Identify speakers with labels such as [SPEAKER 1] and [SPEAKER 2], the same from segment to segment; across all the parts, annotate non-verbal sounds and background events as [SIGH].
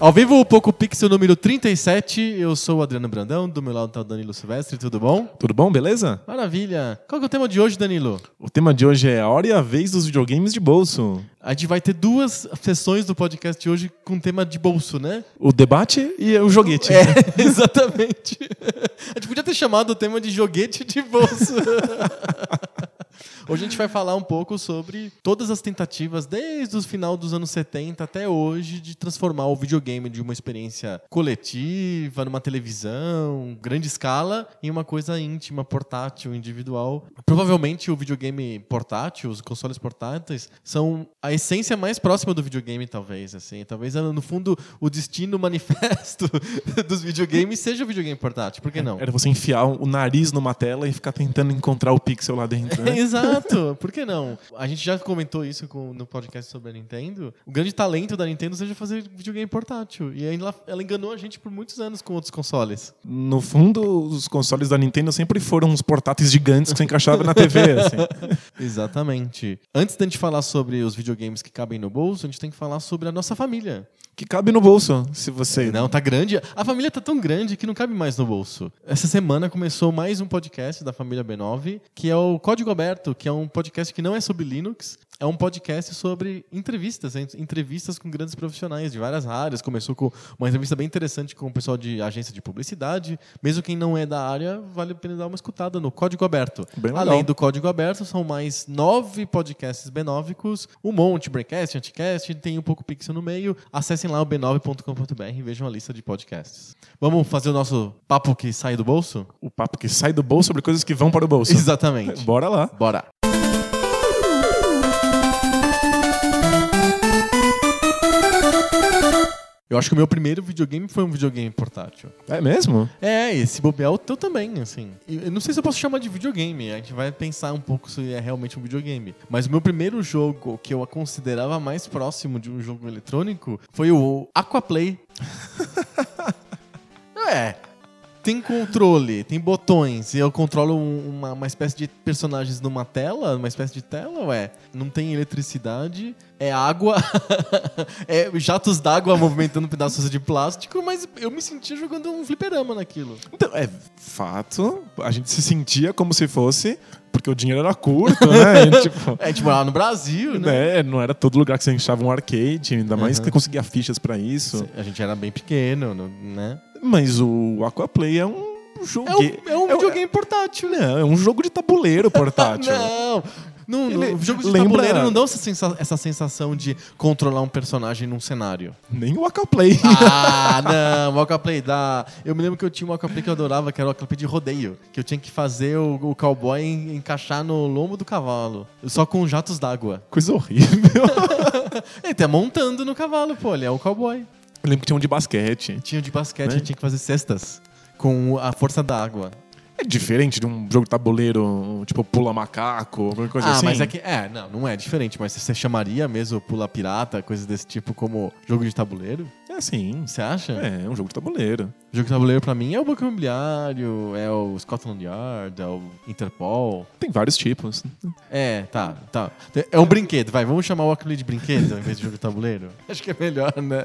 [SPEAKER 1] Ao vivo, o Poco Pixel número 37. Eu sou o Adriano Brandão, do meu lado tá o Danilo Silvestre, tudo bom?
[SPEAKER 2] Tudo bom, beleza?
[SPEAKER 1] Maravilha! Qual que é o tema de hoje, Danilo?
[SPEAKER 2] O tema de hoje é a hora e a vez dos videogames de bolso.
[SPEAKER 1] A gente vai ter duas sessões do podcast de hoje com tema de bolso, né?
[SPEAKER 2] O debate e o joguete.
[SPEAKER 1] É, [LAUGHS] exatamente. A gente podia ter chamado o tema de joguete de bolso. Hoje a gente vai falar um pouco sobre todas as tentativas, desde o final dos anos 70 até hoje, de transformar o videogame de uma experiência coletiva, numa televisão, grande escala, em uma coisa íntima, portátil, individual. Provavelmente o videogame portátil, os consoles portáteis, são a essência mais próxima do videogame, talvez. assim. Talvez, no fundo, o destino manifesto [LAUGHS] dos videogames seja o videogame portátil. Por que não?
[SPEAKER 2] Era você enfiar o nariz numa tela e ficar tentando encontrar o pixel lá dentro.
[SPEAKER 1] [LAUGHS]
[SPEAKER 2] Né?
[SPEAKER 1] Exato, por que não? A gente já comentou isso com- no podcast sobre a Nintendo. O grande talento da Nintendo seja fazer videogame portátil. E ainda ela, ela enganou a gente por muitos anos com outros consoles.
[SPEAKER 2] No fundo, os consoles da Nintendo sempre foram uns portáteis gigantes que você encaixava na TV.
[SPEAKER 1] [LAUGHS]
[SPEAKER 2] assim.
[SPEAKER 1] Exatamente. Antes da gente falar sobre os videogames que cabem no bolso, a gente tem que falar sobre a nossa família.
[SPEAKER 2] Que cabe no bolso, se você.
[SPEAKER 1] Não, tá grande. A família tá tão grande que não cabe mais no bolso. Essa semana começou mais um podcast da família B9, que é o Código Aberto, que é um podcast que não é sobre Linux. É um podcast sobre entrevistas, hein? entrevistas com grandes profissionais de várias áreas. Começou com uma entrevista bem interessante com o pessoal de agência de publicidade. Mesmo quem não é da área, vale a pena dar uma escutada no Código Aberto.
[SPEAKER 2] Bem legal.
[SPEAKER 1] Além do Código Aberto, são mais nove podcasts benóvicos, um monte, Braincast, Anticast, tem um pouco pixel no meio. Acessem lá o b9.com.br e vejam a lista de podcasts. Vamos fazer o nosso papo que sai do bolso?
[SPEAKER 2] O papo que sai do bolso sobre coisas que vão para o bolso.
[SPEAKER 1] Exatamente.
[SPEAKER 2] Bora lá.
[SPEAKER 1] Bora. Eu acho que o meu primeiro videogame foi um videogame portátil.
[SPEAKER 2] É mesmo?
[SPEAKER 1] É, esse bobear o teu também, assim. E Eu não sei se eu posso chamar de videogame, a gente vai pensar um pouco se é realmente um videogame. Mas o meu primeiro jogo que eu considerava mais próximo de um jogo eletrônico foi o Aquaplay. [LAUGHS] é. Tem controle, tem botões, e eu controlo um- uma, uma espécie de personagens numa tela, uma espécie de tela, ué. Não tem eletricidade, é água, [LAUGHS] é jatos d'água movimentando pedaços de plástico, mas eu me sentia jogando um fliperama naquilo.
[SPEAKER 2] Então, é fato. A gente se sentia como se fosse, porque o dinheiro era curto,
[SPEAKER 1] [LAUGHS]
[SPEAKER 2] né? E, tipo,
[SPEAKER 1] É, a gente morava no Brasil, né?
[SPEAKER 2] [LAUGHS] né? Não era todo lugar que você achava um arcade, ainda mais
[SPEAKER 1] Uhum.
[SPEAKER 2] que você conseguia fichas para isso.
[SPEAKER 1] A gente era bem pequeno, no- né?
[SPEAKER 2] Mas o Aquaplay é um jogo.
[SPEAKER 1] É um, é um
[SPEAKER 2] é um-
[SPEAKER 1] videogame portátil, né?
[SPEAKER 2] Não, é um jogo de tabuleiro
[SPEAKER 1] [LAUGHS]
[SPEAKER 2] portátil.
[SPEAKER 1] Não! Não,
[SPEAKER 2] Ele
[SPEAKER 1] não, jogos de
[SPEAKER 2] lembra-
[SPEAKER 1] tabuleiro não dão essa, sensa- essa sensação de controlar um personagem num
[SPEAKER 2] [LAUGHS]
[SPEAKER 1] cenário.
[SPEAKER 2] Nem o Aquaplay.
[SPEAKER 1] Ah, não, o Aquaplay dá. Eu me lembro que eu tinha um Aquaplay que eu adorava, que era o Aquaplay de rodeio. Que eu tinha que fazer o, o cowboy en- encaixar no lombo do cavalo. Só com jatos d'água.
[SPEAKER 2] [LAUGHS] Coisa horrível. [LAUGHS]
[SPEAKER 1] Ele tá montando no cavalo, pô, ele é o cowboy.
[SPEAKER 2] Eu lembro que tinha um de basquete.
[SPEAKER 1] Tinha o de basquete,
[SPEAKER 2] Né?
[SPEAKER 1] ele tinha que fazer cestas com a força da água.
[SPEAKER 2] É diferente de um jogo de tabuleiro, tipo pula macaco, alguma coisa
[SPEAKER 1] ah,
[SPEAKER 2] assim.
[SPEAKER 1] mas é que. É, não, não é diferente, mas você chamaria mesmo pula pirata, coisas desse tipo, como jogo de tabuleiro?
[SPEAKER 2] É sim.
[SPEAKER 1] Você acha?
[SPEAKER 2] É, é um jogo de tabuleiro.
[SPEAKER 1] Jogo de tabuleiro pra mim é o Banco Imobiliário, é o Scotland Yard, é o Interpol.
[SPEAKER 2] Tem vários tipos. [LAUGHS]
[SPEAKER 1] É, tá, tá. É um brinquedo, vai. Vamos chamar o Acme de brinquedo em vez de jogo de
[SPEAKER 2] [LAUGHS]
[SPEAKER 1] tabuleiro? Acho que é melhor, né?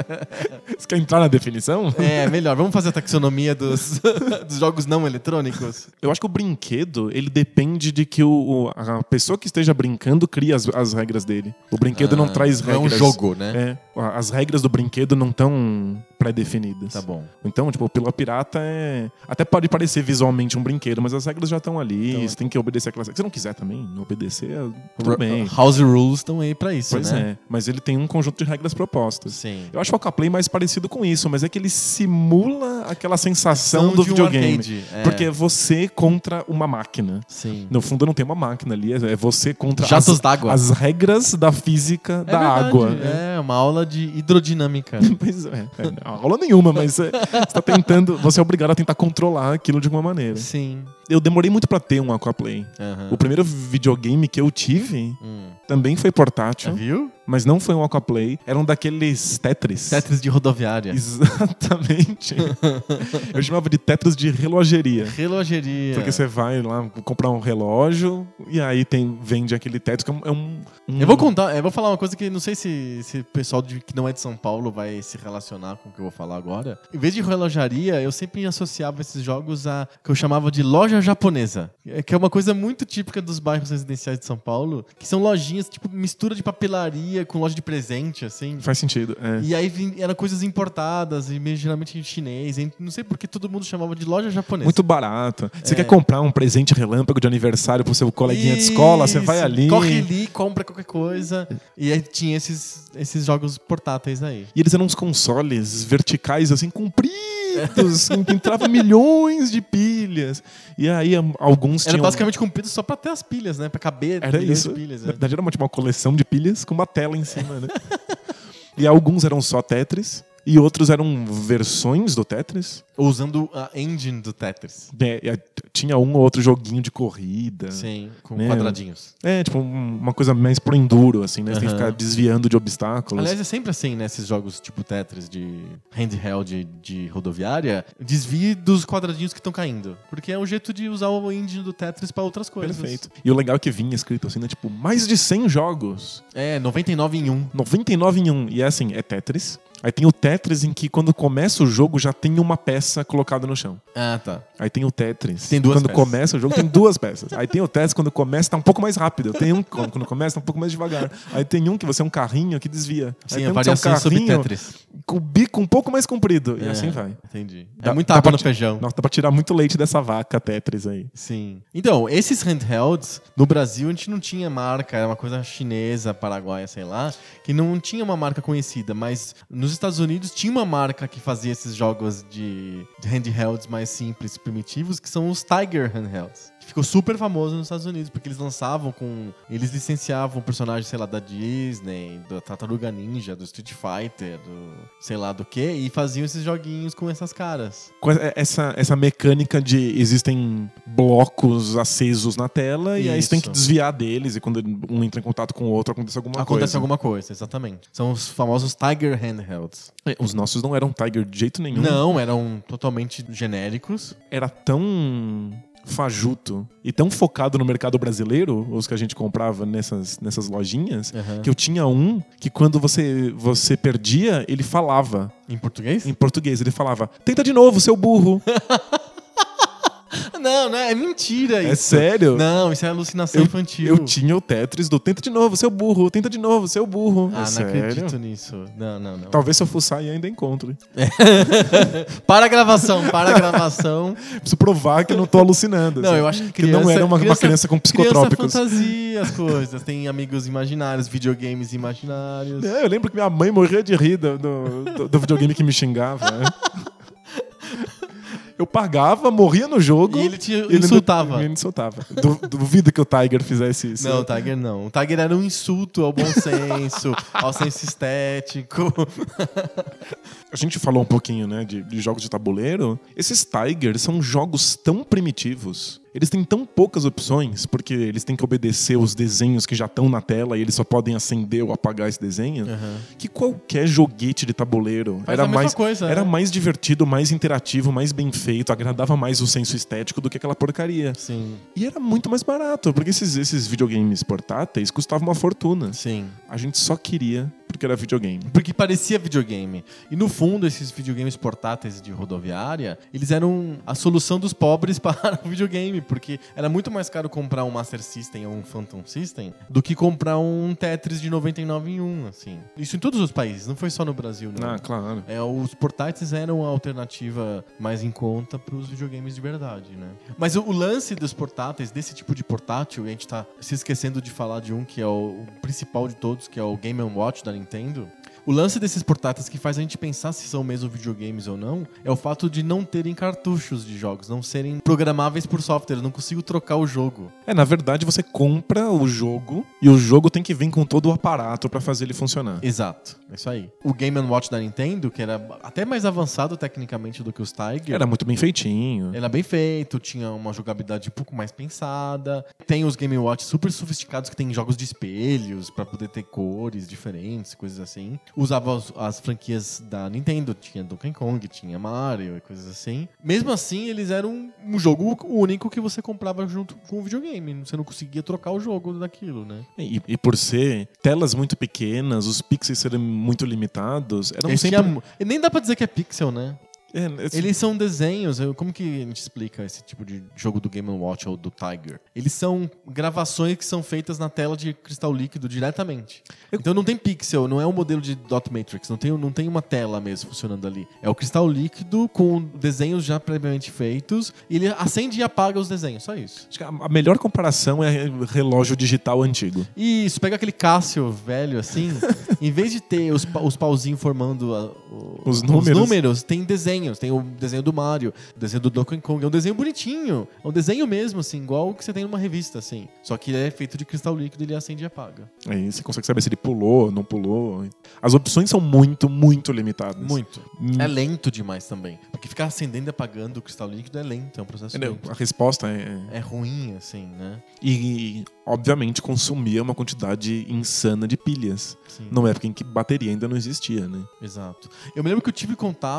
[SPEAKER 2] Você quer entrar na definição?
[SPEAKER 1] É, melhor. Vamos fazer a taxonomia dos, [LAUGHS] dos jogos não eletrônicos?
[SPEAKER 2] Eu acho que o brinquedo, ele depende de que o, o- a pessoa que esteja brincando cria as, as regras dele. O brinquedo não
[SPEAKER 1] Ah,
[SPEAKER 2] traz
[SPEAKER 1] não é um
[SPEAKER 2] regras.
[SPEAKER 1] jogo, né?
[SPEAKER 2] É. A- As regras do brinquedo não estão pré-definidas.
[SPEAKER 1] Tá bom.
[SPEAKER 2] Então, tipo, o Pila Pirata é. Até pode parecer visualmente um brinquedo, mas as regras já estão ali.
[SPEAKER 1] Então,
[SPEAKER 2] você tem que obedecer a classe. Se você não quiser também obedecer, é- tudo bem.
[SPEAKER 1] House Rules estão aí pra isso,
[SPEAKER 2] Pois
[SPEAKER 1] né?
[SPEAKER 2] é. Mas ele tem um conjunto de regras propostas.
[SPEAKER 1] Sim.
[SPEAKER 2] Eu acho o Aquaplay mais parecido com isso, mas é que ele é simula toda aquela sensação
[SPEAKER 1] Sensação
[SPEAKER 2] do
[SPEAKER 1] de um
[SPEAKER 2] videogame.
[SPEAKER 1] arcade, é.
[SPEAKER 2] Porque é você contra uma máquina.
[SPEAKER 1] Sim.
[SPEAKER 2] No fundo não tem uma máquina ali, é é você contra
[SPEAKER 1] Jatos
[SPEAKER 2] as,
[SPEAKER 1] d'água.
[SPEAKER 2] as regras da física
[SPEAKER 1] É
[SPEAKER 2] da
[SPEAKER 1] verdade,
[SPEAKER 2] água.
[SPEAKER 1] É, uma aula de hidrodinâmica.
[SPEAKER 2] [LAUGHS] Pois é, é, não, aula nenhuma, mas é, você tá tentando, você é obrigado a tentar controlar aquilo de alguma maneira.
[SPEAKER 1] Sim.
[SPEAKER 2] Eu demorei muito pra ter um Aquaplay.
[SPEAKER 1] Aham.
[SPEAKER 2] O primeiro videogame que eu tive
[SPEAKER 1] Ah. Hum.
[SPEAKER 2] também foi portátil,
[SPEAKER 1] Ah, Viu?
[SPEAKER 2] mas não foi um Aquaplay, era um daqueles Tetris.
[SPEAKER 1] Tetris de rodoviária.
[SPEAKER 2] [LAUGHS] Exatamente. eu chamava de Tetris de relogeria.
[SPEAKER 1] Relogeria.
[SPEAKER 2] Porque você vai lá comprar um relógio e aí tem, vende aquele Tetris que é um- é um. um-
[SPEAKER 1] Eu vou contar, eu vou falar uma coisa que não sei se se o pessoal de- que não é de São Paulo vai se relacionar com o que eu vou falar agora. Em vez de relojaria, eu sempre associava esses jogos a que eu chamava de loja japonesa, é- que é uma coisa muito típica dos bairros residenciais de São Paulo, que são lojinhas tipo mistura de papelaria com loja de presente, assim.
[SPEAKER 2] Faz sentido. é.
[SPEAKER 1] E aí vin- eram coisas importadas e meio geralmente em chinês. e Não sei porque todo mundo chamava de loja japonesa.
[SPEAKER 2] Muito barato. Você
[SPEAKER 1] É.
[SPEAKER 2] quer comprar um presente relâmpago de aniversário pro seu coleguinha de escola, você vai
[SPEAKER 1] Isso,
[SPEAKER 2] ali.
[SPEAKER 1] Corre ali, compra qualquer coisa. E aí tinha esses, esses jogos portáteis aí.
[SPEAKER 2] E eles eram uns consoles verticais, assim,
[SPEAKER 1] [LAUGHS]
[SPEAKER 2] compridos, em que entrava milhões de pilhas. E aí am- alguns
[SPEAKER 1] Era
[SPEAKER 2] tinham.
[SPEAKER 1] basicamente comprido só pra ter as pilhas, né? Pra caber
[SPEAKER 2] um Era
[SPEAKER 1] milhões
[SPEAKER 2] isso.
[SPEAKER 1] de pilhas.
[SPEAKER 2] Na
[SPEAKER 1] né?
[SPEAKER 2] verdade, era uma, tipo, uma coleção de pilhas com uma tela em cima,
[SPEAKER 1] [LAUGHS]
[SPEAKER 2] né? e alguns eram só Tetris. E outros eram versões do Tetris.
[SPEAKER 1] Ou é. Usando a engine do Tetris.
[SPEAKER 2] né? E a- Tinha um ou outro joguinho de corrida.
[SPEAKER 1] Sim, com
[SPEAKER 2] Né?
[SPEAKER 1] quadradinhos.
[SPEAKER 2] É, tipo, um- uma coisa mais pro enduro, assim, né? Você tem que
[SPEAKER 1] Aham.
[SPEAKER 2] ficar desviando de obstáculos.
[SPEAKER 1] Aliás, é sempre assim, né? Esses jogos tipo Tetris de handheld de, de rodoviária, desvie dos quadradinhos que estão caindo. Porque é um jeito de usar o engine do Tetris pra outras coisas.
[SPEAKER 2] Perfeito. E o legal é que vinha escrito assim, né? Tipo, mais de 100 jogos.
[SPEAKER 1] É, 99 em 1.
[SPEAKER 2] 99 em um. E é assim, é Tetris. Aí tem o Tetris em que quando começa o jogo já tem uma peça colocada no chão.
[SPEAKER 1] Ah, tá.
[SPEAKER 2] Aí tem o Tetris.
[SPEAKER 1] Tem duas
[SPEAKER 2] Quando
[SPEAKER 1] peças.
[SPEAKER 2] começa o jogo tem duas peças. Aí tem o Tetris quando começa tá um pouco mais rápido. Tem um que quando começa tá um pouco mais devagar. Aí tem um que você é um carrinho que desvia. Aí
[SPEAKER 1] Sim,
[SPEAKER 2] tem
[SPEAKER 1] a
[SPEAKER 2] um que você é
[SPEAKER 1] variação
[SPEAKER 2] um
[SPEAKER 1] sobre
[SPEAKER 2] carrinho
[SPEAKER 1] Tetris.
[SPEAKER 2] com o bico um pouco mais comprido. E
[SPEAKER 1] É,
[SPEAKER 2] assim vai.
[SPEAKER 1] Entendi. É
[SPEAKER 2] Dá-
[SPEAKER 1] muita
[SPEAKER 2] dá
[SPEAKER 1] água
[SPEAKER 2] pra
[SPEAKER 1] no
[SPEAKER 2] ti-
[SPEAKER 1] feijão.
[SPEAKER 2] Nossa, dá pra tirar muito leite dessa vaca Tetris aí.
[SPEAKER 1] Sim. Então, esses handhelds, no Brasil a gente não tinha marca, era uma coisa chinesa, paraguaia, sei lá, que não tinha uma marca conhecida, mas nos Estados Unidos tinha uma marca que fazia esses jogos de de handhelds mais simples, primitivos, que são os Tiger Handhelds. que Ficou super famoso nos Estados Unidos, porque eles lançavam com. Eles licenciavam personagens, sei lá, da Disney, da Tartaruga Ninja, do Street Fighter, do sei lá do que, e faziam esses joguinhos com essas caras.
[SPEAKER 2] com e- essa, essa mecânica de existem blocos acesos na tela e aí você tem
[SPEAKER 1] Isso.
[SPEAKER 2] que desviar deles e quando um entra em contato com o outro acontece alguma
[SPEAKER 1] Acontece
[SPEAKER 2] coisa.
[SPEAKER 1] alguma coisa, exatamente. São os famosos Tiger Handhelds.
[SPEAKER 2] É, Os nossos não eram Tiger de jeito nenhum.
[SPEAKER 1] Não, eram totalmente genéricos.
[SPEAKER 2] Era tão fajuto e tão focado no mercado brasileiro, os que a gente comprava nessas, nessas lojinhas, que eu tinha um que quando você, você perdia, ele falava
[SPEAKER 1] Em português?
[SPEAKER 2] em português, ele falava, tenta de novo, seu burro.
[SPEAKER 1] Não, não, [LAUGHS] é mentira
[SPEAKER 2] é
[SPEAKER 1] isso.
[SPEAKER 2] sério?
[SPEAKER 1] Não, isso é alucinação
[SPEAKER 2] Eu-
[SPEAKER 1] infantil.
[SPEAKER 2] Eu tinha o Tetris do tenta de novo, seu burro, tenta de novo, seu burro.
[SPEAKER 1] Ah,
[SPEAKER 2] É
[SPEAKER 1] não
[SPEAKER 2] sério? Então-
[SPEAKER 1] acredito nisso. Não, não, não.
[SPEAKER 2] Talvez se eu for sair ainda encontre.
[SPEAKER 1] Para a gravação, para a
[SPEAKER 2] [LAUGHS]
[SPEAKER 1] gravação.
[SPEAKER 2] Preciso provar que eu não tô alucinando.
[SPEAKER 1] não,
[SPEAKER 2] assim.
[SPEAKER 1] eu acho que criança...
[SPEAKER 2] não era uma, uma criança, com psicotrópicos.
[SPEAKER 1] Criança fantasia as coisas. Tem amigos imaginários, videogames imaginários.
[SPEAKER 2] É, eu lembro que minha mãe morria de rir do, do, do- do videogame que me
[SPEAKER 1] [LAUGHS]
[SPEAKER 2] xingava. né? Eu pagava, morria no jogo.
[SPEAKER 1] E ele te
[SPEAKER 2] ainda-
[SPEAKER 1] insultava.
[SPEAKER 2] Ele me insultava. Du- Duvido que o Tiger fizesse isso.
[SPEAKER 1] Não, o Tiger não. O Tiger era um insulto ao bom senso, ao senso
[SPEAKER 2] [LAUGHS]
[SPEAKER 1] estético.
[SPEAKER 2] A gente falou um pouquinho, né, de, de jogos de tabuleiro. Esses Tigers são jogos tão primitivos. Eles têm tão poucas opções, porque eles têm que obedecer os desenhos que já estão na tela e eles só podem acender ou apagar esse desenho. Que qualquer joguete de tabuleiro
[SPEAKER 1] Faz
[SPEAKER 2] era
[SPEAKER 1] a mesma
[SPEAKER 2] mais
[SPEAKER 1] coisa,
[SPEAKER 2] era
[SPEAKER 1] né?
[SPEAKER 2] mais divertido, mais interativo, mais bem feito, agradava mais o senso estético do que aquela porcaria.
[SPEAKER 1] Sim,
[SPEAKER 2] E era muito mais barato, porque esses, esses videogames portáteis custavam uma fortuna.
[SPEAKER 1] sim.
[SPEAKER 2] A gente só queria porque era videogame.
[SPEAKER 1] Porque parecia videogame. E no fundo, esses videogames portáteis de rodoviária, eles eram a solução dos pobres [LAUGHS] para o videogame. Porque era muito mais caro comprar um Master System ou um Phantom System do que comprar um Tetris de 99 em 1, assim. Isso em todos os países, não foi só no Brasil, não.
[SPEAKER 2] Ah, claro.
[SPEAKER 1] É, os portáteis eram a alternativa mais em conta para os videogames de verdade, né? Mas o, o lance dos portáteis, desse tipo de portátil, e a gente tá se esquecendo de falar de um que é o, o principal de todos, que é o Game Watch da Nintendo. O lance desses portáteis que faz a gente pensar se são mesmo videogames ou não é o fato de não terem cartuchos de jogos, não serem programáveis por software. Eu não consigo trocar o jogo.
[SPEAKER 2] É, na verdade, você compra o jogo e o jogo tem que vir com todo o aparato pra fazer ele funcionar.
[SPEAKER 1] Exato, é isso aí. O Game Watch da Nintendo, que era até mais avançado tecnicamente do que os Tiger,
[SPEAKER 2] Era muito bem feitinho.
[SPEAKER 1] Era bem feito, tinha uma jogabilidade um pouco mais pensada. Tem os Game Watch super sofisticados que tem jogos de espelhos pra poder ter cores diferentes, coisas assim. Usava as, as franquias da Nintendo, tinha Donkey Kong, tinha Mario e coisas assim. Mesmo assim, eles eram um jogo único que você comprava junto com o videogame. Você não conseguia trocar o jogo daquilo, né?
[SPEAKER 2] E, e por ser telas muito pequenas, os pixels serem muito limitados, eram
[SPEAKER 1] Eles
[SPEAKER 2] sempre.
[SPEAKER 1] tinham- e Nem dá pra dizer que é pixel, né?
[SPEAKER 2] É, esse-
[SPEAKER 1] Eles são desenhos, eu- como que a gente explica esse tipo de jogo do Game Watch ou do Tiger? Eles são gravações que são feitas na tela de cristal líquido diretamente.
[SPEAKER 2] Eu-
[SPEAKER 1] Então não tem pixel, não é um modelo de dot matrix, não tem, não tem uma tela mesmo funcionando ali. É o cristal líquido com desenhos já previamente feitos e ele acende e apaga os desenhos, só isso.
[SPEAKER 2] Acho que a- a melhor comparação é relógio digital antigo.
[SPEAKER 1] Isso, pega aquele Cássio velho assim, em vez de ter os, pa- os pauzinhos formando a- o-
[SPEAKER 2] Os números.
[SPEAKER 1] tem desenhos. Tem o desenho do Mario, o desenho do Donkey Kong. É um desenho bonitinho. É um desenho mesmo, assim, igual o que você tem numa revista, assim. Só que ele é feito de cristal líquido, ele acende e apaga.
[SPEAKER 2] Aí você consegue saber se ele pulou, não pulou. As opções são muito, muito limitadas.
[SPEAKER 1] Muito.
[SPEAKER 2] Hum.
[SPEAKER 1] É lento demais também. Porque ficar acendendo e apagando o cristal líquido é lento, é um processo
[SPEAKER 2] Entendeu?
[SPEAKER 1] lento.
[SPEAKER 2] A resposta é.
[SPEAKER 1] É ruim, assim, né?
[SPEAKER 2] E, obviamente, consumia uma quantidade insana de pilhas.
[SPEAKER 1] Sim.
[SPEAKER 2] Numa época em que bateria ainda não existia, né?
[SPEAKER 1] Exato. Eu me lembro que eu tive contato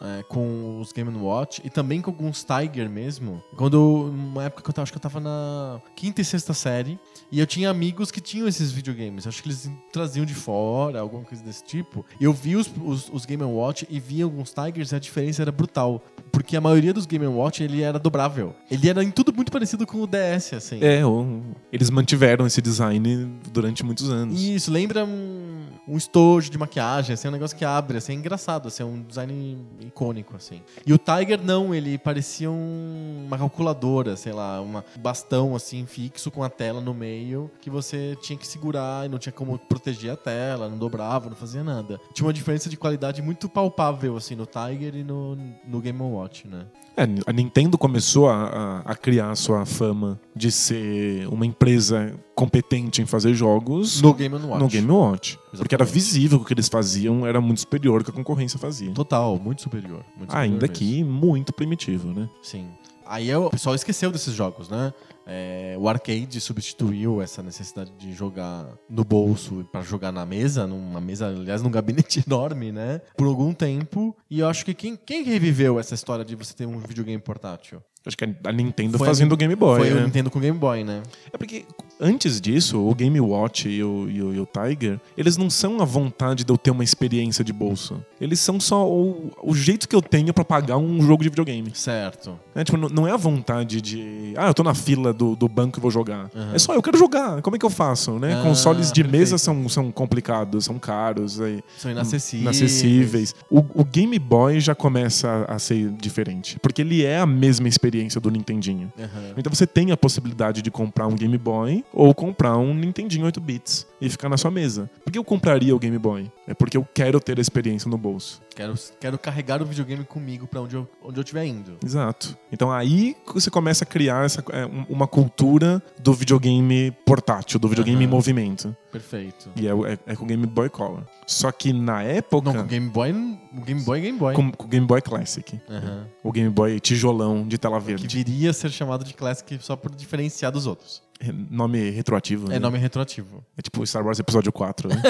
[SPEAKER 1] é, com os Game Watch e também com alguns Tiger mesmo. Quando, uma época que eu tava, acho que eu tava na quinta e sexta série, e eu tinha amigos que tinham esses videogames. Acho que eles traziam de fora, alguma coisa desse tipo. E eu vi os, os, os Game Watch e vi alguns Tigers e a diferença era brutal. Porque a maioria dos Game Watch, ele era dobrável. Ele era em tudo muito parecido com o DS, assim.
[SPEAKER 2] É, ou- eles mantiveram esse design durante muitos anos.
[SPEAKER 1] Isso, lembra um, um estojo de maquiagem, assim, um negócio que abre, assim, é engraçado, assim, é um design icônico, assim. E o Tiger não, ele parecia um- uma calculadora, sei lá, um bastão, assim, fixo com a tela no meio, que você tinha que segurar e não tinha como proteger a tela, não dobrava, não fazia nada. Tinha uma diferença de qualidade muito palpável, assim, no Tiger e no, no Game Watch, né?
[SPEAKER 2] É, a Nintendo começou a, a- a criar a sua fama de ser uma empresa competente em fazer jogos
[SPEAKER 1] No Game Watch.
[SPEAKER 2] no Game Watch. Porque era
[SPEAKER 1] Exatamente.
[SPEAKER 2] visível que o que eles faziam era muito superior ao que a concorrência fazia.
[SPEAKER 1] Total, muito superior. muito superior
[SPEAKER 2] Ainda
[SPEAKER 1] mesmo.
[SPEAKER 2] que muito primitivo, né?
[SPEAKER 1] Sim. Aí eu- o pessoal esqueceu desses jogos, né? É, o arcade substituiu essa necessidade de jogar no bolso para jogar na mesa, numa mesa, aliás, num gabinete [LAUGHS] enorme, né? Por algum tempo. E eu acho que quem, quem reviveu essa história de você ter um videogame portátil?
[SPEAKER 2] Acho que a Nintendo
[SPEAKER 1] Foi a
[SPEAKER 2] fazendo
[SPEAKER 1] Nin-
[SPEAKER 2] o Game Boy.
[SPEAKER 1] Foi
[SPEAKER 2] né?
[SPEAKER 1] o Nintendo com o Game Boy, né?
[SPEAKER 2] É porque antes disso, o Game Watch e o, e o- e o Tiger, eles não são a vontade de eu ter uma experiência de bolso. Eles são só o, o jeito que eu tenho pra pagar um jogo de videogame.
[SPEAKER 1] Certo.
[SPEAKER 2] É, tipo, n- não é a vontade de. Ah, eu tô na fila do, do banco e vou jogar.
[SPEAKER 1] Aham.
[SPEAKER 2] É só eu quero jogar. Como é que eu faço? Né?
[SPEAKER 1] Ah,
[SPEAKER 2] Consoles de
[SPEAKER 1] perfeito.
[SPEAKER 2] mesa são, são complicados, são caros, é,
[SPEAKER 1] São inacessíveis.
[SPEAKER 2] inacessíveis. O, o Game Boy já começa a- a ser diferente. Porque ele é a mesma experiência do Nintendinho.
[SPEAKER 1] Aham.
[SPEAKER 2] Então você tem a possibilidade de comprar um Game Boy ou comprar um Nintendinho 8 bits e ficar na sua mesa. Por que eu compraria o Game Boy? É porque eu quero ter a experiência no bolso.
[SPEAKER 1] Quero, quero carregar o videogame comigo pra onde eu, onde eu estiver indo.
[SPEAKER 2] Exato. Então aí você começa a criar essa, é, um- uma cultura do videogame portátil, do videogame em
[SPEAKER 1] Aham.
[SPEAKER 2] movimento.
[SPEAKER 1] Perfeito.
[SPEAKER 2] E é, o- é- é com o Game Boy Color. Só que na época.
[SPEAKER 1] Não, com o Game Boy, o Game Boy é Game Boy.
[SPEAKER 2] com, com o Game Boy Classic.
[SPEAKER 1] Aham.
[SPEAKER 2] O Game Boy tijolão de tela
[SPEAKER 1] Que
[SPEAKER 2] verde.
[SPEAKER 1] viria a ser chamado de Classic só por diferenciar dos outros.
[SPEAKER 2] É Nome retroativo.
[SPEAKER 1] É
[SPEAKER 2] né?
[SPEAKER 1] nome retroativo. [LAUGHS]
[SPEAKER 2] É tipo Star Wars Episódio 4. Né?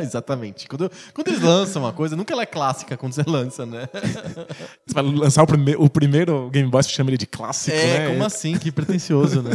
[SPEAKER 1] Exatamente. Quando, quando eles lançam uma coisa, nunca ela é clássica quando você lança, né?
[SPEAKER 2] Você vai lançar o, prime o primeiro Game Boy, você chama ele de clássico,
[SPEAKER 1] É,
[SPEAKER 2] né?
[SPEAKER 1] como assim? Que pretencioso, né?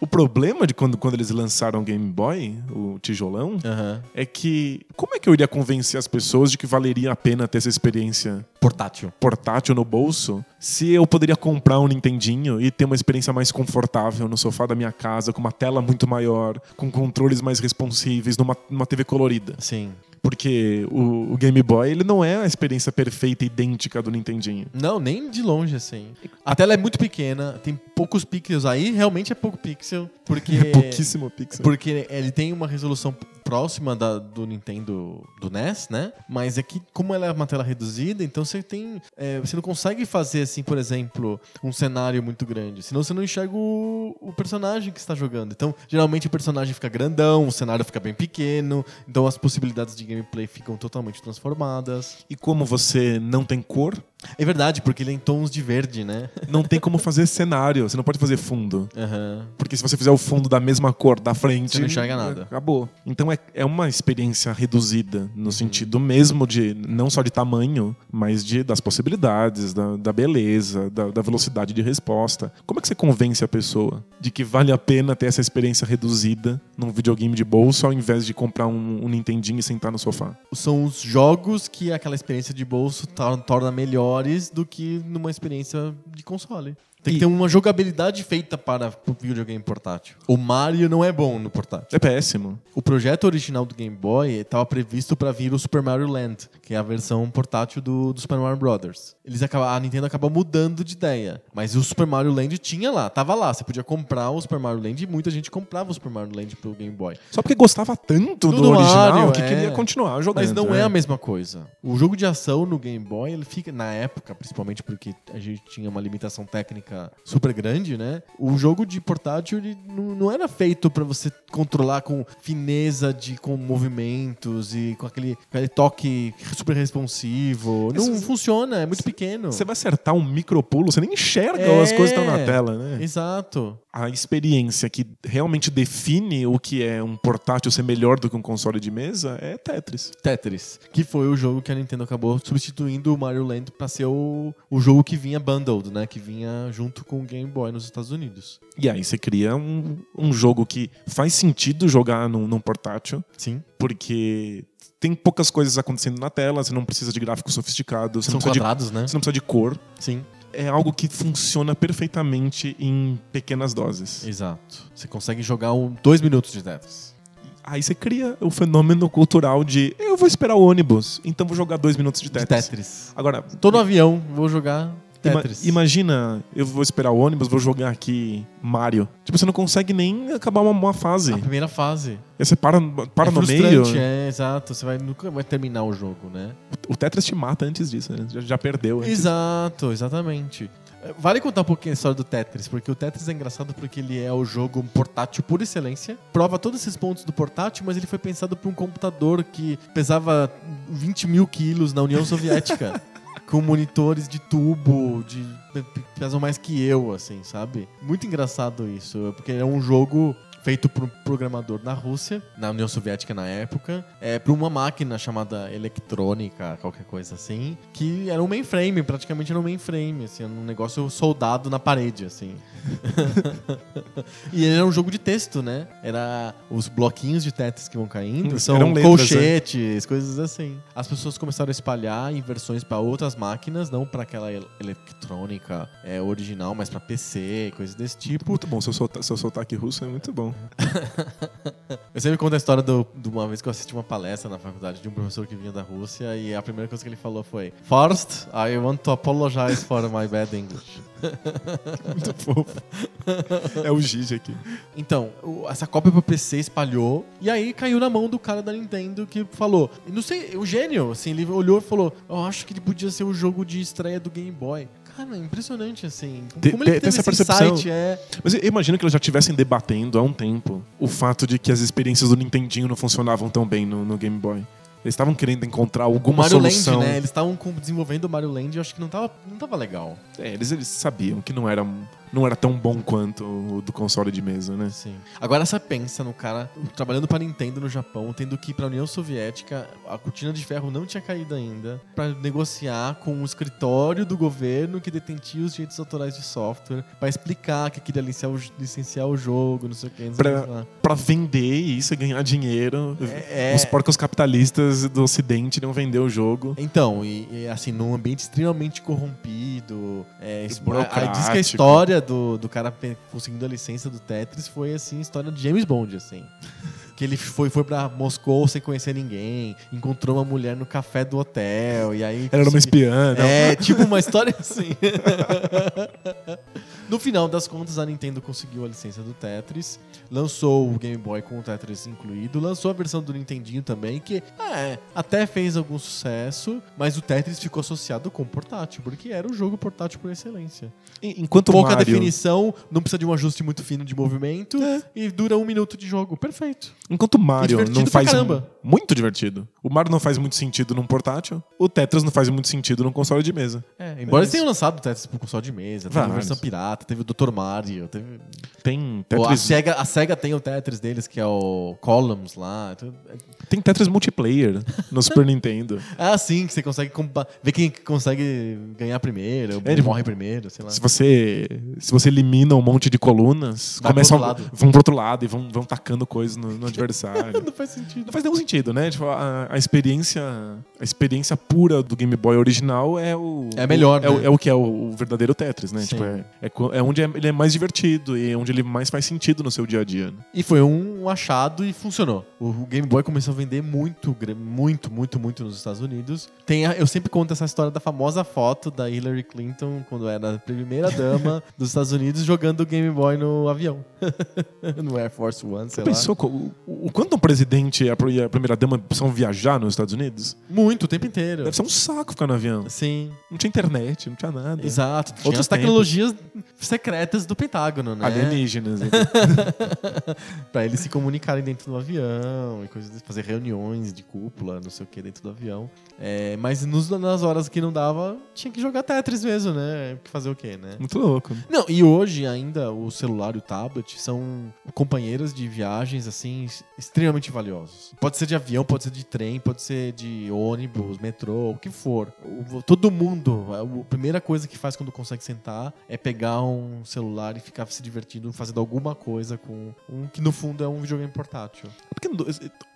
[SPEAKER 2] O problema de quando, quando eles lançaram o Game Boy, o tijolão,
[SPEAKER 1] [LAUGHS] Aham.
[SPEAKER 2] é que como é que eu iria convencer as pessoas de que valeria a pena ter essa experiência
[SPEAKER 1] Portátil.
[SPEAKER 2] portátil no bolso se eu poderia comprar um Nintendinho e ter uma experiência mais confortável no sofá da minha casa, com uma tela muito maior, com controles mais responsíveis, numa, numa TV colorida?
[SPEAKER 1] Sim.
[SPEAKER 2] Porque o, o Game Boy, ele não é a experiência perfeita e idêntica do Nintendinho.
[SPEAKER 1] Não, nem de longe, assim. A tela é muito pequena, tem poucos pixels. Aí realmente [LAUGHS] é pouco pixel, porque...
[SPEAKER 2] É pouquíssimo pixel.
[SPEAKER 1] Porque ele tem uma resolução próxima da- do Nintendo do NES, né? Mas é que, como ela é uma tela reduzida, então você tem. é, você não consegue fazer, assim, por exemplo, um cenário muito grande. Senão você não enxerga o, o personagem que está jogando. Então, geralmente o personagem fica grandão, o cenário fica bem pequeno. Então as possibilidades de gameplay ficam totalmente transformadas.
[SPEAKER 2] E como você não tem cor,
[SPEAKER 1] É verdade, porque ele é em tons de verde, né?
[SPEAKER 2] não tem como fazer cenário. Você não pode fazer fundo.
[SPEAKER 1] Aham.
[SPEAKER 2] Porque se você fizer o fundo da mesma cor da frente.
[SPEAKER 1] Você não enxerga nada.
[SPEAKER 2] Acabou. Então é, é uma experiência reduzida,
[SPEAKER 1] Uhum.
[SPEAKER 2] no sentido mesmo de não só de tamanho, mas de, das possibilidades, da, da beleza, da, da velocidade de resposta. Como é que você convence a pessoa de que vale a pena ter essa experiência reduzida num videogame de bolso ao invés de comprar um, um Nintendinho e sentar no sofá?
[SPEAKER 1] são os jogos que aquela experiência de bolso tor- torna melhores do que numa experiência de console. Tem
[SPEAKER 2] E-
[SPEAKER 1] que ter uma jogabilidade feita para o videogame portátil. O Mario não é bom no portátil.
[SPEAKER 2] É péssimo.
[SPEAKER 1] O projeto original do Game Boy estava previsto para vir o Super Mario Land, que é a versão portátil do, do Super Mario Brothers. Eles acaba, a Nintendo acabou mudando de ideia, mas o Super Mario Land tinha lá, tava lá. Você podia comprar o Super Mario Land e muita gente comprava o Super Mario Land pro Game Boy.
[SPEAKER 2] Só porque gostava tanto do,
[SPEAKER 1] Do do
[SPEAKER 2] original
[SPEAKER 1] Mario,
[SPEAKER 2] que
[SPEAKER 1] é.
[SPEAKER 2] queria continuar jogando.
[SPEAKER 1] Mas não é. a mesma coisa. O jogo de ação no Game Boy, ele fica, na época, principalmente porque a gente tinha uma limitação técnica super grande, né? O jogo de portátil, ele não, não era feito pra você controlar com fineza de com movimentos e com aquele, com aquele toque super responsivo. Não
[SPEAKER 2] Mas-
[SPEAKER 1] funciona, é muito pequeno.
[SPEAKER 2] Você vai acertar um micropulo, você nem enxerga
[SPEAKER 1] É.
[SPEAKER 2] as coisas que estão na tela, né?
[SPEAKER 1] Exato.
[SPEAKER 2] a experiência que realmente define o que é um portátil ser melhor do que um console de mesa é Tetris.
[SPEAKER 1] Tetris, que foi o jogo que a Nintendo acabou substituindo o Mario Land pra ser o, o jogo que vinha bundled, né? Que vinha junto com o Game Boy nos Estados Unidos.
[SPEAKER 2] E aí você cria um, um jogo que faz sentido jogar num, num portátil,
[SPEAKER 1] Sim.
[SPEAKER 2] porque tem poucas coisas acontecendo na tela, você não precisa de gráficos sofisticados, você,
[SPEAKER 1] São
[SPEAKER 2] não precisa de-
[SPEAKER 1] quadrados, né?
[SPEAKER 2] você não precisa de cor.
[SPEAKER 1] Sim.
[SPEAKER 2] É algo que funciona perfeitamente em pequenas doses.
[SPEAKER 1] Exato. Você consegue jogar um, dois minutos de Tetris.
[SPEAKER 2] Aí você cria o fenômeno cultural de eu vou esperar o ônibus, então vou jogar dois minutos de
[SPEAKER 1] De
[SPEAKER 2] Tetris.
[SPEAKER 1] Tetris.
[SPEAKER 2] Agora,
[SPEAKER 1] Tô no avião, vou jogar Tetris.
[SPEAKER 2] Ima- imagina, eu vou esperar o ônibus, vou jogar aqui Mario. Tipo, você não consegue nem acabar uma, uma fase.
[SPEAKER 1] A primeira fase.
[SPEAKER 2] Aí você para, para
[SPEAKER 1] Ah. é
[SPEAKER 2] no meio.
[SPEAKER 1] frustrante, É, exato. Você vai, nunca vai terminar o jogo, né?
[SPEAKER 2] O Tetris te mata antes disso, né? Já, já perdeu. antes.
[SPEAKER 1] Exato, exatamente. Eh, Vale contar um pouquinho a história do Tetris, porque o Tetris é engraçado porque ele é o jogo portátil por excelência. Prova todos esses pontos do portátil, mas ele foi pensado por um computador que pesava 20 mil quilos na União
[SPEAKER 2] [LAUGHS]
[SPEAKER 1] Soviética. com monitores de tubo, de pe- pe- pesam mais que eu, assim, sabe? Muito engraçado isso, porque é um jogo feito por um programador na Rússia, na União Soviética na época, é para uma máquina chamada eletrônica, qualquer coisa assim, que era um mainframe, praticamente era um mainframe, assim, era um negócio soldado na parede, assim. [LAUGHS] e ele era um jogo de texto, né? Era os bloquinhos de Tetris que vão caindo,
[SPEAKER 2] Hum, Eram
[SPEAKER 1] são um
[SPEAKER 2] letras, né?
[SPEAKER 1] colchetes, bilhetes, coisas assim. As pessoas começaram a espalhar em versões para outras máquinas, não para aquela el- eletrônica é, original, mas para PC, coisas desse tipo.
[SPEAKER 2] Muito bom, seu, solta, seu sotaque russo é
[SPEAKER 1] [LAUGHS]
[SPEAKER 2] muito bom.
[SPEAKER 1] Eu sempre conto a história do- de uma vez que eu assisti uma palestra na faculdade de um professor que vinha da Rússia e a primeira coisa que ele falou foi: First, I want to apologize for my bad English.
[SPEAKER 2] Muito fofo. É o Gigi aqui.
[SPEAKER 1] Então, o- essa cópia pro PC espalhou e aí caiu na mão do cara da Nintendo que falou, e não sei, o gênio, assim, ele olhou e falou, eu acho que ele podia ser o jogo de estreia do Game Boy. Cara, é impressionante, assim. Como
[SPEAKER 2] Te-
[SPEAKER 1] ele
[SPEAKER 2] te-
[SPEAKER 1] teve
[SPEAKER 2] tem essa
[SPEAKER 1] esse
[SPEAKER 2] percepção.
[SPEAKER 1] insight, é...
[SPEAKER 2] Mas eu imagino que eles já estivessem debatendo há um tempo o fato de que as experiências do Nintendinho não funcionavam tão bem no, no Game Boy. Eles estavam querendo encontrar
[SPEAKER 1] O
[SPEAKER 2] alguma
[SPEAKER 1] Mario
[SPEAKER 2] solução.
[SPEAKER 1] Land, né? Eles estavam com- desenvolvendo o Mario Land e eu acho que não tava, não tava legal.
[SPEAKER 2] É, eles, eles sabiam que não era, não era tão bom quanto o do console de mesa, né?
[SPEAKER 1] Sim. Agora você pensa no cara trabalhando pra Nintendo no Japão, tendo que ir pra União Soviética, a cortina de ferro não tinha caído ainda, pra negociar com o escritório do governo que detentia os direitos autorais de software, pra explicar que queria licenciar o, licenciar o jogo, não sei o que, não sei o
[SPEAKER 2] Pra-
[SPEAKER 1] que lá.
[SPEAKER 2] Pra vender isso e ganhar dinheiro.
[SPEAKER 1] É, é.
[SPEAKER 2] Os porcos capitalistas do ocidente não vender o jogo.
[SPEAKER 1] Então, e, e, assim, num ambiente extremamente corrompido, é, isso-
[SPEAKER 2] Burocrático.
[SPEAKER 1] aí diz que a história do, do cara pe- conseguindo a licença do Tetris foi assim, a história de James Bond,
[SPEAKER 2] [LAUGHS]
[SPEAKER 1] assim. Que ele foi, foi pra Moscou sem conhecer ninguém, encontrou uma mulher no café do hotel, e aí.
[SPEAKER 2] Ela era uma
[SPEAKER 1] É.
[SPEAKER 2] [LAUGHS]
[SPEAKER 1] conseguiu-
[SPEAKER 2] espiã, não.
[SPEAKER 1] É, tipo uma história assim. No final das contas, a Nintendo conseguiu a licença do Tetris, lançou o Game Boy com o Tetris incluído, lançou a versão do Nintendinho também, que é, até fez algum sucesso, mas o Tetris ficou associado com o portátil, porque era o jogo portátil por excelência.
[SPEAKER 2] E- Enquanto
[SPEAKER 1] Pouca
[SPEAKER 2] Mario, É.
[SPEAKER 1] definição, não precisa de um ajuste muito fino de movimento e dura um minuto de jogo. Perfeito.
[SPEAKER 2] enquanto Mario
[SPEAKER 1] Divertido
[SPEAKER 2] não
[SPEAKER 1] pra
[SPEAKER 2] faz
[SPEAKER 1] caramba.
[SPEAKER 2] mu- muito divertido. O Mario não faz muito sentido num portátil, o Tetris não faz muito sentido num console de mesa.
[SPEAKER 1] É, embora eles
[SPEAKER 2] isso.
[SPEAKER 1] tenham lançado o Tetris pro console de mesa, teve a
[SPEAKER 2] Vários.
[SPEAKER 1] versão pirata, teve o Dr. Mario, teve.
[SPEAKER 2] Tem
[SPEAKER 1] Pô, a,
[SPEAKER 2] Tetris,
[SPEAKER 1] SEGA, a SEGA tem o Tetris deles, que é o Columns lá. Então, é-
[SPEAKER 2] tem Tetris multiplayer no
[SPEAKER 1] [LAUGHS]
[SPEAKER 2] Super Nintendo.
[SPEAKER 1] Ah, sim, que você consegue compa- ver quem consegue ganhar primeiro,
[SPEAKER 2] É, ele-
[SPEAKER 1] morre primeiro, sei lá.
[SPEAKER 2] Se você, se você elimina um monte de colunas,
[SPEAKER 1] Vai
[SPEAKER 2] começam,
[SPEAKER 1] pro outro lado.
[SPEAKER 2] vão pro outro lado e vão, vão tacando coisas no,
[SPEAKER 1] [LAUGHS]
[SPEAKER 2] no adversário.
[SPEAKER 1] Não faz sentido.
[SPEAKER 2] Não faz nenhum sentido, né? Tipo, a, a experiência a experiência pura do Game Boy original é o.
[SPEAKER 1] É melhor,
[SPEAKER 2] o- é, o-
[SPEAKER 1] né?
[SPEAKER 2] é o que é o, o verdadeiro Tetris, né?
[SPEAKER 1] Sim.
[SPEAKER 2] Tipo, é, é co- é onde é- ele é mais divertido e é onde ele mais faz sentido no seu dia a dia. né?
[SPEAKER 1] E foi um achado e funcionou. O o Game Boy começou a vender muito, gra- muito, muito, muito nos Estados Unidos. Tem a- eu sempre conto essa história da famosa foto da Hillary Clinton, quando era a primeira
[SPEAKER 2] [LAUGHS]
[SPEAKER 1] dama dos Estados Unidos, jogando o Game Boy no avião. [LAUGHS] no Air Force One, sei lá.
[SPEAKER 2] Pensou co- o, o quanto um presidente e a pr- e a primeira-dama precisam viajar nos Estados Unidos?
[SPEAKER 1] Muito, o tempo inteiro.
[SPEAKER 2] Deve ser um saco ficar no avião.
[SPEAKER 1] Sim,
[SPEAKER 2] Não tinha internet, não tinha nada.
[SPEAKER 1] exato. Tinha
[SPEAKER 2] né? Outros
[SPEAKER 1] Outras tecnologias secretas do Pentágono, né? [LAUGHS]
[SPEAKER 2] Alienígenas. né?
[SPEAKER 1] Pra eles se comunicarem dentro do avião e coisas, fazer reuniões de cúpula, não sei o que, dentro do avião. É, mas nos- nas horas que não dava, tinha que jogar Tetris mesmo, né? Porque Fazer o quê, né?
[SPEAKER 2] Muito louco. É
[SPEAKER 1] Não, e hoje ainda o celular e o tablet são companheiros de viagens, assim, es- extremamente valiosos. Pode ser de avião, pode ser de trem, pode ser de ônibus, metrô, o que for. O- todo mundo, é a- a primeira coisa que faz quando consegue sentar é pegar um celular e ficar se divertindo, fazendo alguma coisa com um que no fundo é um videogame portátil.
[SPEAKER 2] Porque no-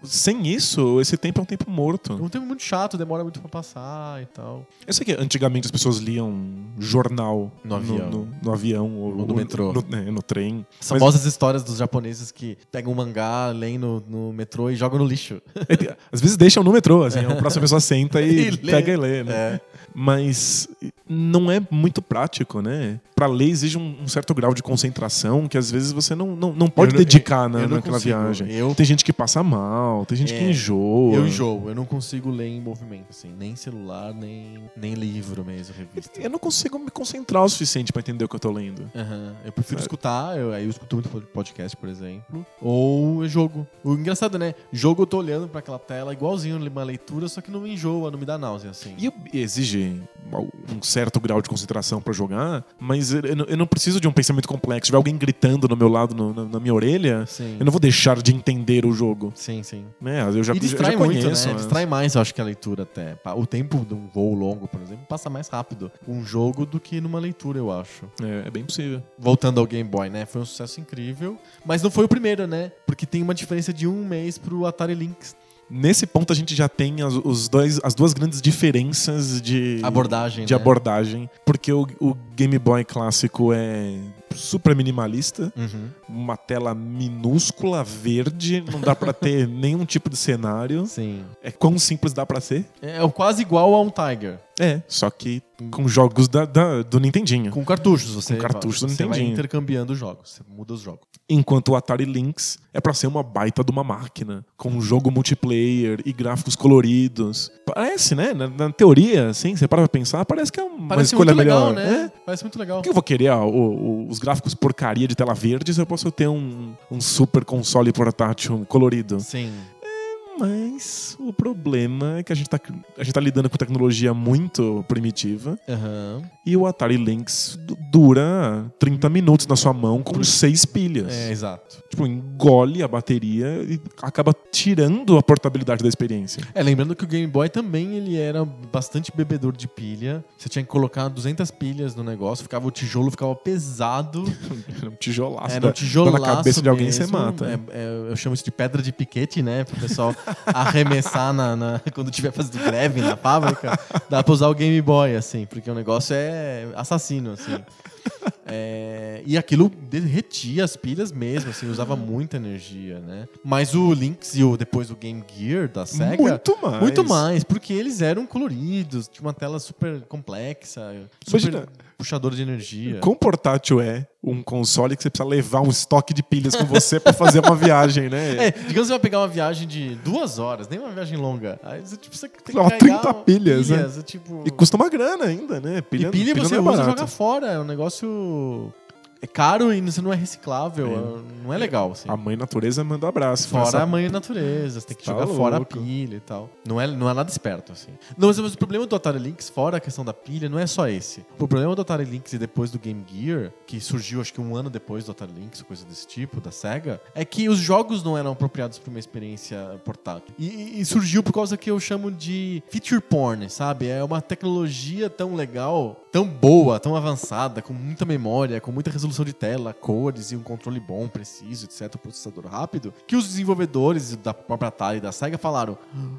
[SPEAKER 2] sem isso, esse tempo é um tempo morto.
[SPEAKER 1] É um tempo muito chato, demora muito pra passar e tal.
[SPEAKER 2] Eu sei que antigamente as pessoas liam jornal
[SPEAKER 1] No avião.
[SPEAKER 2] no, no avião ou,
[SPEAKER 1] Ou no
[SPEAKER 2] ou
[SPEAKER 1] metrô.
[SPEAKER 2] no, né, no trem.
[SPEAKER 1] As famosas histórias dos japoneses que pegam um mangá, leem no, no metrô e jogam no lixo.
[SPEAKER 2] Às vezes deixam no metrô, assim,
[SPEAKER 1] [LAUGHS]
[SPEAKER 2] a próxima pessoa senta e,
[SPEAKER 1] E lê. É.
[SPEAKER 2] pega e lê, né? Mas não é muito prático, né? Pra ler exige um, um certo grau de concentração que às vezes você não, não, não pode
[SPEAKER 1] não-
[SPEAKER 2] dedicar na,
[SPEAKER 1] eu não
[SPEAKER 2] naquela
[SPEAKER 1] consigo.
[SPEAKER 2] viagem.
[SPEAKER 1] Eu-
[SPEAKER 2] Tem gente que passa mal, tem gente que
[SPEAKER 1] É,
[SPEAKER 2] enjoa.
[SPEAKER 1] Eu enjoo, eu não consigo ler em movimento, assim, nem celular, nem, nem livro mesmo, revista.
[SPEAKER 2] Eu não consigo me concentrar o suficiente pra entender o que eu tô lendo.
[SPEAKER 1] Aham, Eu
[SPEAKER 2] É.
[SPEAKER 1] prefiro escutar, eu, aí eu escuto muito pod- podcast, por exemplo, ou jogo. O engraçado, né? Jogo eu tô olhando pra aquela tela igualzinho uma leitura, só que não me enjoa, não me dá náusea, assim.
[SPEAKER 2] E eu- e exige um certo grau de concentração pra jogar, mas eu, eu não- eu não preciso de um pensamento complexo. Se tiver alguém gritando no meu lado, no- na, na minha orelha,
[SPEAKER 1] Sim.
[SPEAKER 2] eu não vou deixar de entender o jogo.
[SPEAKER 1] Sim, sim.
[SPEAKER 2] Né? Eu já,
[SPEAKER 1] E
[SPEAKER 2] eu já
[SPEAKER 1] distrai muito,
[SPEAKER 2] conheço,
[SPEAKER 1] né?
[SPEAKER 2] né?
[SPEAKER 1] Distrai mais, eu acho, que a leitura até. Pa- O tempo de um voo longo, por exemplo, passa mais rápido um jogo do que numa leitura, eu acho.
[SPEAKER 2] É, é bem possível.
[SPEAKER 1] voltando ao Game Boy, né? Foi um sucesso incrível. Mas não foi o primeiro, né? Porque tem uma diferença de um mês pro Atari Lynx.
[SPEAKER 2] Nesse ponto a gente já tem as, os dois, as duas grandes diferenças de
[SPEAKER 1] Abordagem,
[SPEAKER 2] de
[SPEAKER 1] né?
[SPEAKER 2] abordagem porque o, o Game Boy clássico é super minimalista,
[SPEAKER 1] Uhum.
[SPEAKER 2] uma tela minúscula verde, não dá pra ter [LAUGHS] nenhum tipo de cenário.
[SPEAKER 1] Sim.
[SPEAKER 2] É quão simples dá pra ser?
[SPEAKER 1] É quase igual a um Tiger.
[SPEAKER 2] É, só que com jogos da, da- do Nintendinho.
[SPEAKER 1] Com cartuchos, você,
[SPEAKER 2] Com cartuchos,
[SPEAKER 1] vai,
[SPEAKER 2] não
[SPEAKER 1] você vai
[SPEAKER 2] entendi.
[SPEAKER 1] intercambiando os jogos. Você muda os jogos.
[SPEAKER 2] Enquanto o Atari Lynx é pra ser uma baita de uma máquina, com um jogo multiplayer e gráficos coloridos. Parece, né? Na, na teoria, assim, você para pra pensar, parece que é uma
[SPEAKER 1] Parece
[SPEAKER 2] escolha
[SPEAKER 1] muito legal,
[SPEAKER 2] melhor.
[SPEAKER 1] né?
[SPEAKER 2] É.
[SPEAKER 1] Parece muito legal.
[SPEAKER 2] Por que eu vou querer ah, o- o- os gráficos porcaria de tela verde se eu posso ter um, um super console portátil colorido?
[SPEAKER 1] Sim.
[SPEAKER 2] Mas o problema é que a gente tá, a gente tá lidando com tecnologia muito primitiva
[SPEAKER 1] Aham.
[SPEAKER 2] E o Atari Lynx du- dura 30 minutos na sua mão com seis pilhas.
[SPEAKER 1] É, exato.
[SPEAKER 2] Tipo, engole a bateria e acaba tirando a portabilidade da experiência. [LAUGHS]
[SPEAKER 1] É, lembrando que o Game Boy também ele era bastante bebedor de pilha. Você tinha que colocar 200 pilhas no negócio, ficava o tijolo ficava pesado.
[SPEAKER 2] Era um tijolaço.
[SPEAKER 1] Era um
[SPEAKER 2] da-
[SPEAKER 1] tijolaço
[SPEAKER 2] Na cabeça de alguém
[SPEAKER 1] mesmo.
[SPEAKER 2] você mata.
[SPEAKER 1] É, é, eu chamo isso de pedra de piquete, né? Pro
[SPEAKER 2] [LAUGHS]
[SPEAKER 1] pessoal arremessar na, na- quando tiver fazendo greve na fábrica. Dá pra usar o Game Boy, assim, porque o negócio é assassino, assim. É, e aquilo derretia as pilhas mesmo, assim, usava muita energia, né? Mas o Lynx e o, depois o Game Gear da SEGA...
[SPEAKER 2] Muito mais.
[SPEAKER 1] Muito mais, porque eles eram coloridos, tinha uma tela super complexa, super
[SPEAKER 2] Imagina.
[SPEAKER 1] puxador de energia.
[SPEAKER 2] Quão portátil é um console que você precisa levar um estoque de pilhas com você pra fazer uma viagem, né?
[SPEAKER 1] [LAUGHS] É, digamos que você vai pegar uma viagem de duas horas, nem uma viagem longa. Aí você tipo, você tem que
[SPEAKER 2] Lá,
[SPEAKER 1] carregar
[SPEAKER 2] 30
[SPEAKER 1] uma-
[SPEAKER 2] pilhas, né?
[SPEAKER 1] é tipo...
[SPEAKER 2] E custa uma grana ainda, né?
[SPEAKER 1] E pilha, você
[SPEAKER 2] não é
[SPEAKER 1] usa e
[SPEAKER 2] barato.
[SPEAKER 1] joga fora. É um negócio. É caro e você não é reciclável. é- Não é legal, assim.
[SPEAKER 2] A mãe natureza manda abraço.
[SPEAKER 1] Fora
[SPEAKER 2] Essa-
[SPEAKER 1] a mãe natureza, você tem que
[SPEAKER 2] Tá
[SPEAKER 1] jogar fora a
[SPEAKER 2] louco.
[SPEAKER 1] pilha e tal. Não é, não é nada esperto, assim. Não, mas, mas o problema do Atari Lynx, fora a questão da pilha, não é só esse. O problema do Atari Lynx e depois do Game Gear, que surgiu acho que um ano depois do Atari Lynx, coisa desse tipo, da SEGA, é que os jogos não eram apropriados para uma experiência portátil. E, e surgiu por causa que eu chamo de feature porn, sabe? É uma tecnologia tão legal, tão boa, tão avançada, com muita memória, com muita resolução de tela, cores e um controle bom, preciso, etc, processador rápido, que os desenvolvedores da própria Atari e da SEGA falaram: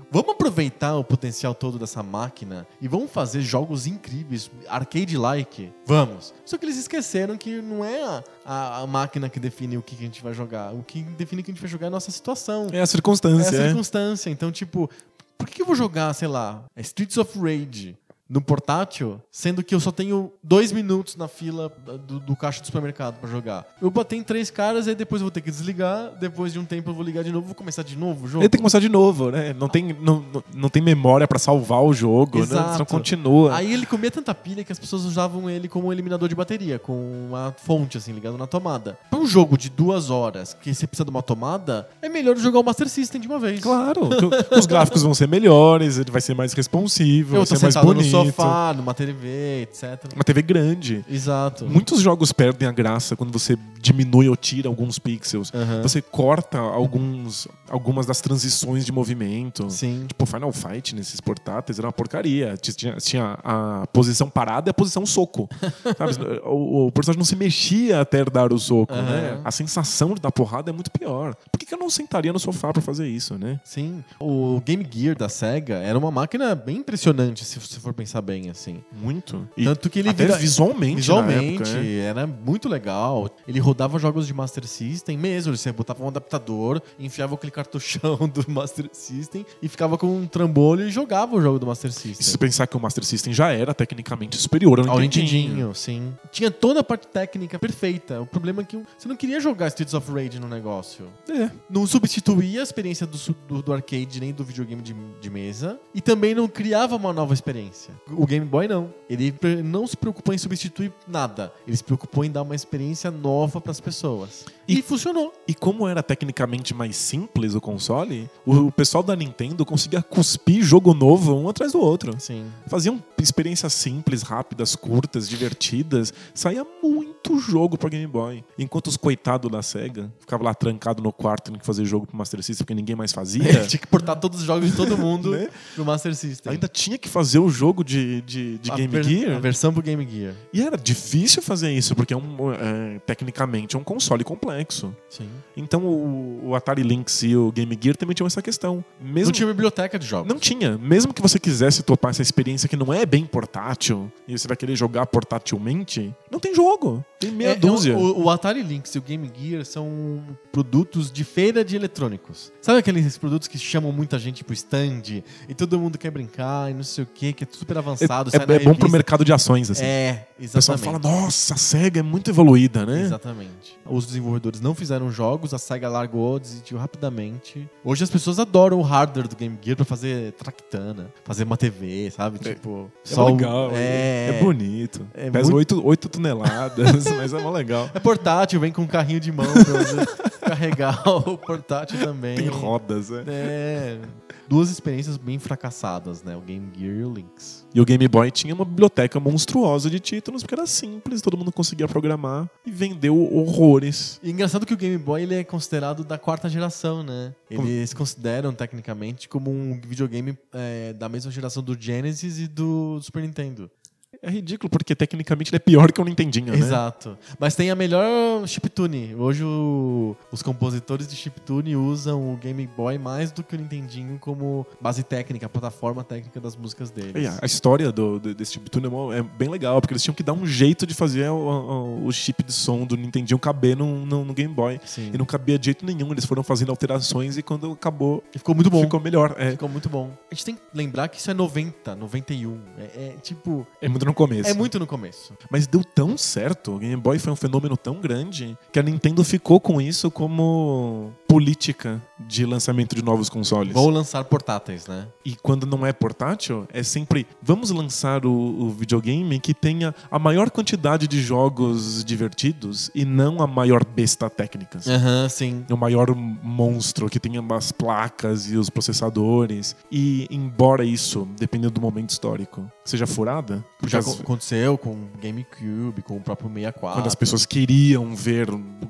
[SPEAKER 1] "Vamos aproveitar o potencial todo dessa máquina e vamos fazer jogos incríveis, arcade-like. Vamos". Só que eles esqueceram que não é a, a- a máquina que define o que que a gente vai jogar, o que define o que a gente vai jogar é a nossa situação.
[SPEAKER 2] É a circunstância,
[SPEAKER 1] É a
[SPEAKER 2] é.
[SPEAKER 1] circunstância. Então, tipo, por que eu vou jogar, sei lá, Streets of Rage no portátil, sendo que eu só tenho dois minutos na fila do, do caixa do supermercado pra jogar? Eu botei em três caras, aí depois eu vou ter que desligar, depois de um tempo eu vou ligar de novo, vou começar de novo o jogo.
[SPEAKER 2] Ele tem que começar de novo, né? Não tem, não, não- não tem memória pra salvar o jogo, né?
[SPEAKER 1] Exato.
[SPEAKER 2] Você não continua.
[SPEAKER 1] Aí ele comia tanta pilha que as pessoas usavam ele como um eliminador de bateria, com uma fonte, assim, ligada na tomada. Pra um jogo de duas horas que você precisa de uma tomada, é melhor jogar o Master System de uma vez.
[SPEAKER 2] Claro, que os gráficos vão ser melhores, ele vai ser mais responsivo,
[SPEAKER 1] Eu
[SPEAKER 2] vai
[SPEAKER 1] tô
[SPEAKER 2] ser mais
[SPEAKER 1] sentado no
[SPEAKER 2] bonito.
[SPEAKER 1] sofá, numa TV, etc.
[SPEAKER 2] Uma TV grande.
[SPEAKER 1] Exato.
[SPEAKER 2] Muitos jogos perdem a graça quando você diminui ou tira alguns pixels.
[SPEAKER 1] Aham.
[SPEAKER 2] Você corta alguns, algumas das transições de movimento.
[SPEAKER 1] Sim.
[SPEAKER 2] Tipo, Final Fight nesses portáteis era uma porcaria. Ti- Tinha, tinha a posição parada e a
[SPEAKER 1] [LAUGHS]
[SPEAKER 2] posição soco. Sabe? o, o personagem não se mexia até dar o soco,
[SPEAKER 1] Aham.
[SPEAKER 2] né? A sensação de dar porrada é muito pior. Por que, que eu não sentaria no sofá pra fazer isso, né?
[SPEAKER 1] Sim. O Game Gear da SEGA era uma máquina bem impressionante, se você for pensar bem, assim.
[SPEAKER 2] Muito. E
[SPEAKER 1] Tanto que ele
[SPEAKER 2] até
[SPEAKER 1] vira-
[SPEAKER 2] visualmente,
[SPEAKER 1] Visualmente,
[SPEAKER 2] na época, né?
[SPEAKER 1] era muito legal. Ele rodava jogos de Master System mesmo. Você botava um adaptador, enfiava aquele cartuchão [LAUGHS] do Master System e ficava com um trambolho e jogava o jogo do Master
[SPEAKER 2] E se
[SPEAKER 1] System.
[SPEAKER 2] você pensar que o Master System já era tecnicamente superior ao
[SPEAKER 1] é. Ao
[SPEAKER 2] Nintendinho.
[SPEAKER 1] Nintendinho, sim. Tinha toda a parte técnica perfeita. O problema é que você não queria jogar Streets of Rage no negócio.
[SPEAKER 2] É.
[SPEAKER 1] não substituía a experiência do, su- do- do arcade nem do videogame de, de mesa e também não criava uma nova experiência. O Game Boy não. Ele pre- não se preocupou em substituir nada. Ele se preocupou em dar uma experiência nova pras pessoas. E,
[SPEAKER 2] E-
[SPEAKER 1] funcionou.
[SPEAKER 2] E como era tecnicamente mais simples o console, o pessoal da Nintendo conseguia cuspir jogo novo um atrás do outro.
[SPEAKER 1] Sim.
[SPEAKER 2] Faziam um experiências simples, rápidas, curtas, divertidas. Saía muito jogo pra Game Boy. Enquanto os coitados da SEGA ficavam lá trancado no quarto, tendo que fazer jogo pro Master System porque ninguém mais
[SPEAKER 1] [LAUGHS]
[SPEAKER 2] fazia.
[SPEAKER 1] Tinha que portar todos os jogos de todo mundo
[SPEAKER 2] É. [LAUGHS] Né?
[SPEAKER 1] pro Master System.
[SPEAKER 2] Ainda tinha que fazer o jogo de, de, de
[SPEAKER 1] A
[SPEAKER 2] Game
[SPEAKER 1] ver- A
[SPEAKER 2] Gear.
[SPEAKER 1] versão pro Game Gear.
[SPEAKER 2] E era difícil fazer isso, porque é um, é, tecnicamente é um console complexo.
[SPEAKER 1] Sim.
[SPEAKER 2] Então o, o Atari Lynx e o Game Gear também tinham essa questão. Mesmo
[SPEAKER 1] Não tinha biblioteca de jogos.
[SPEAKER 2] Não tinha. Mesmo que você quisesse topar essa experiência que não é bem portátil, e você vai querer jogar portatilmente, não tem jogo. Tem meia
[SPEAKER 1] É,
[SPEAKER 2] dúzia.
[SPEAKER 1] O, o Atari Lynx e o Game Gear são produtos de feira de eletrônicos. Sabe aqueles produtos que chamam muita gente pro stand e todo mundo quer brincar e não sei o que, que é super avançado,
[SPEAKER 2] é
[SPEAKER 1] sai na
[SPEAKER 2] é bom pro
[SPEAKER 1] revista.
[SPEAKER 2] mercado de ações, assim.
[SPEAKER 1] É,
[SPEAKER 2] o pessoal
[SPEAKER 1] exatamente.
[SPEAKER 2] fala, nossa, a SEGA é muito evoluída, né?
[SPEAKER 1] Exatamente. Os desenvolvedores não fizeram jogos, a SEGA largou, desistiu rapidamente. Hoje as pessoas adoram o hardware do Game Gear pra fazer tractana, fazer uma TV, sabe? Tipo,
[SPEAKER 2] É
[SPEAKER 1] só o-
[SPEAKER 2] legal,
[SPEAKER 1] É,
[SPEAKER 2] é bonito.
[SPEAKER 1] É
[SPEAKER 2] Pesa
[SPEAKER 1] muito-
[SPEAKER 2] 8, 8 toneladas, [LAUGHS] mas é mó legal.
[SPEAKER 1] É portátil, vem com um carrinho de mão pra você carregar o portátil também.
[SPEAKER 2] Tem rodas, né?
[SPEAKER 1] É. Duas experiências bem fracassadas, né? O Game Gear e o Lynx.
[SPEAKER 2] E o Game Boy tinha uma biblioteca monstruosa de títulos, porque era simples, todo mundo conseguia programar e vendeu horrores.
[SPEAKER 1] E engraçado que o Game Boy ele é considerado da quarta geração, né?
[SPEAKER 2] Como-
[SPEAKER 1] Eles consideram, tecnicamente, como um videogame é, da mesma geração do Genesis e do Super Nintendo.
[SPEAKER 2] É ridículo, porque tecnicamente ele é pior que o Nintendinho, né?
[SPEAKER 1] Exato. Mas tem a melhor chiptune. Hoje o- os compositores de chiptune usam o Game Boy mais do que o Nintendinho como base técnica, plataforma técnica das músicas deles.
[SPEAKER 2] E É, a- a história do, de- desse tipo de túnel é mó- é bem legal, porque eles tinham que dar um jeito de fazer o, o- o chip de som do Nintendinho caber no, no- no Game Boy.
[SPEAKER 1] Sim.
[SPEAKER 2] E não cabia de jeito nenhum, eles foram fazendo alterações e quando acabou,
[SPEAKER 1] E ficou muito bom.
[SPEAKER 2] ficou melhor. É,
[SPEAKER 1] Ficou muito bom. A gente tem que lembrar que isso é 90, 91. É, é, tipo,
[SPEAKER 2] é muito no começo.
[SPEAKER 1] é muito no começo.
[SPEAKER 2] Mas deu tão certo, o Game Boy foi um fenômeno tão grande que a Nintendo ficou com isso como política de lançamento de novos consoles.
[SPEAKER 1] Vou lançar portáteis, né?
[SPEAKER 2] E quando não é portátil, é sempre vamos lançar o, o videogame que tenha a maior quantidade de jogos divertidos e não a maior besta técnica.
[SPEAKER 1] Aham, sim.
[SPEAKER 2] O maior monstro que tenha as placas e os processadores. E, embora isso, dependendo do momento histórico, seja furada, porque
[SPEAKER 1] Já
[SPEAKER 2] as,
[SPEAKER 1] co- aconteceu com o GameCube, com o próprio 64.
[SPEAKER 2] quando as pessoas queriam ver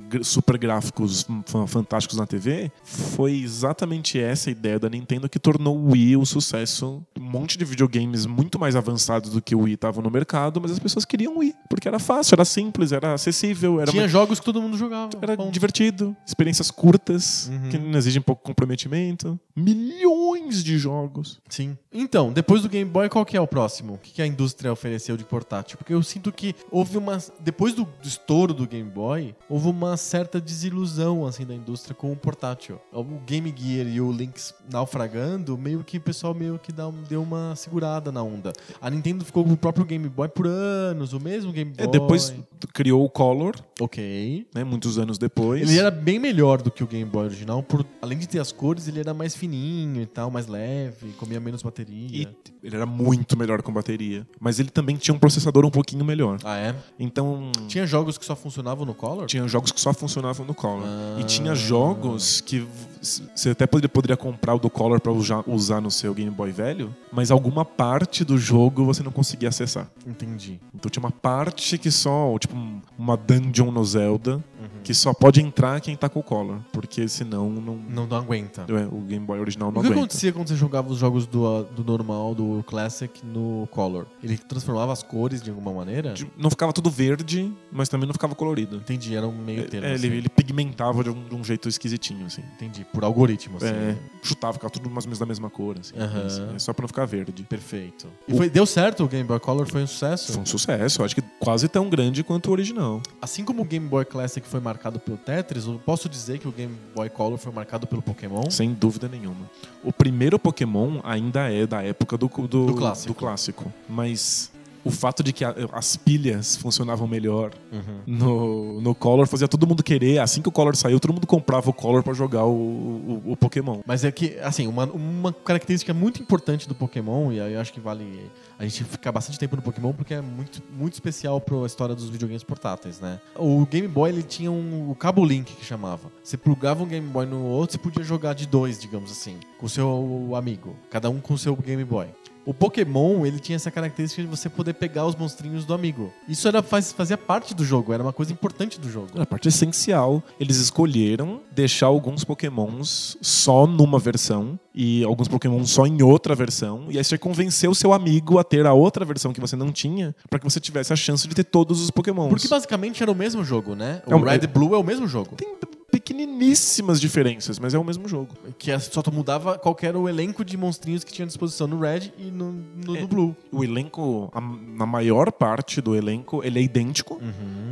[SPEAKER 2] gr- super gráficos fa- fantásticos na TV, foi exatamente essa ideia da Nintendo que tornou o Wii o sucesso. Um monte de videogames muito mais avançados do que o Wii estavam no mercado, mas as pessoas queriam o Wii, porque era fácil, era simples, era acessível, era,
[SPEAKER 1] Tinha
[SPEAKER 2] muito-
[SPEAKER 1] jogos que todo mundo jogava.
[SPEAKER 2] era
[SPEAKER 1] ponto.
[SPEAKER 2] divertido, experiências curtas,
[SPEAKER 1] Uhum.
[SPEAKER 2] que não exigem pouco comprometimento, milhões de jogos.
[SPEAKER 1] Sim. Então, depois do Game Boy, qual que é o próximo? O que que a indústria ofereceu de portátil? Porque eu sinto que houve uma... Depois do do estouro do Game Boy, houve uma certa desilusão, assim, da indústria com o portátil. O Game Gear e o Lynx naufragando, meio que o pessoal meio que dá um- deu uma segurada na onda. A Nintendo ficou com o próprio Game Boy por anos, o mesmo Game Boy.
[SPEAKER 2] É, depois criou o Color,
[SPEAKER 1] Ok.
[SPEAKER 2] né, muitos anos depois.
[SPEAKER 1] Ele era bem melhor do que o Game Boy original, por, além de ter as cores, ele era mais fininho e tal, mais leve, comia menos bateria.
[SPEAKER 2] E ele era muito melhor com bateria. Mas ele também tinha um processador um pouquinho melhor.
[SPEAKER 1] Ah, é?
[SPEAKER 2] Então. Tinha...
[SPEAKER 1] Tinha jogos que só funcionavam no Color?
[SPEAKER 2] jogos que só funcionavam no Color.
[SPEAKER 1] Ah.
[SPEAKER 2] E tinha jogos que v- s- você até poderia, poderia comprar o do Color pra uja- usar no seu Game Boy velho, mas alguma parte do jogo você não conseguia acessar.
[SPEAKER 1] Entendi.
[SPEAKER 2] Então tinha uma parte que só, tipo, um- uma dungeon no Zelda,
[SPEAKER 1] Uhum.
[SPEAKER 2] que só pode entrar quem tá com o Color, porque senão não,
[SPEAKER 1] Não, não aguenta.
[SPEAKER 2] é, o Game Boy original não
[SPEAKER 1] O que
[SPEAKER 2] aguenta.
[SPEAKER 1] acontecia quando você jogava os jogos do, ah, do normal, do Classic, no Color? Ele transformava as cores de alguma maneira?
[SPEAKER 2] De- Não ficava tudo verde, mas também não ficava colorido.
[SPEAKER 1] Entendi, era um meio termo.
[SPEAKER 2] É, ele,
[SPEAKER 1] assim.
[SPEAKER 2] ele pigmentava de um, de um jeito esquisitinho, assim.
[SPEAKER 1] Entendi, por algoritmo, assim.
[SPEAKER 2] É, chutava, ficava tudo mais ou menos da mesma cor, assim.
[SPEAKER 1] Aham.
[SPEAKER 2] Assim, é só pra não ficar verde.
[SPEAKER 1] Perfeito. E foi- deu certo o Game Boy Color? Foi um sucesso?
[SPEAKER 2] Foi um sucesso, eu acho que quase tão grande quanto o original.
[SPEAKER 1] Assim como o Game Boy Classic foi marcado pelo Tetris, eu posso dizer que o Game Boy Color foi marcado pelo Pokémon?
[SPEAKER 2] Sem dúvida nenhuma. O primeiro Pokémon ainda é da época do, do,
[SPEAKER 1] Do clássico.
[SPEAKER 2] clássico. Mas o fato de que a- as pilhas funcionavam melhor
[SPEAKER 1] Uhum.
[SPEAKER 2] no, no Color fazia todo mundo querer. Assim que o Color saiu, todo mundo comprava o Color pra jogar o, o- o Pokémon.
[SPEAKER 1] Mas é que, assim, uma, uma característica muito importante do Pokémon, e aí eu acho que vale a gente ficar bastante tempo no Pokémon, porque é muito, muito especial para a história dos videogames portáteis, né? O Game Boy, ele tinha um, o cabo Link, que chamava. Você plugava um Game Boy no outro, você podia jogar de dois, digamos assim, com seu amigo. Cada um com seu Game Boy. O Pokémon, ele tinha essa característica de você poder pegar os monstrinhos do amigo. Isso era, faz- fazia parte do jogo, era uma coisa importante do jogo.
[SPEAKER 2] A parte essencial, eles escolheram deixar alguns pokémons só numa versão e alguns pokémons só em outra versão. E aí você convenceu o seu amigo a ter a outra versão que você não tinha pra que você tivesse a chance de ter todos os pokémons.
[SPEAKER 1] Porque basicamente era o mesmo jogo, né?
[SPEAKER 2] É
[SPEAKER 1] O
[SPEAKER 2] um-
[SPEAKER 1] Red e Blue é o mesmo jogo.
[SPEAKER 2] tem pequeniníssimas diferenças, mas é o mesmo jogo.
[SPEAKER 1] Que é- só tu mudava qual que era o elenco de monstrinhos que tinha à disposição no Red e no, no, no Blue.
[SPEAKER 2] O elenco, a- na maior parte do elenco, ele é idêntico.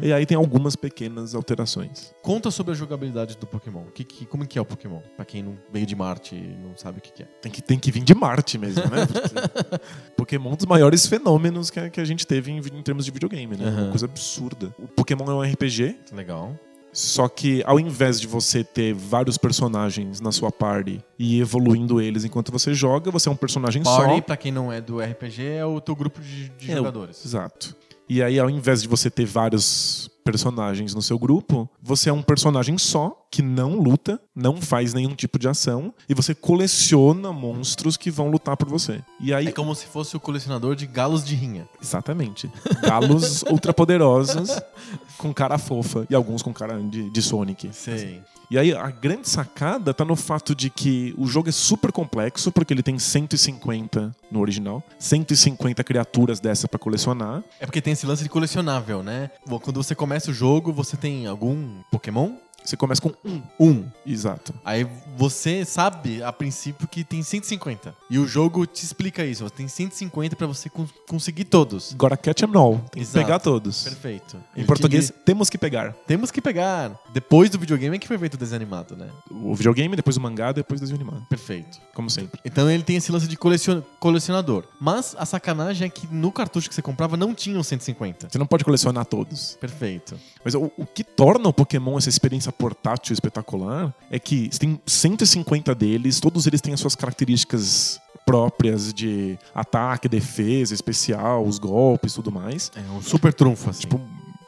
[SPEAKER 2] E aí tem algumas pequenas alterações.
[SPEAKER 1] Conta sobre a jogabilidade do Pokémon. Que, que- como que é o Pokémon? Pra quem não veio de Marte e não sabe o que, que é.
[SPEAKER 2] Tem que, tem que vir de Marte mesmo,
[SPEAKER 1] [LAUGHS]
[SPEAKER 2] né? Porque Pokémon é um dos maiores fenômenos que a, que a gente teve em, vi- em termos de videogame, né?
[SPEAKER 1] Aham.
[SPEAKER 2] Uma coisa absurda. O Pokémon é um RPG,
[SPEAKER 1] Legal.
[SPEAKER 2] só que ao invés de você ter vários personagens na sua party e evoluindo eles enquanto você joga, você é um personagem
[SPEAKER 1] Party,
[SPEAKER 2] só.
[SPEAKER 1] pra quem não é do RPG, é o teu grupo de, de
[SPEAKER 2] É, o-
[SPEAKER 1] jogadores.
[SPEAKER 2] Exato. E aí, ao invés de você ter vários personagens no seu grupo, você é um personagem só, que não luta, não faz nenhum tipo de ação, e você coleciona monstros que vão lutar por você. E aí,
[SPEAKER 1] É como se fosse o colecionador de galos de rinha. [LAUGHS]
[SPEAKER 2] Exatamente. Galos ultrapoderosos com cara fofa e alguns com cara de, de Sonic.
[SPEAKER 1] Sei.
[SPEAKER 2] E aí a grande sacada tá no fato de que o jogo é super complexo, porque ele tem 150 no original, 150 criaturas dessa pra colecionar.
[SPEAKER 1] É porque tem esse lance de colecionável, né? Bom, Quando você começa o jogo, você tem algum Pokémon?
[SPEAKER 2] Você começa com um.
[SPEAKER 1] Um.
[SPEAKER 2] Exato.
[SPEAKER 1] Aí você sabe, a princípio, que tem 150. E o jogo te explica isso. Você tem 150 pra você cons- conseguir todos.
[SPEAKER 2] Agora catch them all. Tem que
[SPEAKER 1] Exato.
[SPEAKER 2] pegar todos.
[SPEAKER 1] Perfeito.
[SPEAKER 2] Em
[SPEAKER 1] Ele
[SPEAKER 2] português,
[SPEAKER 1] te-
[SPEAKER 2] temos que pegar.
[SPEAKER 1] Temos que pegar. Depois do videogame é que foi feito o desenho animado, né?
[SPEAKER 2] O videogame, depois o mangá, depois o desenho animado.
[SPEAKER 1] Perfeito.
[SPEAKER 2] Como sempre.
[SPEAKER 1] Então ele tem esse lance de colecion- colecionador. Mas a sacanagem é que no cartucho que você comprava não tinham 150.
[SPEAKER 2] Você não pode colecionar todos.
[SPEAKER 1] Perfeito.
[SPEAKER 2] Mas o, o que torna o Pokémon essa experiência portátil espetacular é que você tem 150 deles, todos eles têm as suas características próprias de ataque, defesa, especial, os golpes e tudo mais.
[SPEAKER 1] É um super trunfo, assim.
[SPEAKER 2] Tipo,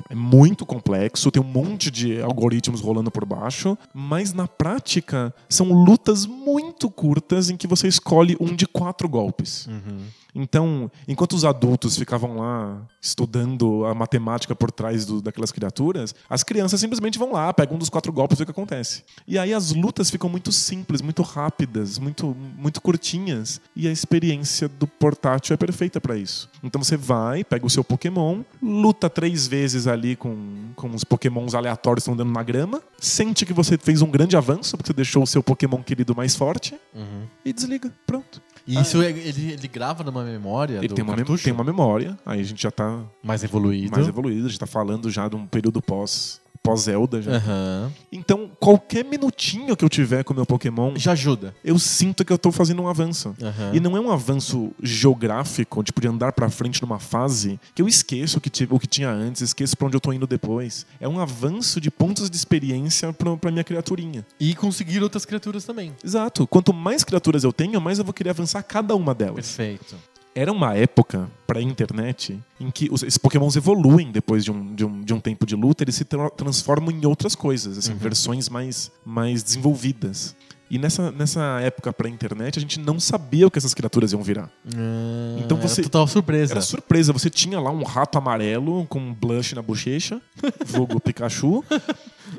[SPEAKER 2] é muito complexo, tem um monte de algoritmos rolando por baixo, mas na prática são lutas muito curtas em que você escolhe um de quatro golpes.
[SPEAKER 1] Uhum.
[SPEAKER 2] Então, enquanto os adultos ficavam lá estudando a matemática por trás do- daquelas criaturas, as crianças simplesmente vão lá, pegam um dos quatro golpes e vê o que acontece. E aí as lutas ficam muito simples, muito rápidas, muito, muito curtinhas. E a experiência do portátil é perfeita pra isso. Então você vai, pega o seu Pokémon, luta três vezes ali com, com os Pokémons aleatórios que estão andando na grama, sente que você fez um grande avanço, porque você deixou o seu Pokémon querido mais forte,
[SPEAKER 1] Uhum.
[SPEAKER 2] e desliga. Pronto.
[SPEAKER 1] E isso é- ele, ele grava numa memória
[SPEAKER 2] Ele
[SPEAKER 1] É do
[SPEAKER 2] tem uma, mem-
[SPEAKER 1] cartucho
[SPEAKER 2] tem uma memória, aí a gente já tá
[SPEAKER 1] mais evoluído.
[SPEAKER 2] mais evoluído, a gente tá falando já de um período pós pós Zelda
[SPEAKER 1] É.
[SPEAKER 2] já.
[SPEAKER 1] Aham.
[SPEAKER 2] Então, qualquer minutinho que eu tiver com o meu Pokémon,
[SPEAKER 1] Já ajuda.
[SPEAKER 2] eu sinto que eu tô fazendo um avanço.
[SPEAKER 1] Aham.
[SPEAKER 2] E não é um avanço geográfico, tipo de andar pra frente numa fase, que eu esqueço o que, tive, o que tinha antes, esqueço pra onde eu tô indo depois. É um avanço de pontos de experiência pra, pra minha criaturinha.
[SPEAKER 1] E conseguir outras criaturas também.
[SPEAKER 2] Exato. Quanto mais criaturas eu tenho, mais eu vou querer avançar cada uma delas.
[SPEAKER 1] Perfeito.
[SPEAKER 2] Era uma época pré-internet em que os, esses pokémons evoluem depois de um, de, um, de um tempo de luta, eles se tra- transformam em outras coisas, assim, versões mais, mais desenvolvidas. E nessa, nessa época pré-internet, a gente não sabia o que essas criaturas iam virar. Então
[SPEAKER 1] então
[SPEAKER 2] você-
[SPEAKER 1] você. total surpresa.
[SPEAKER 2] Era surpresa, você tinha lá um rato amarelo com um blush na bochecha, vulgo Pikachu,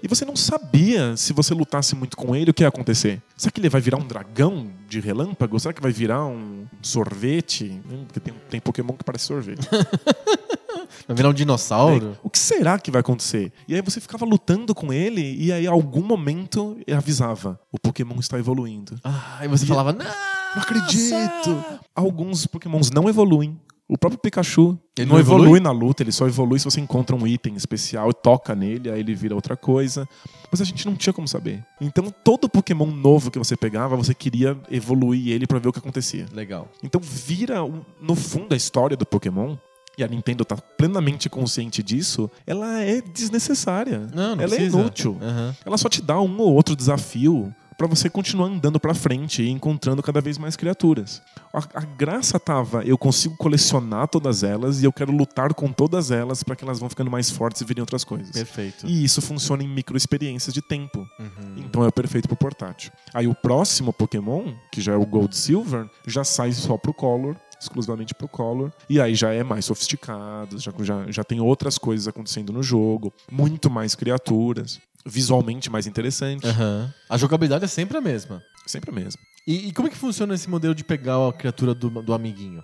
[SPEAKER 2] e você não sabia se você lutasse muito com ele o que ia acontecer. Será que ele vai virar um dragão de relâmpago? Será que vai virar um sorvete? Hum, Porque tem, tem Pokémon que parece sorvete.
[SPEAKER 1] Vai virar um
[SPEAKER 2] Né?
[SPEAKER 1] dinossauro.
[SPEAKER 2] O que será que vai acontecer? E aí você ficava lutando com ele e aí a algum momento avisava: o Pokémon está evoluindo.
[SPEAKER 1] Ah, e você falava, não!
[SPEAKER 2] Não acredito! Alguns Pokémons não evoluem. O próprio Pikachu
[SPEAKER 1] Ele
[SPEAKER 2] não
[SPEAKER 1] não
[SPEAKER 2] evolui?
[SPEAKER 1] evolui?
[SPEAKER 2] na luta, ele só evolui se você encontra um item especial e toca nele, aí ele vira outra coisa. Mas a gente não tinha como saber. Então todo Pokémon novo que você pegava, você queria evoluir ele pra ver o que acontecia.
[SPEAKER 1] Legal.
[SPEAKER 2] Então vira, um- no fundo, a história do Pokémon, e a Nintendo tá plenamente consciente disso, ela é desnecessária.
[SPEAKER 1] Não, não
[SPEAKER 2] ela
[SPEAKER 1] precisa.
[SPEAKER 2] é inútil.
[SPEAKER 1] Aham.
[SPEAKER 2] Ela só te dá um ou outro desafio pra você continuar andando pra frente e encontrando cada vez mais criaturas. A, a graça tava, eu consigo colecionar todas elas e eu quero lutar com todas elas pra que elas vão ficando mais fortes e virem outras coisas.
[SPEAKER 1] Perfeito.
[SPEAKER 2] E isso funciona em microexperiências de tempo.
[SPEAKER 1] Uhum.
[SPEAKER 2] Então é o perfeito pro portátil. Aí o próximo Pokémon, que já é o Gold Silver, já sai só pro Color, exclusivamente pro Color. E aí já é mais sofisticado, já, já, já tem outras coisas acontecendo no jogo, muito mais criaturas, visualmente mais interessante.
[SPEAKER 1] Aham. A jogabilidade é sempre a mesma.
[SPEAKER 2] Sempre mesmo.
[SPEAKER 1] E, e como é que funciona esse modelo de pegar a criatura do, do amiguinho?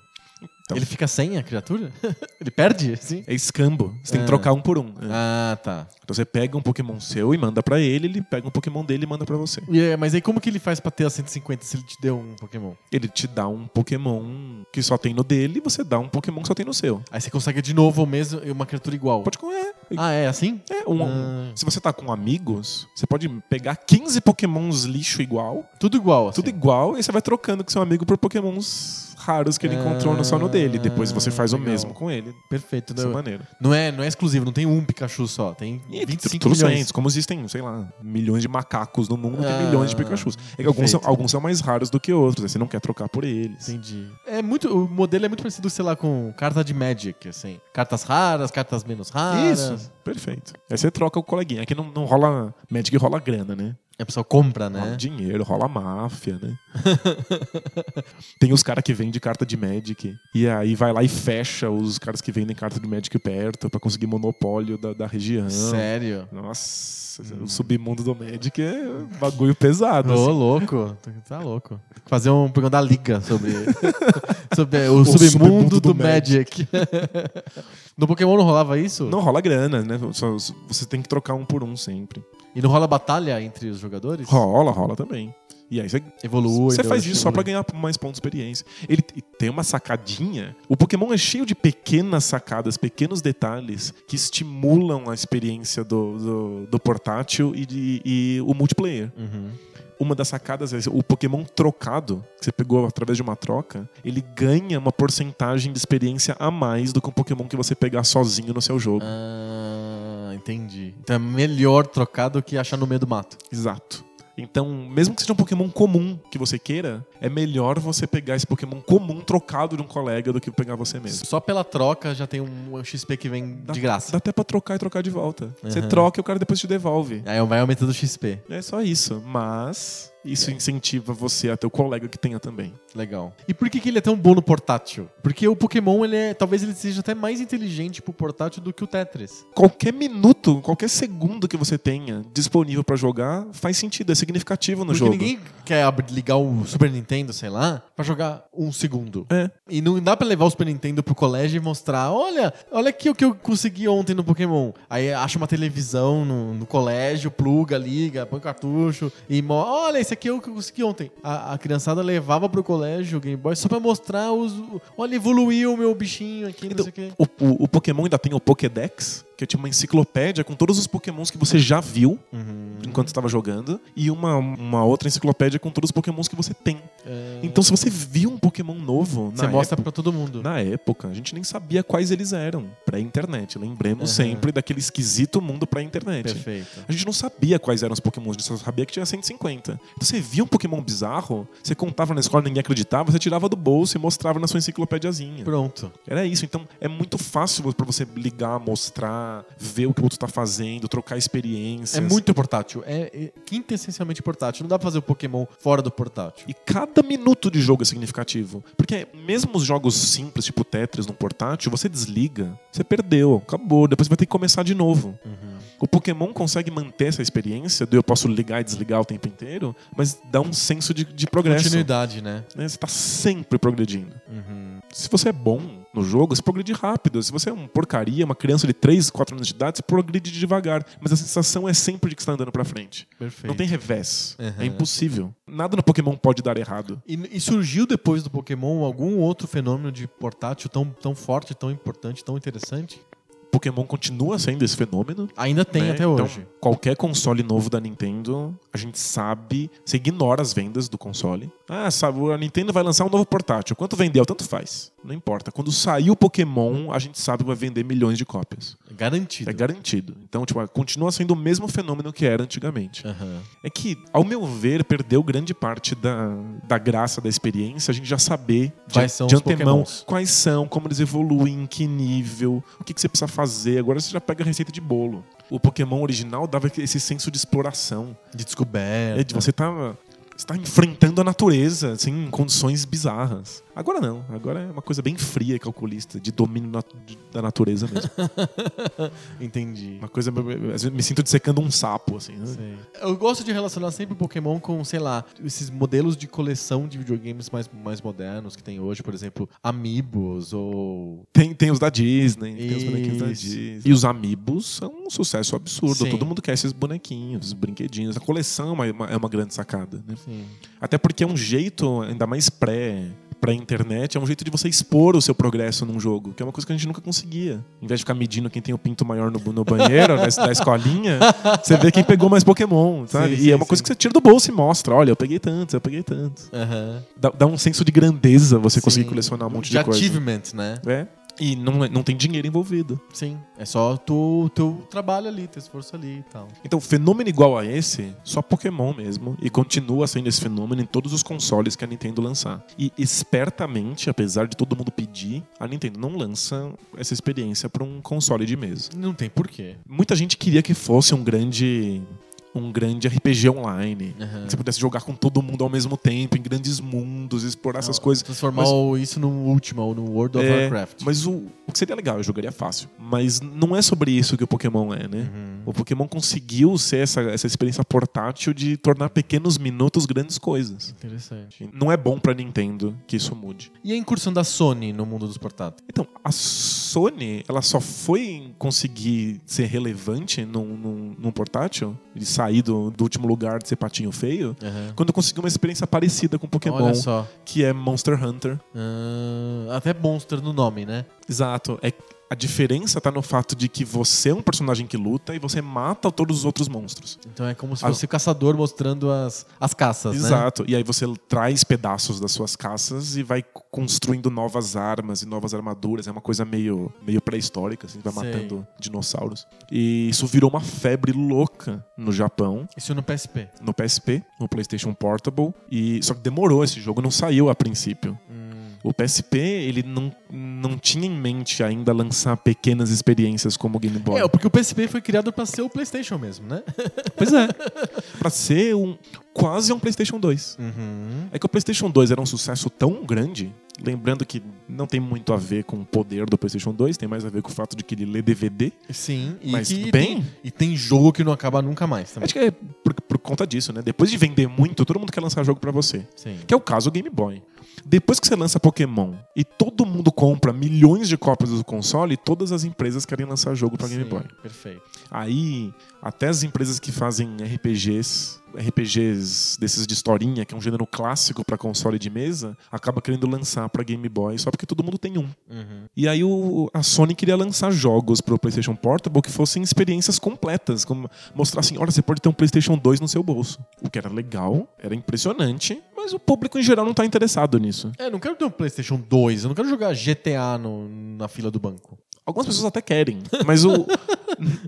[SPEAKER 2] Então-
[SPEAKER 1] Ele fica sem a criatura? [LAUGHS] Ele perde? Sim.
[SPEAKER 2] É escambo, você tem que
[SPEAKER 1] Ah.
[SPEAKER 2] trocar um por um. né?
[SPEAKER 1] Ah, tá.
[SPEAKER 2] Então você pega um Pokémon seu e manda pra ele, ele pega um Pokémon dele e manda pra você.
[SPEAKER 1] E é, mas aí como que ele faz pra ter a 150 se ele te deu um Pokémon?
[SPEAKER 2] Ele te dá um Pokémon que só tem no dele e você dá um Pokémon que só tem no seu.
[SPEAKER 1] Aí você consegue de novo o mesmo e uma criatura igual.
[SPEAKER 2] Pode comer.
[SPEAKER 1] Ah, é assim?
[SPEAKER 2] É, um,
[SPEAKER 1] Ah.
[SPEAKER 2] Se você tá com amigos, você pode pegar 15 pokémons lixo igual,
[SPEAKER 1] Tudo igual, assim.
[SPEAKER 2] tudo igual, e você vai trocando com seu amigo por pokémons raros que ele
[SPEAKER 1] Ah,
[SPEAKER 2] encontrou no só no dele. Depois você faz o
[SPEAKER 1] legal.
[SPEAKER 2] mesmo com ele,
[SPEAKER 1] Perfeito.
[SPEAKER 2] dessa
[SPEAKER 1] Não,
[SPEAKER 2] maneira.
[SPEAKER 1] não, é, não é exclusivo, não tem um Pikachu só. Tem
[SPEAKER 2] E
[SPEAKER 1] 25
[SPEAKER 2] tudo
[SPEAKER 1] milhões.
[SPEAKER 2] como existem, sei lá, milhões de macacos no mundo,
[SPEAKER 1] Ah,
[SPEAKER 2] tem milhões de Pikachus. É que alguns são,
[SPEAKER 1] perfeito.
[SPEAKER 2] alguns são mais raros do que outros, aí você não quer trocar por eles.
[SPEAKER 1] Entendi. É muito, o modelo é muito parecido, sei lá, com carta de Magic, assim. Cartas raras, cartas menos raras.
[SPEAKER 2] É Isso, perfeito. Aí você troca o coleguinha. Aqui não, não rola. Magic rola grana, né?
[SPEAKER 1] A pessoa compra,
[SPEAKER 2] Rola
[SPEAKER 1] né?
[SPEAKER 2] dinheiro, rola máfia, né? [LAUGHS] Tem os caras que vendem carta de Magic. E aí vai lá e fecha os caras que vendem carta de Magic perto pra conseguir monopólio da, da região.
[SPEAKER 1] Sério? Hum.
[SPEAKER 2] Nossa, o submundo do Magic é bagulho pesado.
[SPEAKER 1] Ô,
[SPEAKER 2] assim.
[SPEAKER 1] louco. Tá louco. Fazer um programa da Liga sobre,
[SPEAKER 2] [LAUGHS]
[SPEAKER 1] sobre o,
[SPEAKER 2] O
[SPEAKER 1] submundo,
[SPEAKER 2] submundo
[SPEAKER 1] do,
[SPEAKER 2] do
[SPEAKER 1] Magic. [LAUGHS] no Pokémon não rolava isso?
[SPEAKER 2] Não rola grana, né? Só- Você tem que trocar um por um sempre.
[SPEAKER 1] E não rola batalha entre os jogadores? então,
[SPEAKER 2] Rola, rola também. E aí você
[SPEAKER 1] Evolui.
[SPEAKER 2] Você
[SPEAKER 1] deu
[SPEAKER 2] faz isso só
[SPEAKER 1] estimula.
[SPEAKER 2] pra ganhar mais pontos de experiência. Ele t- tem uma sacadinha. O Pokémon é cheio de pequenas sacadas, pequenos detalhes que estimulam a experiência do, do, do portátil e, de- e o multiplayer.
[SPEAKER 1] Uhum.
[SPEAKER 2] Uma das sacadas é o Pokémon trocado, que você pegou através de uma troca, ele ganha uma porcentagem de experiência a mais do que um Pokémon que você pegar sozinho no seu jogo.
[SPEAKER 1] Ah, entendi. Então é melhor trocar do que achar no meio do mato.
[SPEAKER 2] Exato. Então, mesmo que seja um Pokémon comum que você queira, é melhor você pegar esse Pokémon comum trocado de um colega do que pegar você mesmo.
[SPEAKER 1] Só pela troca já tem um XP que vem
[SPEAKER 2] Dá-
[SPEAKER 1] de graça.
[SPEAKER 2] Dá até pra trocar e trocar de volta. Você
[SPEAKER 1] Aham.
[SPEAKER 2] troca e o cara depois te devolve.
[SPEAKER 1] Aí vai aumentando o XP.
[SPEAKER 2] É só isso. Mas isso incentiva você a ter o colega que tenha também.
[SPEAKER 1] Legal. E por que, que ele é tão bom no portátil? Porque o Pokémon, ele é, talvez ele seja até mais inteligente pro portátil do que o Tetris.
[SPEAKER 2] Qualquer minuto, qualquer segundo que você tenha disponível pra jogar faz sentido, é significativo no
[SPEAKER 1] Porque
[SPEAKER 2] jogo.
[SPEAKER 1] ninguém quer ab- ligar o Super Nintendo, sei lá, pra jogar um segundo.
[SPEAKER 2] É.
[SPEAKER 1] E não dá pra levar o Super Nintendo pro colégio e mostrar, olha, olha aqui o que eu consegui ontem no Pokémon. Aí acha uma televisão no, no colégio, pluga, liga, põe cartucho e mo- olha, esse aqui é o que eu consegui ontem. A, a criançada levava pro colégio o Game Boy só pra mostrar os... Olha, evoluiu o meu bichinho aqui, não
[SPEAKER 2] Então,
[SPEAKER 1] sei o quê.
[SPEAKER 2] O, o- o Pokémon ainda tem o Pokédex, que é tipo uma enciclopédia com todos os Pokémons que você já viu
[SPEAKER 1] Uhum.
[SPEAKER 2] enquanto estava jogando, e uma, uma outra enciclopédia com todos os Pokémons que você tem.
[SPEAKER 1] É.
[SPEAKER 2] Então, se você viu um Pokémon novo,
[SPEAKER 1] Você
[SPEAKER 2] na
[SPEAKER 1] mostra
[SPEAKER 2] época,
[SPEAKER 1] pra todo mundo.
[SPEAKER 2] Na época, a gente nem sabia quais eles eram pré-internet. Lembremos
[SPEAKER 1] Aham.
[SPEAKER 2] sempre daquele esquisito mundo pré-internet.
[SPEAKER 1] Perfeito.
[SPEAKER 2] A gente não sabia quais eram os Pokémon, a gente só sabia que tinha 150. Então você via um Pokémon bizarro, você contava na escola, ninguém acreditava, você tirava do bolso e mostrava na sua enciclopédiazinha.
[SPEAKER 1] Pronto.
[SPEAKER 2] Era isso. Então é muito fácil pra você ligar, mostrar, ver o que o outro tá fazendo, trocar experiências.
[SPEAKER 1] É muito portátil. É, é quintessencialmente portátil. Não dá pra fazer o Pokémon fora do portátil.
[SPEAKER 2] E cada minuto de jogo é significativo. Porque mesmo os jogos simples, tipo Tetris no portátil, você desliga, você perdeu, acabou, depois você vai ter que começar de novo.
[SPEAKER 1] Uhum.
[SPEAKER 2] O Pokémon consegue manter essa experiência do eu posso ligar e desligar o tempo inteiro, mas dá um senso de, de progresso.
[SPEAKER 1] Continuidade, né?
[SPEAKER 2] né? Você tá sempre progredindo. Se você é bom no jogo, você progride rápido. Se você é um porcaria, uma criança de 3, 4 anos de idade, você progride devagar. Mas a sensação é sempre de que você tá andando pra frente.
[SPEAKER 1] Perfeito.
[SPEAKER 2] Não tem revés.
[SPEAKER 1] Uhum.
[SPEAKER 2] É impossível. Nada no Pokémon pode dar errado.
[SPEAKER 1] E, e surgiu depois do Pokémon algum outro fenômeno de portátil tão, tão forte, tão importante, tão interessante?
[SPEAKER 2] Pokémon continua sendo esse fenômeno.
[SPEAKER 1] Ainda tem
[SPEAKER 2] né?
[SPEAKER 1] até
[SPEAKER 2] Então,
[SPEAKER 1] hoje.
[SPEAKER 2] Qualquer console novo da Nintendo, a gente sabe, você ignora as vendas do console. Ah, sabe, a Nintendo vai lançar um novo portátil. Quanto vendeu? Tanto faz. Não importa. Quando sair o Pokémon, a gente sabe que vai vender milhões de cópias.
[SPEAKER 1] Garantido.
[SPEAKER 2] É garantido. Então, tipo, continua sendo o mesmo fenômeno que era antigamente.
[SPEAKER 1] Aham.
[SPEAKER 2] É que, ao meu ver, perdeu grande parte da, da graça da experiência a gente já saber de,
[SPEAKER 1] Quais são
[SPEAKER 2] de
[SPEAKER 1] os
[SPEAKER 2] antemão
[SPEAKER 1] Pokémons.
[SPEAKER 2] quais são, como eles evoluem, em que nível, o que, que você precisa fazer. Agora você já pega a receita de bolo. O Pokémon original dava esse senso de exploração.
[SPEAKER 1] De descoberta.
[SPEAKER 2] É de você tá, você tá enfrentando a natureza, assim, em condições bizarras. Agora não. Agora é uma coisa bem fria e calculista, de domínio nat- de- da natureza mesmo.
[SPEAKER 1] Entendi.
[SPEAKER 2] Uma coisa. [LAUGHS] Às vezes me sinto dissecando um sapo, assim. né?
[SPEAKER 1] Sei. Eu gosto de relacionar sempre o Pokémon com, sei lá, esses modelos de coleção de videogames mais, mais modernos que tem hoje, por exemplo, Amiibos ou.
[SPEAKER 2] Tem, tem os da Disney, tem os bonequinhos da
[SPEAKER 1] Isso.
[SPEAKER 2] Disney. E os amigos são um sucesso absurdo.
[SPEAKER 1] Sim.
[SPEAKER 2] Todo mundo quer esses bonequinhos, esses brinquedinhos. A coleção é uma- uma, é uma grande sacada. Né?
[SPEAKER 1] Sim.
[SPEAKER 2] Até porque é um jeito, ainda mais pré pra internet, é um jeito de você expor o seu progresso num jogo, que é uma coisa que a gente nunca conseguia. Em vez de ficar medindo quem tem o pinto maior no, no banheiro, [LAUGHS] na, da escolinha, você vê quem pegou mais Pokémon, sabe?
[SPEAKER 1] Sim,
[SPEAKER 2] e
[SPEAKER 1] sim,
[SPEAKER 2] é uma coisa
[SPEAKER 1] sim.
[SPEAKER 2] que você tira do bolso e mostra, olha, eu peguei tantos, eu peguei tantos.
[SPEAKER 1] Aham.
[SPEAKER 2] Dá, dá um senso de grandeza você conseguir
[SPEAKER 1] Sim.
[SPEAKER 2] colecionar um monte
[SPEAKER 1] de
[SPEAKER 2] de coisa.
[SPEAKER 1] achievement, né?
[SPEAKER 2] É. E não, não tem dinheiro envolvido.
[SPEAKER 1] Sim. É só tu, teu trabalho ali, teu esforço ali e tal.
[SPEAKER 2] Então, fenômeno igual a esse, só Pokémon mesmo. E continua sendo esse fenômeno em todos os consoles que a Nintendo lançar. E espertamente, apesar de todo mundo pedir, a Nintendo não lança essa experiência para um console de mesa.
[SPEAKER 1] Não tem porquê.
[SPEAKER 2] Muita gente queria que fosse um grande um grande RPG online.
[SPEAKER 1] É.
[SPEAKER 2] Que você pudesse jogar com todo mundo ao mesmo tempo, em grandes mundos, explorar essas coisas.
[SPEAKER 1] Transformar
[SPEAKER 2] Mas-
[SPEAKER 1] É o- isso no Ultima ou no World of
[SPEAKER 2] É,
[SPEAKER 1] Warcraft.
[SPEAKER 2] Mas o, o que seria legal, eu jogaria fácil. Mas não é sobre isso que o Pokémon é, né?
[SPEAKER 1] Uhum.
[SPEAKER 2] O Pokémon conseguiu ser essa, essa experiência portátil de tornar pequenos minutos grandes coisas.
[SPEAKER 1] Interessante.
[SPEAKER 2] Não é bom pra Nintendo que isso mude.
[SPEAKER 1] E a incursão da Sony no mundo dos portáteis?
[SPEAKER 2] Então, a Sony, ela só foi conseguir ser relevante num, num, num portátil, de sair do, do último lugar de ser patinho feio, quando conseguiu uma experiência parecida com Pokémon,
[SPEAKER 1] Olha só.
[SPEAKER 2] que é Monster Hunter.
[SPEAKER 1] Ah, até Monster no nome, né?
[SPEAKER 2] Exato. É, a diferença tá no fato de que você é um personagem que luta e você mata todos os outros monstros.
[SPEAKER 1] Então é como se
[SPEAKER 2] Ah.
[SPEAKER 1] fosse o caçador mostrando as, as caças, né?
[SPEAKER 2] Exato. E aí você traz pedaços das suas caças e vai c- construindo novas armas e novas armaduras. É uma coisa meio, meio pré-histórica, assim, vai
[SPEAKER 1] Sei.
[SPEAKER 2] matando dinossauros. E isso virou uma febre louca no Japão,
[SPEAKER 1] Isso no PSP.
[SPEAKER 2] no PSP, no PlayStation Portable. E só que demorou esse jogo, não saiu a princípio. O PSP, ele não, não tinha em mente ainda lançar pequenas experiências como o Game Boy.
[SPEAKER 1] É, porque o PSP foi criado pra ser o PlayStation mesmo, né?
[SPEAKER 2] Pois é. pra ser um quase um PlayStation 2. É que o PlayStation 2 era um sucesso tão grande, lembrando que não tem muito a ver com o poder do PlayStation 2, tem mais a ver com o fato de que ele lê DVD.
[SPEAKER 1] Sim, e
[SPEAKER 2] Mas
[SPEAKER 1] que
[SPEAKER 2] bem.
[SPEAKER 1] Tem, e tem jogo que não acaba nunca mais também.
[SPEAKER 2] Acho que é por, por conta disso, né? Depois de vender muito, todo mundo quer lançar jogo pra você.
[SPEAKER 1] Sim.
[SPEAKER 2] Que é o caso do Game Boy. Depois que você lança Pokémon e todo mundo compra milhões de cópias do console, todas as empresas querem lançar jogo pra Game
[SPEAKER 1] Sim,
[SPEAKER 2] Boy.
[SPEAKER 1] Perfeito.
[SPEAKER 2] Aí, até as empresas que fazem RPGs, RPGs desses de historinha, que é um gênero clássico pra console de mesa, acaba querendo lançar pra Game Boy só porque todo mundo tem um.
[SPEAKER 1] Uhum.
[SPEAKER 2] E aí o- a Sony queria lançar jogos pro PlayStation Portable que fossem experiências completas, como mostrar assim, olha, você pode ter um PlayStation 2 no seu bolso. O que era legal, era impressionante, mas o público em geral não tá interessado nisso.
[SPEAKER 1] É, não quero ter um PlayStation 2, eu não quero jogar GTA no- na fila do banco.
[SPEAKER 2] Algumas pessoas até querem, mas o-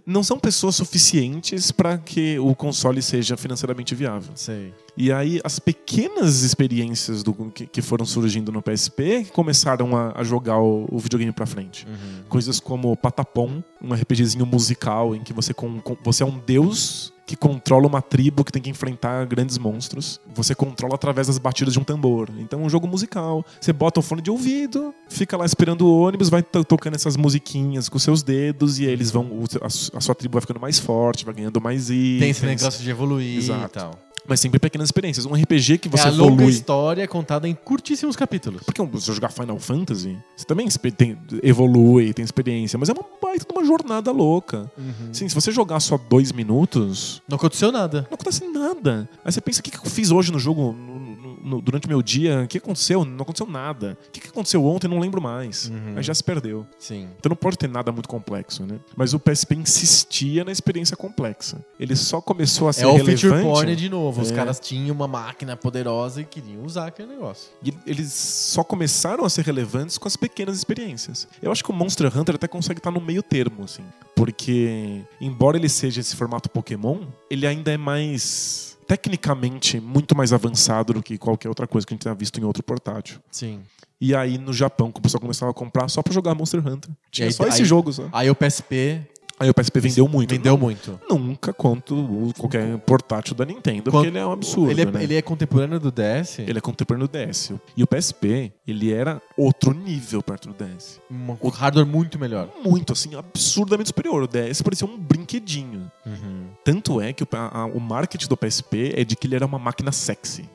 [SPEAKER 2] não são pessoas suficientes pra que o console seja financeiramente viável.
[SPEAKER 1] Sei.
[SPEAKER 2] E aí as pequenas experiências do, que, que foram surgindo no PSP começaram a, a jogar o, o videogame pra frente.
[SPEAKER 1] Uhum.
[SPEAKER 2] Coisas como Patapom, um RPGzinho musical em que você, com- com- você é um deus que controla uma tribo que tem que enfrentar grandes monstros. Você controla através das batidas de um tambor. Então é um jogo musical. Você bota o fone de ouvido, fica lá esperando o ônibus, vai to- tocando essas musiquinhas com seus dedos e aí eles vão... o seu- A, su- a sua tribo vai ficando mais forte, vai ganhando mais itens.
[SPEAKER 1] Tem esse negócio de evoluir e
[SPEAKER 2] Exato.
[SPEAKER 1] tal.
[SPEAKER 2] Mas sempre pequenas experiências. Um RPG que
[SPEAKER 1] é
[SPEAKER 2] você
[SPEAKER 1] a longa
[SPEAKER 2] evolui.
[SPEAKER 1] história contada em curtíssimos capítulos.
[SPEAKER 2] Porque um, se você jogar Final Fantasy, você também exper- tem- evolui, tem experiência, mas é uma baita de uma jornada louca.
[SPEAKER 1] Uhum.
[SPEAKER 2] Sim, se você jogar só dois minutos,
[SPEAKER 1] Não aconteceu nada.
[SPEAKER 2] não acontece nada. Aí você pensa, o que, que eu fiz hoje no jogo, no- no- no- durante o meu dia? O que aconteceu? Não aconteceu nada. O que, que aconteceu ontem? Não lembro mais.
[SPEAKER 1] Uhum.
[SPEAKER 2] Aí já se perdeu.
[SPEAKER 1] Sim.
[SPEAKER 2] Então não pode ter nada muito complexo, né? Mas o PSP insistia na experiência complexa. Ele só começou a ser
[SPEAKER 1] é o
[SPEAKER 2] relevante...
[SPEAKER 1] feature porn de novo. Os
[SPEAKER 2] É.
[SPEAKER 1] caras tinham uma máquina poderosa e queriam usar aquele negócio.
[SPEAKER 2] E eles só começaram a ser relevantes com as pequenas experiências. Eu acho que o Monster Hunter até consegue estar no meio termo, assim. Porque, embora ele seja esse formato Pokémon, ele ainda é mais. Tecnicamente, muito mais avançado do que qualquer outra coisa que a gente tenha visto em outro portátil.
[SPEAKER 1] Sim.
[SPEAKER 2] E aí, no Japão, que o pessoal começava a comprar só pra jogar Monster Hunter. Tinha
[SPEAKER 1] aí-
[SPEAKER 2] só esse
[SPEAKER 1] aí-
[SPEAKER 2] jogo, só.
[SPEAKER 1] Aí o PSP
[SPEAKER 2] Aí o PSP vendeu muito. né?
[SPEAKER 1] vendeu muito.
[SPEAKER 2] Nunca quanto o- qualquer portátil da Nintendo,
[SPEAKER 1] Quanto-
[SPEAKER 2] porque ele é um absurdo.
[SPEAKER 1] ele, é,
[SPEAKER 2] né?
[SPEAKER 1] ele é contemporâneo do DS?
[SPEAKER 2] Ele é contemporâneo do DS. E o PSP, ele era outro nível perto do DS.
[SPEAKER 1] Um um hardware muito melhor.
[SPEAKER 2] Muito, assim, absurdamente superior. O DS parecia um brinquedinho. Tanto é que o, a- a- o marketing do PSP é de que ele era uma máquina sexy.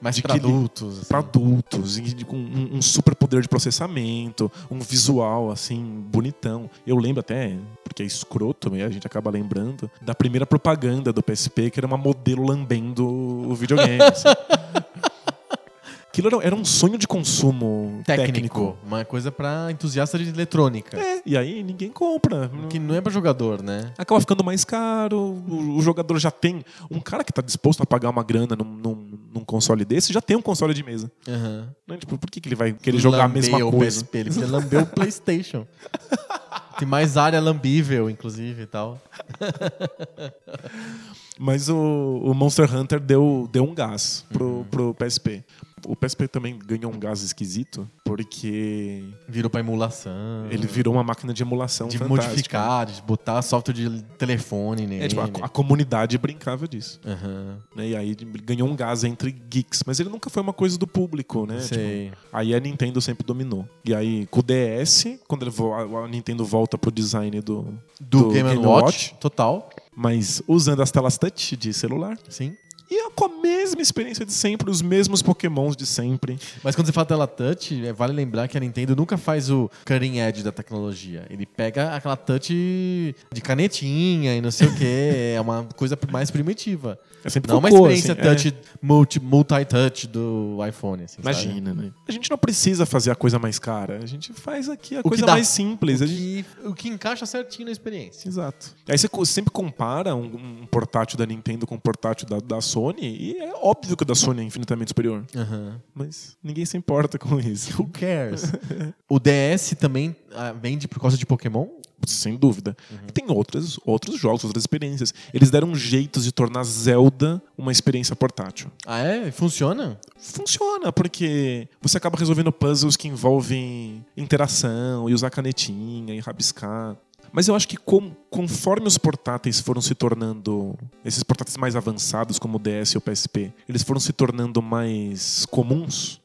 [SPEAKER 1] Mas
[SPEAKER 2] De
[SPEAKER 1] pra
[SPEAKER 2] que ele-
[SPEAKER 1] adultos. assim.
[SPEAKER 2] Pra adultos, e de- com um, um super poder de processamento, um visual, assim, bonitão. Eu lembro até, porque é escroto, né, a gente acaba lembrando, da primeira propaganda do PSP, que era uma modelo lambendo o videogame.
[SPEAKER 1] [LAUGHS]
[SPEAKER 2] assim. Aquilo era, era um sonho de consumo
[SPEAKER 1] técnico. Uma coisa pra entusiasta de eletrônica.
[SPEAKER 2] É, e aí ninguém compra.
[SPEAKER 1] Que não é pra jogador, né?
[SPEAKER 2] Acaba ficando mais caro, o, o jogador já tem. Um cara que tá disposto a pagar uma grana num, num- num console desse já tem um console de mesa.
[SPEAKER 1] Aham.
[SPEAKER 2] Né? Tipo, por que, que ele vai querer jogar a
[SPEAKER 1] Lamber
[SPEAKER 2] mesma
[SPEAKER 1] o
[SPEAKER 2] coisa?
[SPEAKER 1] PSP, ele precisa
[SPEAKER 2] [LAUGHS]
[SPEAKER 1] lamber o PlayStation. Tem mais área lambível, inclusive, e tal. Uhum.
[SPEAKER 2] Mas o, o Monster Hunter deu, deu um gás pro, pro PSP. O PSP também ganhou um gás esquisito, porque
[SPEAKER 1] Virou pra emulação.
[SPEAKER 2] ele um virou uma máquina de emulação
[SPEAKER 1] Uhum. de
[SPEAKER 2] fantástica.
[SPEAKER 1] modificar, de botar software de telefone nele.
[SPEAKER 2] É, tipo, a, a comunidade brincava disso.
[SPEAKER 1] Aham,
[SPEAKER 2] né? E aí ganhou um gás entre geeks. Mas ele nunca foi uma coisa do público, né?
[SPEAKER 1] Sei.
[SPEAKER 2] Tipo, aí a Nintendo sempre dominou. E aí, com o DS, quando ele vo- a a Nintendo volta pro design do.
[SPEAKER 1] Do, Game Watch,
[SPEAKER 2] Watch,
[SPEAKER 1] total.
[SPEAKER 2] Mas usando as telas touch de celular.
[SPEAKER 1] Sim.
[SPEAKER 2] E com a mesma experiência de sempre, os mesmos pokémons de sempre.
[SPEAKER 1] Mas quando você fala tela touch, é, vale lembrar que a Nintendo nunca faz o cutting edge da tecnologia. Ele pega aquela touch de canetinha e não sei o quê. É uma coisa mais primitiva.
[SPEAKER 2] É sempre
[SPEAKER 1] Não uma
[SPEAKER 2] cocô,
[SPEAKER 1] experiência
[SPEAKER 2] assim, é.
[SPEAKER 1] touch, multi, multi-touch do iPhone. assim, sabe?
[SPEAKER 2] Imagina, né? A gente não precisa fazer a coisa mais cara. A gente faz aqui a
[SPEAKER 1] que
[SPEAKER 2] coisa
[SPEAKER 1] dá.
[SPEAKER 2] mais simples.
[SPEAKER 1] O
[SPEAKER 2] A gente-
[SPEAKER 1] que, o que encaixa certinho na experiência.
[SPEAKER 2] Exato. Aí você co- sempre compara um, um portátil da Nintendo com um portátil da, da Sony, e é óbvio que o da Sony é infinitamente superior.
[SPEAKER 1] Aham.
[SPEAKER 2] Mas ninguém se importa com isso. [LAUGHS]
[SPEAKER 1] Who cares? o DS também ah, vende por causa de Pokémon?
[SPEAKER 2] Sem dúvida.
[SPEAKER 1] Uhum.
[SPEAKER 2] E tem outras, outros jogos, outras experiências. Eles deram jeitos de tornar Zelda uma experiência portátil.
[SPEAKER 1] Ah, é? Funciona?
[SPEAKER 2] Funciona, porque você acaba resolvendo puzzles que envolvem interação e usar canetinha e rabiscar. Mas eu acho que com- conforme os portáteis foram se tornando. Esses portáteis mais avançados, como o DS e o PSP, eles foram se tornando mais comuns,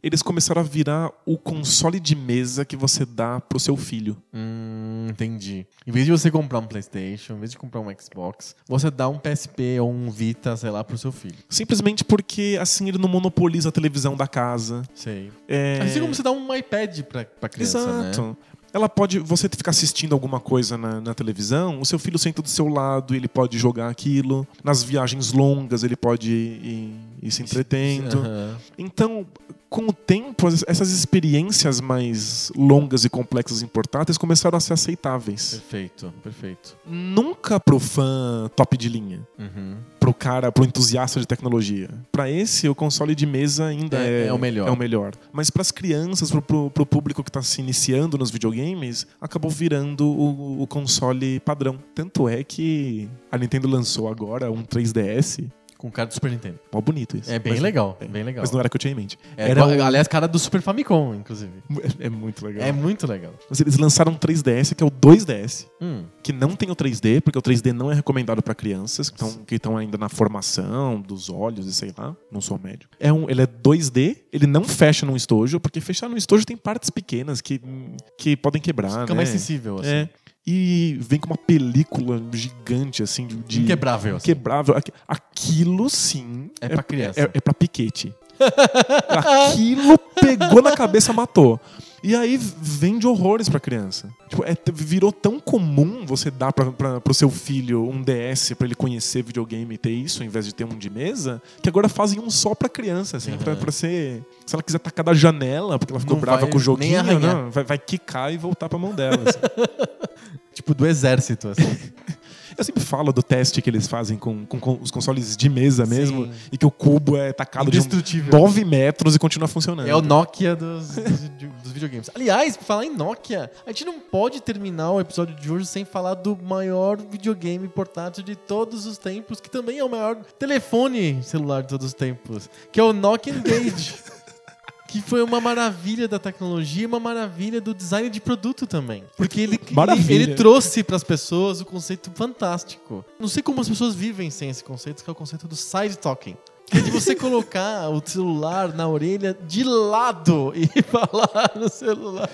[SPEAKER 2] eles começaram a virar o console de mesa que você dá pro seu filho.
[SPEAKER 1] Hum, entendi. Em vez de você comprar um PlayStation, em vez de comprar um Xbox, você dá um PSP ou um Vita, sei lá, pro seu filho.
[SPEAKER 2] Simplesmente porque assim ele não monopoliza a televisão da casa.
[SPEAKER 1] Sei.
[SPEAKER 2] É...
[SPEAKER 1] Assim como você dá um iPad pra, pra criança,
[SPEAKER 2] Exato.
[SPEAKER 1] né?
[SPEAKER 2] Ela pode, você ficar assistindo alguma coisa na, na televisão, o seu filho senta do seu lado, ele pode jogar aquilo. Nas viagens longas, ele pode ir, ir- ir se entretendo.
[SPEAKER 1] Aham.
[SPEAKER 2] Então, com o tempo, as- essas experiências mais longas e complexas e portáteis começaram a ser aceitáveis.
[SPEAKER 1] Perfeito, perfeito.
[SPEAKER 2] Nunca pro fã top de linha,
[SPEAKER 1] Uhum.
[SPEAKER 2] pro cara, pro entusiasta de tecnologia. Pra esse, o console de mesa ainda
[SPEAKER 1] É-
[SPEAKER 2] é,
[SPEAKER 1] é o melhor.
[SPEAKER 2] É o melhor. Mas pras crianças, pro, pro, pro público que tá se iniciando nos videogames, acabou virando o, o console padrão. Tanto é que a Nintendo lançou agora um 3DS.
[SPEAKER 1] Com cara do Super Nintendo.
[SPEAKER 2] Mó bonito isso.
[SPEAKER 1] É bem
[SPEAKER 2] Mas-
[SPEAKER 1] legal,
[SPEAKER 2] é.
[SPEAKER 1] bem legal.
[SPEAKER 2] Mas não era o que eu tinha em mente.
[SPEAKER 1] É,
[SPEAKER 2] era
[SPEAKER 1] qual- Aliás, cara do Super Famicom, inclusive.
[SPEAKER 2] um- [LAUGHS] É muito legal.
[SPEAKER 1] É muito legal.
[SPEAKER 2] Mas eles lançaram um 3DS, que é o 2DS.
[SPEAKER 1] Hum.
[SPEAKER 2] que não tem o 3D, porque o 3D não é recomendado para crianças que tão- que estão ainda na formação dos olhos e sei lá, não sou médico. É um, ele é 2D, ele não fecha num estojo, porque fechar num estojo tem partes pequenas que, que podem quebrar,
[SPEAKER 1] Fica
[SPEAKER 2] né?
[SPEAKER 1] mais sensível, assim.
[SPEAKER 2] É. E vem com uma película gigante, assim, de, de
[SPEAKER 1] Inquebrável. assim.
[SPEAKER 2] quebrável. Aqu- Aquilo sim
[SPEAKER 1] É pra criança.
[SPEAKER 2] é, é pra piquete. Aquilo pegou na cabeça, matou. E aí vende horrores pra criança. Tipo, é- virou tão comum você dar pra, pra, pro seu filho um DS pra ele conhecer videogame e ter isso, ao invés de ter um de mesa, que agora fazem um só pra criança, assim, pra, pra ser. Se ela quiser tacar da janela, porque ela ficou
[SPEAKER 1] Uhum. Não
[SPEAKER 2] brava
[SPEAKER 1] vai
[SPEAKER 2] com o
[SPEAKER 1] nem
[SPEAKER 2] joguinho,
[SPEAKER 1] arranhar.
[SPEAKER 2] não, vai, vai quicar e voltar pra mão dela. assim.
[SPEAKER 1] Tipo do exército, assim.
[SPEAKER 2] Eu sempre falo do teste que eles fazem com, com- com os consoles de mesa mesmo,
[SPEAKER 1] Sim.
[SPEAKER 2] e que o cubo é tacado de um
[SPEAKER 1] Indestrutível.
[SPEAKER 2] 9 metros e continua funcionando.
[SPEAKER 1] É o Nokia dos, dos, de- dos videogames. Aliás, pra falar em Nokia, a gente não pode terminar o episódio de hoje sem falar do maior videogame portátil de todos os tempos, que também é o maior telefone celular de todos os tempos, que é o Nokia Engage. que foi uma maravilha da tecnologia, e uma maravilha do design de produto também. Porque ele, ele,
[SPEAKER 2] Maravilha.
[SPEAKER 1] ele trouxe para as pessoas o conceito fantástico. Não sei como as pessoas vivem sem esse conceito, que é o conceito do side talking. Que é de você colocar o celular na orelha de lado e [LAUGHS] falar no celular.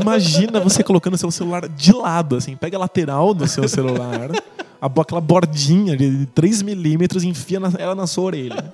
[SPEAKER 2] Imagina você colocando seu celular de lado, assim, pega a lateral do
[SPEAKER 1] [LAUGHS]
[SPEAKER 2] seu celular, a, bo- aquela bordinha de 3 milímetros e enfia na- ela na sua orelha.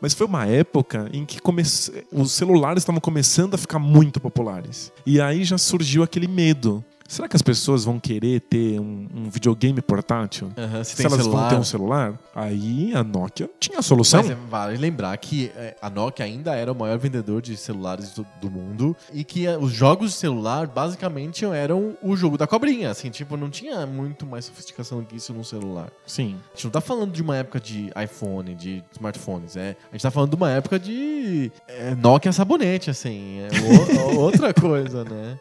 [SPEAKER 2] Mas foi uma época em que come- os celulares estavam começando a ficar muito populares. E aí já surgiu aquele medo. Será que as pessoas vão querer ter um, um videogame portátil?
[SPEAKER 1] Aham,
[SPEAKER 2] Se elas vão ter um celular? Aí a Nokia tinha a solução.
[SPEAKER 1] Mas é, vale lembrar que é, a Nokia ainda era o maior vendedor de celulares do, do mundo e que é, os jogos de celular basicamente eram o jogo da cobrinha, assim, tipo, não tinha muito mais sofisticação que isso num celular.
[SPEAKER 2] Sim.
[SPEAKER 1] A gente não tá falando de uma época de iPhone, de smartphones, é. A gente tá falando de uma época de é, Nokia sabonete, assim, é o- outra [LAUGHS] coisa, né?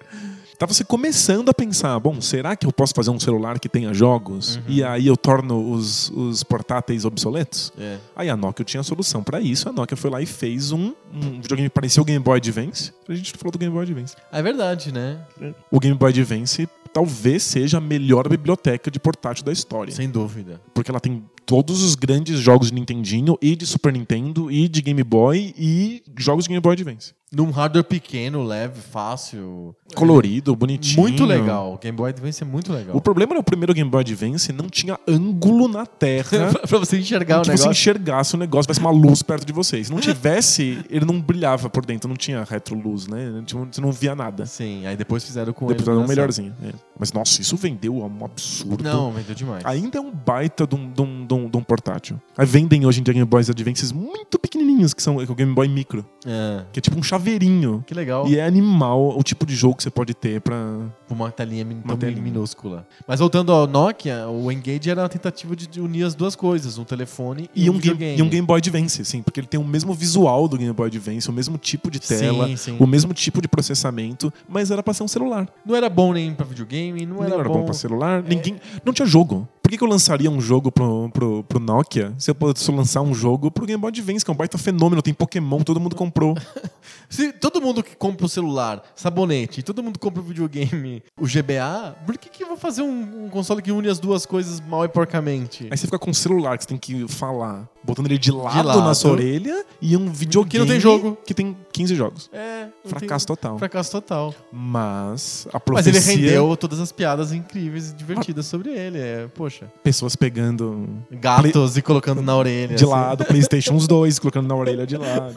[SPEAKER 2] Tava se começando a pensar, bom, será que eu posso fazer um celular que tenha jogos? E aí eu torno os, os portáteis obsoletos?
[SPEAKER 1] É.
[SPEAKER 2] Aí a Nokia tinha a solução pra isso. A Nokia foi lá e fez um, um videogame que parecia o Game Boy Advance. A gente não falou do Game Boy Advance.
[SPEAKER 1] É verdade, né?
[SPEAKER 2] O Game Boy Advance talvez seja a melhor biblioteca de portátil da história.
[SPEAKER 1] Sem dúvida.
[SPEAKER 2] Porque ela tem todos os grandes jogos de Nintendinho e de Super Nintendo e de Game Boy e jogos de Game Boy Advance.
[SPEAKER 1] Num hardware pequeno, leve, fácil.
[SPEAKER 2] Colorido, bonitinho.
[SPEAKER 1] Muito legal. O Game Boy Advance é muito legal.
[SPEAKER 2] O problema era o primeiro Game Boy Advance não tinha ângulo na Terra [LAUGHS]
[SPEAKER 1] pra pra você enxergar o
[SPEAKER 2] que você
[SPEAKER 1] negócio.
[SPEAKER 2] enxergasse o negócio, tivesse uma luz perto de você. Se não tivesse, ele não brilhava por dentro, não tinha retroluz, né? Não tinha- Você não via nada.
[SPEAKER 1] assim, Sim, aí depois fizeram com
[SPEAKER 2] Depois era um
[SPEAKER 1] iluminação.
[SPEAKER 2] melhorzinho. é. Mas nossa, isso vendeu a um absurdo.
[SPEAKER 1] Não, vendeu demais.
[SPEAKER 2] Ainda é um baita de um, de um- de um- de um portátil. Aí vendem hoje em dia Game Boys Advances muito pequenininhos, que são que é o Game Boy Micro,
[SPEAKER 1] É,
[SPEAKER 2] que é tipo um chaveirinho.
[SPEAKER 1] que legal.
[SPEAKER 2] E é animal o tipo de jogo que você pode ter pra.
[SPEAKER 1] Uma telinha, min-
[SPEAKER 2] Uma
[SPEAKER 1] tão
[SPEAKER 2] telinha.
[SPEAKER 1] minúscula. Mas voltando ao Nokia, o Engage era uma tentativa de- de unir as duas coisas, um telefone e,
[SPEAKER 2] E um, game,
[SPEAKER 1] videogame.
[SPEAKER 2] e um Game Boy Advance, sim, porque ele tem o mesmo visual do Game Boy Advance, o mesmo tipo de
[SPEAKER 1] Sim,
[SPEAKER 2] tela,
[SPEAKER 1] sim.
[SPEAKER 2] o mesmo tipo de processamento, mas era pra ser um celular.
[SPEAKER 1] Não era bom nem pra videogame, não
[SPEAKER 2] Não era,
[SPEAKER 1] era
[SPEAKER 2] bom,
[SPEAKER 1] bom... É.
[SPEAKER 2] pra celular, ninguém. Não tinha jogo. Por que, que eu lançaria um jogo pro, pro, pro Nokia se eu pudesse lançar um jogo pro Game Boy Advance, que é um baita fenômeno, tem Pokémon, todo mundo
[SPEAKER 1] [LAUGHS]
[SPEAKER 2] comprou.
[SPEAKER 1] Se todo mundo que compra o celular, sabonete, e todo mundo compra o videogame, o GBA, por que, que eu vou fazer um, um console que une as duas coisas mal e porcamente?
[SPEAKER 2] Aí você fica com um celular que você tem que falar, botando ele de lado,
[SPEAKER 1] lado.
[SPEAKER 2] na sua orelha e um videogame
[SPEAKER 1] Que não tem jogo.
[SPEAKER 2] que tem 15 jogos.
[SPEAKER 1] É, não tem-
[SPEAKER 2] Fracasso total.
[SPEAKER 1] Fracasso total.
[SPEAKER 2] Mas a
[SPEAKER 1] Mas ele
[SPEAKER 2] profecia,
[SPEAKER 1] rendeu todas as piadas incríveis e divertidas sobre ele. É, poxa.
[SPEAKER 2] pessoas pegando
[SPEAKER 1] Gatos e colocando na orelha.
[SPEAKER 2] de
[SPEAKER 1] assim.
[SPEAKER 2] lado, PlayStation 2, colocando na orelha de
[SPEAKER 1] [LAUGHS]
[SPEAKER 2] lado.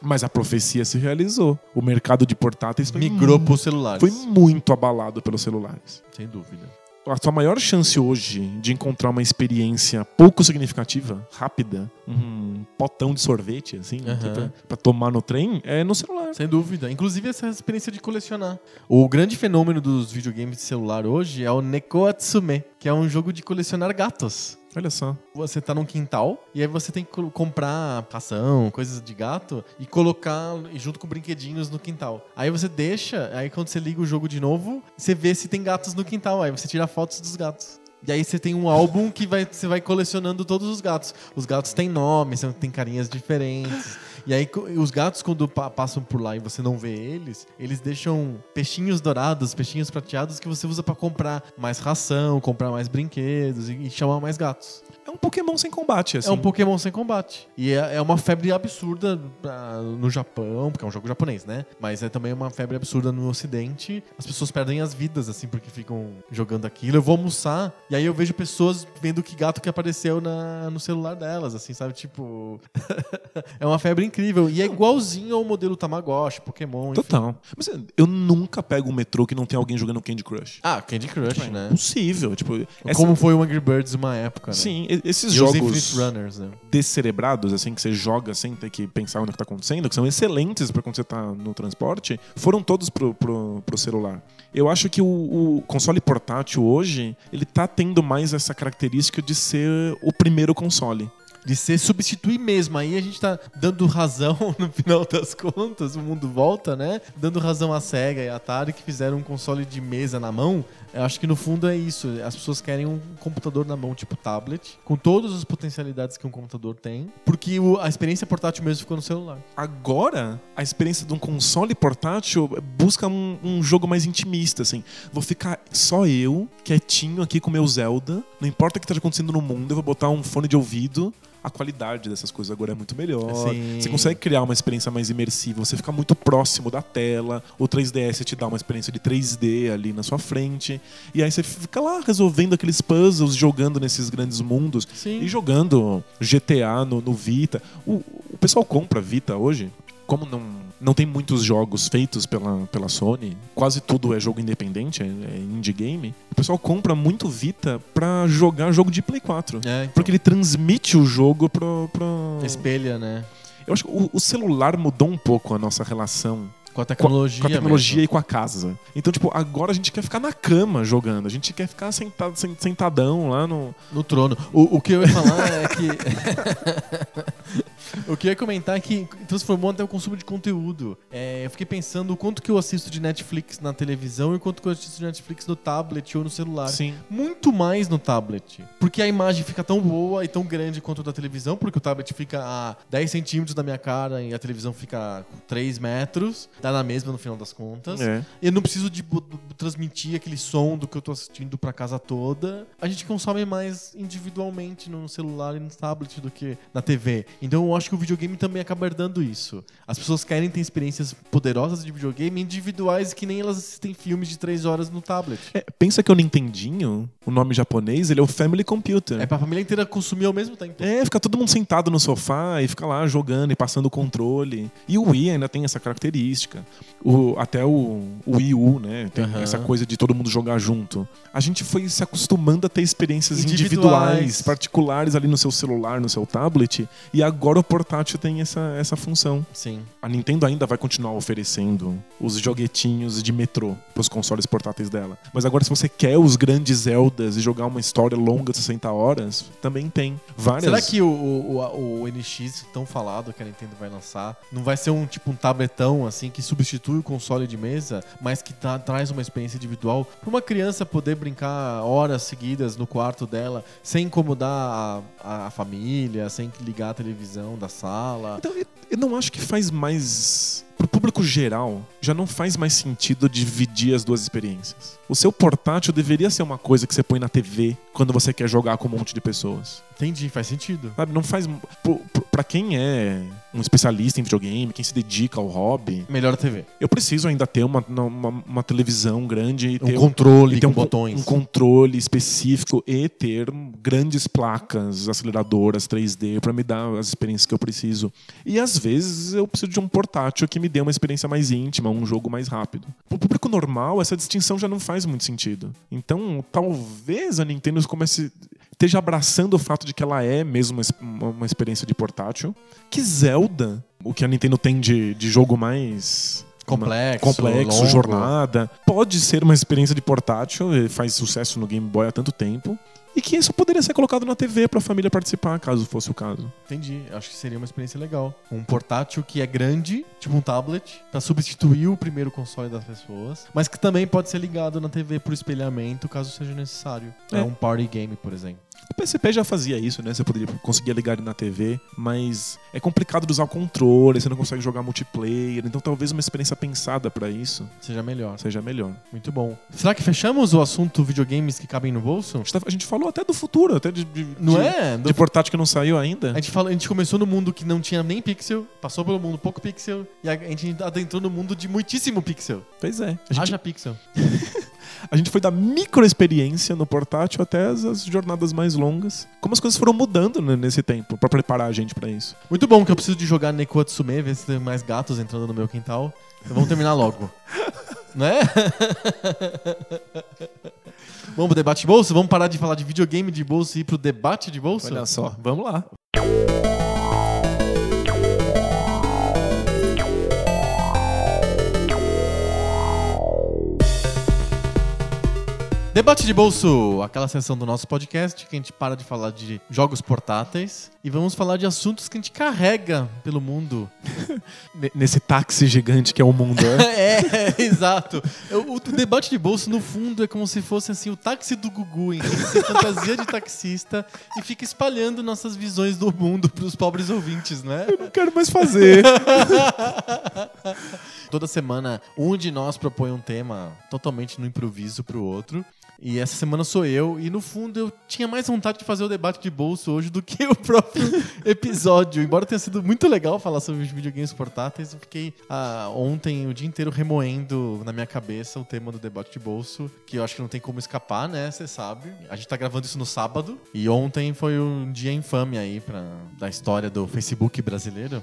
[SPEAKER 2] Mas a profecia se realizou. O mercado de portáteis foi
[SPEAKER 1] Migrou pro celular.
[SPEAKER 2] foi muito abalado pelos celulares.
[SPEAKER 1] Sem dúvida.
[SPEAKER 2] A sua maior chance hoje de encontrar uma experiência pouco significativa, rápida, um potão de sorvete, assim,
[SPEAKER 1] Aham.
[SPEAKER 2] que pra, pra tomar no trem, é no celular.
[SPEAKER 1] Sem dúvida. Inclusive essa experiência de colecionar. O grande fenômeno dos videogames de celular hoje é o Nekoatsume, que é um jogo de colecionar gatos.
[SPEAKER 2] Olha só.
[SPEAKER 1] Você tá num quintal e aí você tem que co- comprar ração, coisas de gato e colocar junto com brinquedinhos no quintal. Aí você deixa, aí quando você liga o jogo de novo, você vê se tem gatos no quintal. Aí você tira fotos dos gatos. E aí você tem um álbum que vai, você vai colecionando todos os gatos. Os gatos têm nomes, são- têm carinhas diferentes. E aí co- os gatos, quando pa- passam por lá e você não vê eles, eles deixam peixinhos dourados, peixinhos prateados que você usa pra comprar mais ração, comprar mais brinquedos e, e chamar mais gatos.
[SPEAKER 2] É um Pokémon sem combate, assim.
[SPEAKER 1] É um Pokémon sem combate. E é, é uma febre absurda pra- no Japão, porque é um jogo japonês, né? Mas é também uma febre absurda no Ocidente. As pessoas perdem as vidas, assim, porque ficam jogando aquilo. Eu vou almoçar, e aí eu vejo pessoas vendo que gato que apareceu na- no celular delas, assim, sabe? Tipo. [LAUGHS] é uma febre incrível. E é igualzinho ao modelo Tamagotchi, Pokémon. enfim.
[SPEAKER 2] Total. Mas é, eu nunca pego um metrô que não tem alguém jogando Candy Crush.
[SPEAKER 1] Ah, Candy Crush,
[SPEAKER 2] É
[SPEAKER 1] né?
[SPEAKER 2] Impossível. Tipo, essa-
[SPEAKER 1] Como foi o Angry Birds uma época, né?
[SPEAKER 2] Sim, e- esses
[SPEAKER 1] E os Infinite
[SPEAKER 2] jogos
[SPEAKER 1] Runners, né?
[SPEAKER 2] descerebrados, assim, que você joga sem ter que pensar onde que tá acontecendo, que são excelentes pra quando você tá no transporte, foram todos pro, pro, pro celular. Eu acho que o, o console portátil hoje, ele tá tendo mais essa característica de ser o primeiro console.
[SPEAKER 1] De ser substituir mesmo. Aí a gente tá dando razão, [LAUGHS] no final das contas, o mundo volta, né? Dando razão à SEGA e à Atari que fizeram um console de mesa na mão. Eu acho que no fundo é isso. As pessoas querem um computador na mão, tipo tablet, com todas as potencialidades que um computador tem, porque o- a experiência portátil mesmo ficou no celular.
[SPEAKER 2] Agora, a experiência de um console portátil busca um, um jogo mais intimista, assim. Vou ficar só eu, quietinho aqui com meu Zelda. Não importa o que esteja acontecendo no mundo, eu vou botar um fone de ouvido. A qualidade dessas coisas agora é muito melhor.
[SPEAKER 1] Sim.
[SPEAKER 2] Você consegue criar uma experiência mais imersiva. Você fica muito próximo da tela. O 3DS te dá uma experiência de 3D ali na sua frente. E aí você fica lá resolvendo aqueles puzzles, jogando nesses grandes mundos.
[SPEAKER 1] Sim.
[SPEAKER 2] E jogando GTA no, no Vita. O, o pessoal compra Vita hoje. Como não, não tem muitos jogos feitos pela, pela Sony, quase tudo é jogo independente, é, é indie game. O pessoal compra muito Vita pra jogar jogo de Play 4.
[SPEAKER 1] É, então,
[SPEAKER 2] Porque ele transmite o jogo pro. pro...
[SPEAKER 1] espelha, né?
[SPEAKER 2] Eu acho que o, o celular mudou um pouco a nossa relação
[SPEAKER 1] Com a tecnologia.
[SPEAKER 2] com a tecnologia
[SPEAKER 1] mesmo.
[SPEAKER 2] e com a casa. Então, tipo, agora a gente quer ficar na cama jogando, a gente quer ficar sentado, sen- sentadão lá no.
[SPEAKER 1] No trono. [LAUGHS] O, o que eu ia falar é que. Eu queria comentar que transformou até o consumo de conteúdo. É, eu fiquei pensando o quanto que eu assisto de Netflix na televisão e o quanto que eu assisto de Netflix no tablet ou no celular.
[SPEAKER 2] Sim.
[SPEAKER 1] Muito mais no tablet. Porque a imagem fica tão boa e tão grande quanto a da televisão, porque o tablet fica a 10 centímetros da minha cara e a televisão fica a 3 metros. Dá na mesma no final das contas.
[SPEAKER 2] É.
[SPEAKER 1] Eu não preciso de bo- bo- transmitir aquele som do que eu tô assistindo pra casa toda. A gente consome mais individualmente no celular e no tablet do que na TV. Então eu acho que o videogame também acaba herdando isso. As pessoas querem ter experiências poderosas de videogame individuais que nem elas assistem filmes de três horas no tablet.
[SPEAKER 2] É, pensa que o Nintendinho, o nome japonês, ele é o Family Computer.
[SPEAKER 1] É pra família inteira consumir ao mesmo tempo.
[SPEAKER 2] É, fica todo mundo sentado no sofá e fica lá jogando e passando o controle. E o Wii ainda tem essa característica. O, até o, o Wii U, né? Tem
[SPEAKER 1] Aham.
[SPEAKER 2] essa coisa de todo mundo jogar junto. A gente foi se acostumando a ter experiências individuais.
[SPEAKER 1] Individuais.
[SPEAKER 2] particulares ali no seu celular, no seu tablet. E agora o portátil tem essa, essa função.
[SPEAKER 1] Sim.
[SPEAKER 2] A Nintendo ainda vai continuar oferecendo os joguetinhos de metrô pros consoles portáteis dela. Mas agora, se você quer os grandes Zeldas e jogar uma história longa de 60 horas, também tem. Várias.
[SPEAKER 1] Será que o, o, o, a- o NX tão falado que a Nintendo vai lançar não vai ser um tipo um tabletão assim que substitui o console de mesa, mas que tá- traz uma experiência individual para uma criança poder brincar horas seguidas no quarto dela sem incomodar a, a- a família, sem ligar a televisão da sala?
[SPEAKER 2] Então, eu- eu não acho que faz mais. Pro público geral, já não faz mais sentido dividir as duas experiências. O seu portátil deveria ser uma coisa que você põe na TV quando você quer jogar com um monte de pessoas.
[SPEAKER 1] Entendi, faz sentido.
[SPEAKER 2] Sabe? Não faz. pro- pro- Pra quem é um especialista em videogame, quem se dedica ao hobby,
[SPEAKER 1] Melhor a TV.
[SPEAKER 2] eu preciso ainda ter uma, uma, uma televisão grande e
[SPEAKER 1] Um
[SPEAKER 2] ter
[SPEAKER 1] controle
[SPEAKER 2] e ter
[SPEAKER 1] com
[SPEAKER 2] co-
[SPEAKER 1] botões.
[SPEAKER 2] um controle específico e ter grandes placas aceleradoras 3D para me dar as experiências que eu preciso. E às vezes eu preciso de um portátil que me dê uma experiência mais íntima, um jogo mais rápido. Para o público normal, essa distinção já não faz muito sentido. Então, talvez a Nintendo comece esteja abraçando o fato de que ela é mesmo uma, es- uma- uma experiência de portátil. Que Zelda, o que a Nintendo tem de, de jogo mais
[SPEAKER 1] Complexo,
[SPEAKER 2] complexo,
[SPEAKER 1] longo.
[SPEAKER 2] jornada. Pode ser uma experiência de portátil, eh, faz sucesso no Game Boy há tanto tempo. E que isso poderia ser colocado na TV pra família participar, caso fosse o caso.
[SPEAKER 1] Entendi. Acho que seria uma experiência legal. Um portátil que é grande, tipo um tablet, pra substituir o primeiro console das pessoas, mas que também pode ser ligado na TV por espelhamento, caso seja necessário. É,
[SPEAKER 2] É.
[SPEAKER 1] um party game, por exemplo.
[SPEAKER 2] O PCP já fazia isso, né? Você poderia conseguir ligar ele na TV, mas é complicado de usar o controle, você não consegue jogar multiplayer, então talvez uma experiência pensada pra isso
[SPEAKER 1] Seja melhor.
[SPEAKER 2] seja melhor.
[SPEAKER 1] Muito bom. Será que fechamos o assunto videogames que cabem no bolso?
[SPEAKER 2] A gente, tá- a gente falou até do futuro, até de, de-
[SPEAKER 1] Não
[SPEAKER 2] de-
[SPEAKER 1] é? Do-
[SPEAKER 2] de portátil que não saiu
[SPEAKER 1] A
[SPEAKER 2] ainda.
[SPEAKER 1] gente, fala, a gente começou no mundo que não tinha nem pixel, passou pelo mundo pouco pixel, e a gente adentrou no mundo de muitíssimo pixel.
[SPEAKER 2] Pois é. A
[SPEAKER 1] Haja
[SPEAKER 2] gente,
[SPEAKER 1] pixel.
[SPEAKER 2] a gente foi da microexperiência no portátil até as, as jornadas mais longas. Como as coisas foram mudando né, nesse tempo pra preparar a gente pra isso.
[SPEAKER 1] Muito bom que eu preciso de jogar Neko Atsume, ver se tem mais gatos entrando no meu quintal. Então vamos terminar
[SPEAKER 2] [LAUGHS]
[SPEAKER 1] logo. né? vamos pro debate de bolso? Vamos parar de falar de videogame de bolso e ir pro debate de bolso?
[SPEAKER 2] Olha só, vamos lá.
[SPEAKER 1] Debate de bolso, aquela sessão do nosso podcast que a gente para de falar de jogos portáteis e vamos falar de assuntos que a gente carrega pelo mundo.
[SPEAKER 2] Ne- nesse táxi gigante que é o mundo. né?
[SPEAKER 1] [LAUGHS] É, exato. O, o debate de bolso, no fundo, é como se fosse assim o táxi do Gugu, em que ele se fantasia de taxista e fica espalhando nossas visões do mundo pros pobres ouvintes, né?
[SPEAKER 2] Não quero mais fazer.
[SPEAKER 1] Toda semana, um de nós propõe um tema totalmente no improviso pro outro. E essa semana sou eu, e no fundo eu tinha mais vontade de fazer o debate de bolso hoje do que [LAUGHS] o próprio episódio. Embora tenha sido muito legal falar sobre os videogames portáteis, eu fiquei ah, ontem o dia inteiro remoendo na minha cabeça o tema do debate de bolso, que eu acho que não tem como escapar, né? Você sabe. A gente tá gravando isso no sábado, e ontem foi um dia infame aí pra, da história do Facebook brasileiro.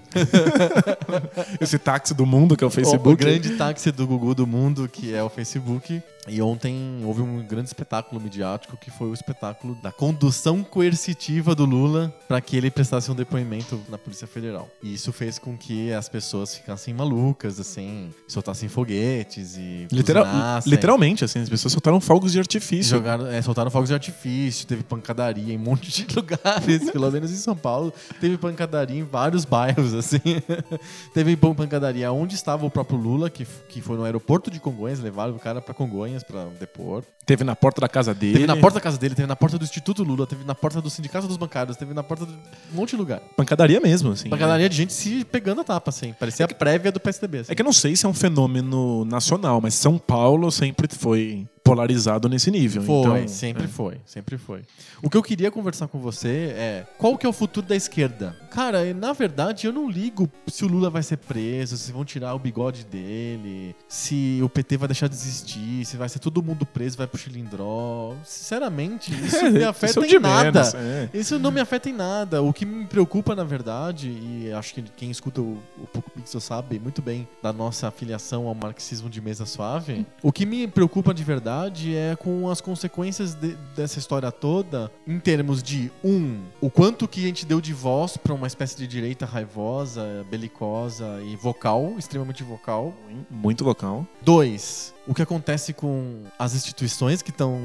[SPEAKER 2] Esse táxi do mundo que é o
[SPEAKER 1] O
[SPEAKER 2] Facebook.
[SPEAKER 1] grande táxi do Gugu do mundo, que é o Facebook. E ontem houve um grande grande espetáculo midiático que foi o espetáculo da condução coercitiva do Lula para que ele prestasse um depoimento na Polícia Federal. E isso fez com que as pessoas ficassem malucas, assim, soltassem foguetes e
[SPEAKER 2] Literal-
[SPEAKER 1] buzinassem.
[SPEAKER 2] literalmente, assim, as pessoas soltaram fogos de
[SPEAKER 1] E
[SPEAKER 2] artifício.
[SPEAKER 1] Jogaram, é, soltaram fogos de artifício, teve pancadaria em um monte de [LAUGHS] lugares, pelo menos em São Paulo. Teve pancadaria em vários bairros, assim. [LAUGHS] teve bom pancadaria onde estava o próprio Lula, que, f- que foi no aeroporto de Congonhas, levaram o cara pra Congonhas pra depor.
[SPEAKER 2] Teve na porta da casa dele.
[SPEAKER 1] Teve na porta da casa dele, teve na porta do Instituto Lula, teve na porta do Sindicato dos Bancários, teve na porta de um monte de lugar.
[SPEAKER 2] Pancadaria mesmo, assim.
[SPEAKER 1] Pancadaria de gente se pegando a tapa, assim. Parecia a prévia do PSDB. assim.
[SPEAKER 2] É que eu não sei se é um fenômeno nacional, mas São Paulo sempre foi polarizado nesse nível.
[SPEAKER 1] Foi,
[SPEAKER 2] então,
[SPEAKER 1] sempre foi, sempre foi. O que eu queria conversar com você é qual que é o futuro da esquerda? Cara, na verdade eu não ligo se o Lula vai ser preso, se vão tirar o bigode dele, se o PT vai deixar de existir, se vai ser todo mundo preso, vai pro Chilindró. Sinceramente,
[SPEAKER 2] [LAUGHS]
[SPEAKER 1] isso me afeta
[SPEAKER 2] Isso é o
[SPEAKER 1] em
[SPEAKER 2] de
[SPEAKER 1] nada.
[SPEAKER 2] menos,
[SPEAKER 1] [LAUGHS]
[SPEAKER 2] é.
[SPEAKER 1] Isso não me afeta em nada. O que me preocupa, na verdade, e acho que quem escuta o, o Poco Pixel sabe muito bem da nossa afiliação ao marxismo de mesa suave, o que me preocupa de verdade é com as consequências de- dessa história toda em termos de, um, o quanto que a gente deu de voz pra uma espécie de direita raivosa, belicosa e vocal, extremamente vocal,
[SPEAKER 2] Muito local.
[SPEAKER 1] Dois, o que acontece com as instituições que estão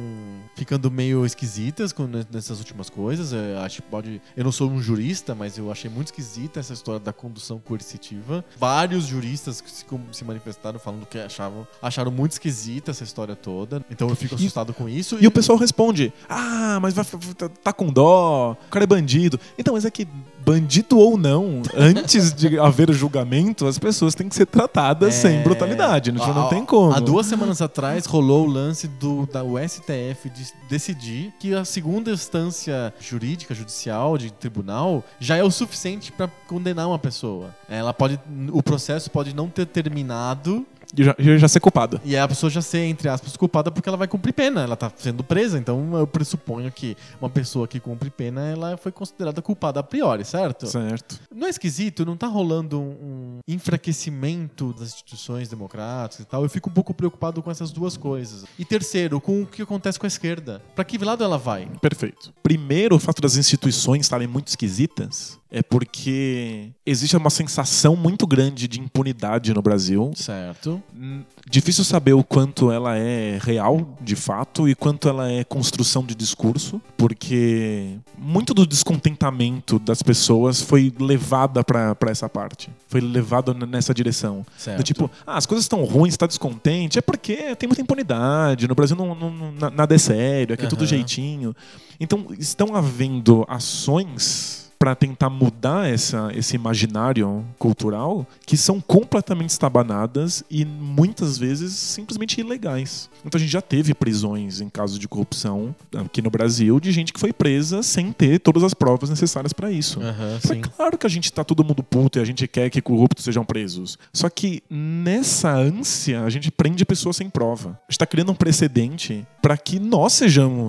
[SPEAKER 1] ficando meio esquisitas com- nessas últimas coisas. Eu, acho que pode, eu não sou um jurista, mas eu achei muito esquisita essa história da condução coercitiva. Vários juristas que se, com- se manifestaram falando que achavam, acharam muito esquisita essa história toda. Então eu fico
[SPEAKER 2] E-
[SPEAKER 1] assustado com isso.
[SPEAKER 2] E o pessoal responde: Ah, mas vai, tá, tá com dó, o cara é bandido. Então, mas é que, bandido ou não, [LAUGHS] antes de haver o julgamento, as pessoas têm que ser tratadas sem
[SPEAKER 1] É.
[SPEAKER 2] brutalidade. né? Tipo, não
[SPEAKER 1] Há-
[SPEAKER 2] tem como.
[SPEAKER 1] Há duas semanas atrás rolou o lance do, da o STF de decidir que a segunda instância jurídica, judicial, de tribunal, já é o suficiente para condenar uma pessoa. Ela pode. O processo pode não ter terminado
[SPEAKER 2] E já, já- já ser culpado.
[SPEAKER 1] e a pessoa já ser, entre aspas, culpada porque ela vai cumprir pena. Ela tá sendo presa, então eu pressuponho que uma pessoa que cumpre pena, ela foi considerada culpada a priori, certo?
[SPEAKER 2] Certo.
[SPEAKER 1] Não é esquisito? Não tá rolando um, um enfraquecimento das instituições democráticas e tal? Eu fico um pouco preocupado com essas duas coisas. E terceiro, com o que acontece com a esquerda. Pra que lado ela vai?
[SPEAKER 2] Perfeito. Primeiro, o fato das instituições estarem muito esquisitas é porque existe uma sensação muito grande de impunidade no Brasil.
[SPEAKER 1] Certo.
[SPEAKER 2] Hum, Difícil saber o quanto ela é real, de fato, e quanto ela é construção de discurso, porque muito do descontentamento das pessoas foi levada pra pra essa parte. Foi levado n- nessa direção.
[SPEAKER 1] Certo.
[SPEAKER 2] Do tipo, ah, as coisas estão ruins, tá descontente, é porque tem muita impunidade, no Brasil não, não- não- na- nada é sério, aqui é tudo
[SPEAKER 1] Aham.
[SPEAKER 2] jeitinho. Então, estão havendo ações para tentar mudar essa, esse imaginário cultural que são completamente estabanadas e muitas vezes simplesmente ilegais. Então a gente já teve prisões em caso de corrupção aqui no Brasil de gente que foi presa sem ter todas as provas necessárias para isso.
[SPEAKER 1] Aham,
[SPEAKER 2] Mas
[SPEAKER 1] sim.
[SPEAKER 2] claro que a gente tá todo mundo puto e a gente quer que corruptos sejam presos. Só que nessa ânsia, a gente prende pessoas sem prova. A gente tá criando um precedente para que nós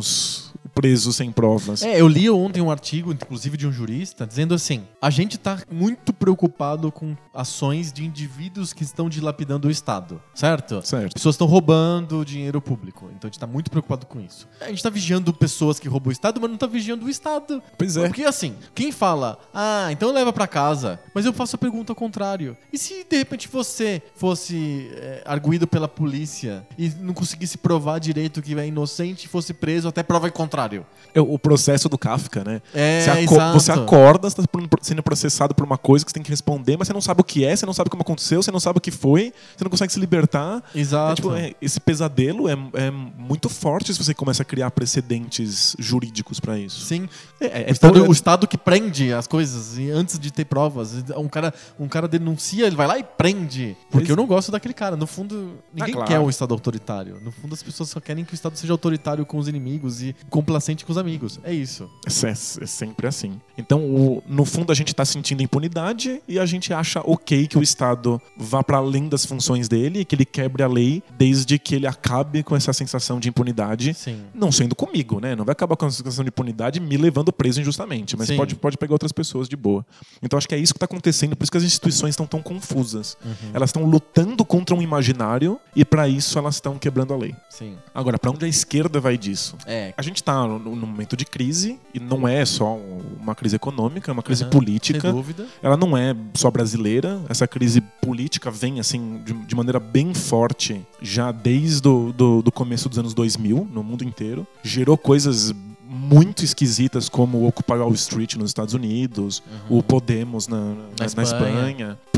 [SPEAKER 2] sejamos presos sem provas.
[SPEAKER 1] É, eu li ontem um artigo, inclusive de um jurista, dizendo assim: a gente tá muito preocupado com ações de indivíduos que estão dilapidando o Estado, certo? As
[SPEAKER 2] Certo.
[SPEAKER 1] pessoas estão roubando dinheiro público. Então a gente tá muito preocupado com isso. A gente tá vigiando pessoas que roubam o Estado, mas não tá vigiando o Estado.
[SPEAKER 2] Pois é.
[SPEAKER 1] Porque assim, quem fala, ah, então leva pra casa. Mas eu faço a pergunta ao contrário. E se de repente você fosse é, arguído pela polícia e não conseguisse provar direito que é inocente e fosse preso até prova em contrário?
[SPEAKER 2] É o processo do Kafka, né?
[SPEAKER 1] É,
[SPEAKER 2] você, aco-
[SPEAKER 1] exato.
[SPEAKER 2] você acorda, você tá sendo processado por uma coisa que você tem que responder, mas você não sabe o que é, você não sabe como aconteceu, você não sabe o que foi, você não consegue se libertar.
[SPEAKER 1] Exato.
[SPEAKER 2] É, tipo, é, esse pesadelo é, é muito forte se você começa a criar precedentes jurídicos pra isso.
[SPEAKER 1] Sim.
[SPEAKER 2] É, é-
[SPEAKER 1] o, estado,
[SPEAKER 2] é-
[SPEAKER 1] o Estado que prende as coisas e antes de ter provas. Um cara, um cara denuncia, ele vai lá e prende. Porque
[SPEAKER 2] Pois-
[SPEAKER 1] eu não gosto daquele cara. No fundo, ninguém
[SPEAKER 2] Ah, claro.
[SPEAKER 1] quer um Estado autoritário. No fundo, as pessoas só querem que o Estado seja autoritário com os inimigos e complacente com os amigos. É isso.
[SPEAKER 2] É, é sempre assim. Então, o- no fundo, a gente está sentindo impunidade e a gente acha ok que o Estado vá para além das funções dele e que ele quebre a lei desde que ele acabe com essa sensação de impunidade.
[SPEAKER 1] Sim.
[SPEAKER 2] Não sendo comigo, né? Não vai acabar com a sensação de impunidade me levando preso injustamente, mas
[SPEAKER 1] Sim.
[SPEAKER 2] pode, pode pegar outras pessoas de boa. Então acho que é isso que está acontecendo, por isso que as instituições estão tão confusas. Elas estão lutando contra um imaginário e para isso elas estão quebrando a lei.
[SPEAKER 1] Sim.
[SPEAKER 2] Agora, para onde a esquerda vai disso?
[SPEAKER 1] É.
[SPEAKER 2] A gente está num num momento de crise e não é só um- uma crise econômica, é uma crise
[SPEAKER 1] Aham. né, Sem
[SPEAKER 2] política.
[SPEAKER 1] dúvida.
[SPEAKER 2] Ela não é só brasileira. Essa crise política vem assim de, de maneira bem forte já desde o do, do começo dos anos 2000 no mundo inteiro. Gerou coisas muito esquisitas como o Occupy Wall Street nos Estados Unidos, o Podemos na, na, na Espanha.
[SPEAKER 1] Espanha.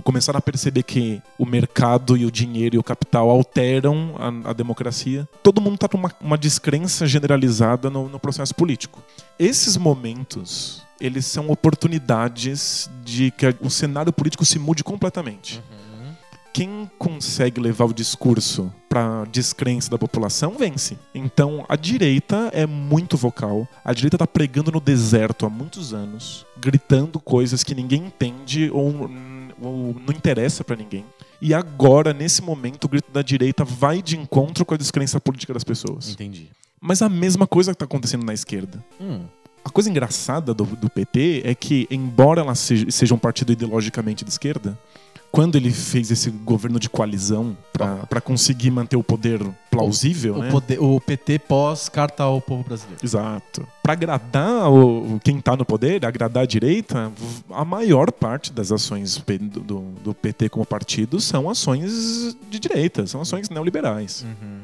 [SPEAKER 2] Começaram a perceber que o mercado e o dinheiro e o capital alteram a, a democracia. Todo mundo está com uma, uma descrença generalizada no- no processo político esses momentos eles são oportunidades de que o cenário político se mude completamente. Quem consegue levar o discurso para descrença da população vence. Então a direita é muito vocal. A direita tá pregando no deserto há muitos anos, gritando coisas que ninguém entende ou, ou não interessa para ninguém. E agora, nesse momento, o grito da direita vai de encontro com a descrença política das pessoas.
[SPEAKER 1] Entendi.
[SPEAKER 2] Mas a mesma coisa que tá acontecendo na esquerda.
[SPEAKER 1] Hum.
[SPEAKER 2] A coisa engraçada do, do PT é que, embora ela seja, seja um partido ideologicamente de esquerda, quando ele fez esse governo de coalizão
[SPEAKER 1] Ah.
[SPEAKER 2] para conseguir manter o poder plausível, né?
[SPEAKER 1] O, poder- o PT pós-carta ao povo brasileiro.
[SPEAKER 2] Exato. Para agradar o, o- quem tá no poder, agradar a direita, v- a maior parte das ações pe- do, do, do PT como partido são ações de direita, são ações neoliberais.
[SPEAKER 1] Uhum.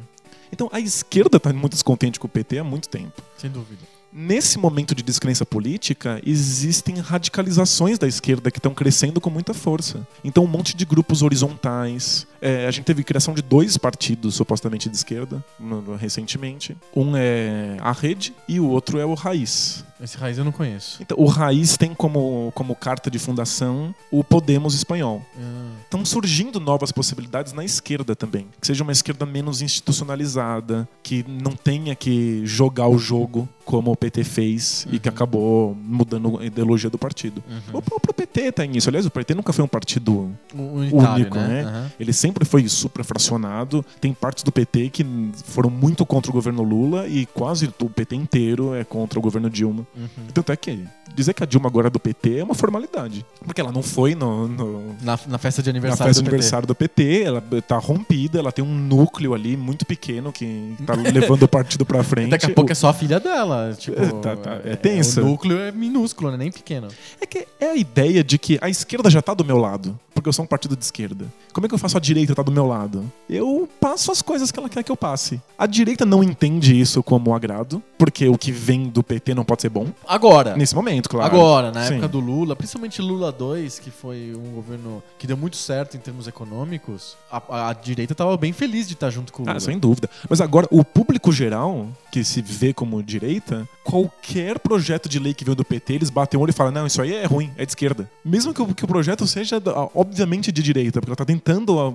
[SPEAKER 2] Então a esquerda está muito descontente com o PT há muito tempo.
[SPEAKER 1] Sem dúvida.
[SPEAKER 2] Nesse momento de descrença política, existem radicalizações da esquerda que estão crescendo com muita força. Então, um monte de grupos horizontais. É, a gente teve criação de dois partidos supostamente de esquerda no- no- recentemente. Um é a Rede e o outro é o Raiz.
[SPEAKER 1] Esse raiz eu não conheço.
[SPEAKER 2] Então, o Raiz tem como, como carta de fundação o Podemos espanhol.
[SPEAKER 1] Ah,
[SPEAKER 2] Estão surgindo novas possibilidades na esquerda também. Que seja uma esquerda menos institucionalizada, que não tenha que jogar o jogo como o PT fez e que acabou mudando a ideologia do partido.
[SPEAKER 1] Uhum.
[SPEAKER 2] O próprio PT tá nisso. Aliás, o PT nunca foi um partido
[SPEAKER 1] unitário,
[SPEAKER 2] único,
[SPEAKER 1] né?
[SPEAKER 2] né?
[SPEAKER 1] Aham.
[SPEAKER 2] Ele sempre foi suprafracionado. Tem partes do PT que foram muito contra o governo Lula e quase o PT inteiro é contra o governo Dilma.
[SPEAKER 1] Uhum.
[SPEAKER 2] Tanto é que dizer que a Dilma agora é do PT é uma formalidade. Porque ela não foi no- no,
[SPEAKER 1] Na, na festa de
[SPEAKER 2] na
[SPEAKER 1] aniversário
[SPEAKER 2] festa de
[SPEAKER 1] do
[SPEAKER 2] aniversário do PT, ela tá rompida, ela tem um núcleo ali muito pequeno que tá levando o partido pra
[SPEAKER 1] PT. [LAUGHS]
[SPEAKER 2] frente.
[SPEAKER 1] Daqui a pouco é só a filha dela. Tipo,
[SPEAKER 2] É, tá, tá. É
[SPEAKER 1] é,
[SPEAKER 2] tenso.
[SPEAKER 1] O núcleo é minúsculo, né? Nem pequeno.
[SPEAKER 2] É que é a ideia de que a esquerda já tá do meu lado, porque eu sou um partido de esquerda. Como é que eu faço a direita tá do meu lado? Eu passo as coisas que ela quer que eu passe. A direita não entende isso como agrado, porque o que vem do PT não pode ser bom.
[SPEAKER 1] Agora.
[SPEAKER 2] Nesse momento, claro.
[SPEAKER 1] É. Agora, na
[SPEAKER 2] Sim.
[SPEAKER 1] época do Lula, principalmente Lula 2, que foi um governo que deu muito certo em termos econômicos, a, a direita tava bem feliz de estar junto com o Lula.
[SPEAKER 2] Ah, sem dúvida. Mas agora, o público geral, que se vê como direita, qualquer projeto de lei que vem do PT, eles batem o olho e falam: não, isso aí é ruim, é de esquerda. Mesmo que o, que o projeto seja, da- obviamente, de direita, porque ela tá tentando ah,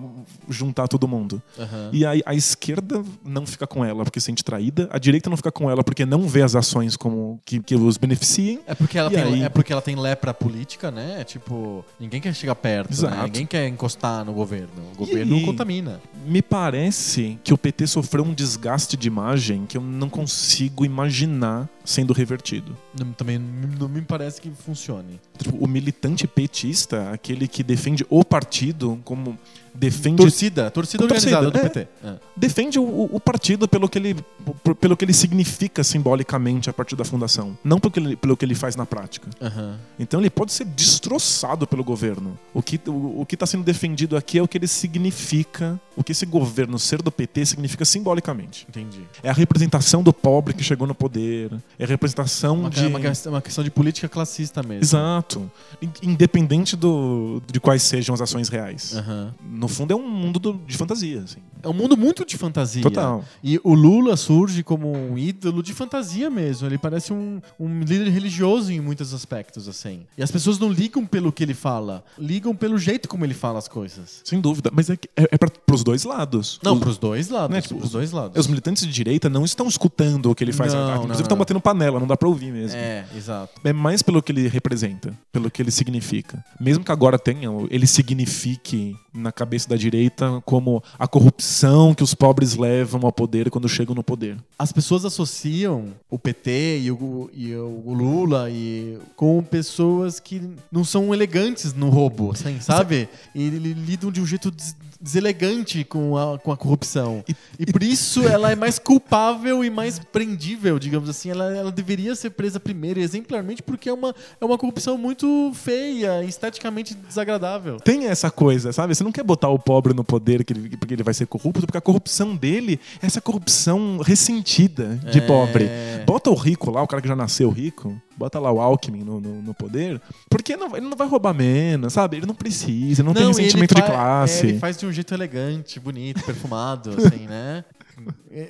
[SPEAKER 2] juntar todo mundo.
[SPEAKER 1] Aham.
[SPEAKER 2] E aí, a, esquerda não fica com ela porque se sente traída, a direita não fica com ela porque não vê as ações como que, que os beneficiem.
[SPEAKER 1] É porque, ela
[SPEAKER 2] E aí?
[SPEAKER 1] tem, é porque ela tem lepra política, né? É Tipo, ninguém quer chegar perto,
[SPEAKER 2] Exato.
[SPEAKER 1] né? Ninguém quer encostar no governo. O governo
[SPEAKER 2] aí?
[SPEAKER 1] contamina.
[SPEAKER 2] Me parece que o PT sofreu um desgaste de imagem que eu não consigo imaginar sendo revertido.
[SPEAKER 1] Não- também não me parece que funcione.
[SPEAKER 2] Tipo, o militante petista, aquele que defende o partido, como defende,
[SPEAKER 1] Torcida, torcida
[SPEAKER 2] Torcida,
[SPEAKER 1] organizada do
[SPEAKER 2] é.
[SPEAKER 1] PT. É.
[SPEAKER 2] defende o, o partido pelo que, ele, p- pelo que ele significa simbolicamente a partir da fundação, não pelo que ele, pelo que ele faz na prática.
[SPEAKER 1] Aham.
[SPEAKER 2] Então ele pode ser destroçado pelo governo. O que o, o que está sendo defendido aqui é o que ele significa, o que esse governo ser do PT significa simbolicamente.
[SPEAKER 1] Entendi.
[SPEAKER 2] É a representação do pobre que chegou no poder, é a representação
[SPEAKER 1] Uma, é
[SPEAKER 2] de
[SPEAKER 1] uma questão- uma questão de política classista mesmo.
[SPEAKER 2] Exato. In- Independente do, de quais sejam as ações reais.
[SPEAKER 1] Aham.
[SPEAKER 2] No fundo, é um mundo do- de fantasia, assim.
[SPEAKER 1] É um mundo muito de fantasia.
[SPEAKER 2] Total.
[SPEAKER 1] E o Lula surge como um ídolo de fantasia mesmo. Ele parece um, um líder religioso em muitos aspectos, assim. E as pessoas não ligam pelo que ele fala, ligam pelo jeito como ele fala as coisas.
[SPEAKER 2] Sem dúvida. Mas é, que- é, é pra, pros dois lados.
[SPEAKER 1] Não,
[SPEAKER 2] os,
[SPEAKER 1] pros dois lados.
[SPEAKER 2] Né,
[SPEAKER 1] Né,
[SPEAKER 2] tipo,
[SPEAKER 1] pros dois lados.
[SPEAKER 2] os militantes de direita não estão escutando o que ele faz.
[SPEAKER 1] Não,
[SPEAKER 2] na verdade.
[SPEAKER 1] não,
[SPEAKER 2] Inclusive, estão
[SPEAKER 1] não.
[SPEAKER 2] batendo panela, não dá pra ouvir mesmo.
[SPEAKER 1] É, exato.
[SPEAKER 2] É mais pelo que ele representa, pelo que ele significa. Mesmo que agora tenha, ele signifique na cabeça da direita como a corrupção que os pobres levam ao poder quando chegam no poder.
[SPEAKER 1] As pessoas associam o PT e o, e o Lula e com pessoas que não são elegantes no roubo, assim, sabe? E ele- lidam de um jeito des- deselegante com a, com a corrupção. E, por isso ela é mais culpável e mais prendível, digamos assim. Ela, ela deveria ser presa primeiro, exemplarmente, porque é uma, é uma corrupção muito feia, esteticamente desagradável.
[SPEAKER 2] Tem essa coisa, sabe? Você não quer botar o pobre no poder que ele- porque ele vai ser corrupto, porque a corrupção dele é essa corrupção ressentida de
[SPEAKER 1] É.
[SPEAKER 2] pobre. Bota o rico lá, o cara que já nasceu rico, bota lá o Alckmin no, no- no poder, porque não vai- ele não vai roubar menos, sabe? Ele não precisa, ele não, tem
[SPEAKER 1] ele
[SPEAKER 2] ressentimento de
[SPEAKER 1] fa- é,
[SPEAKER 2] classe.
[SPEAKER 1] ele faz de um jeito elegante, bonito, perfumado, assim, né? [LAUGHS]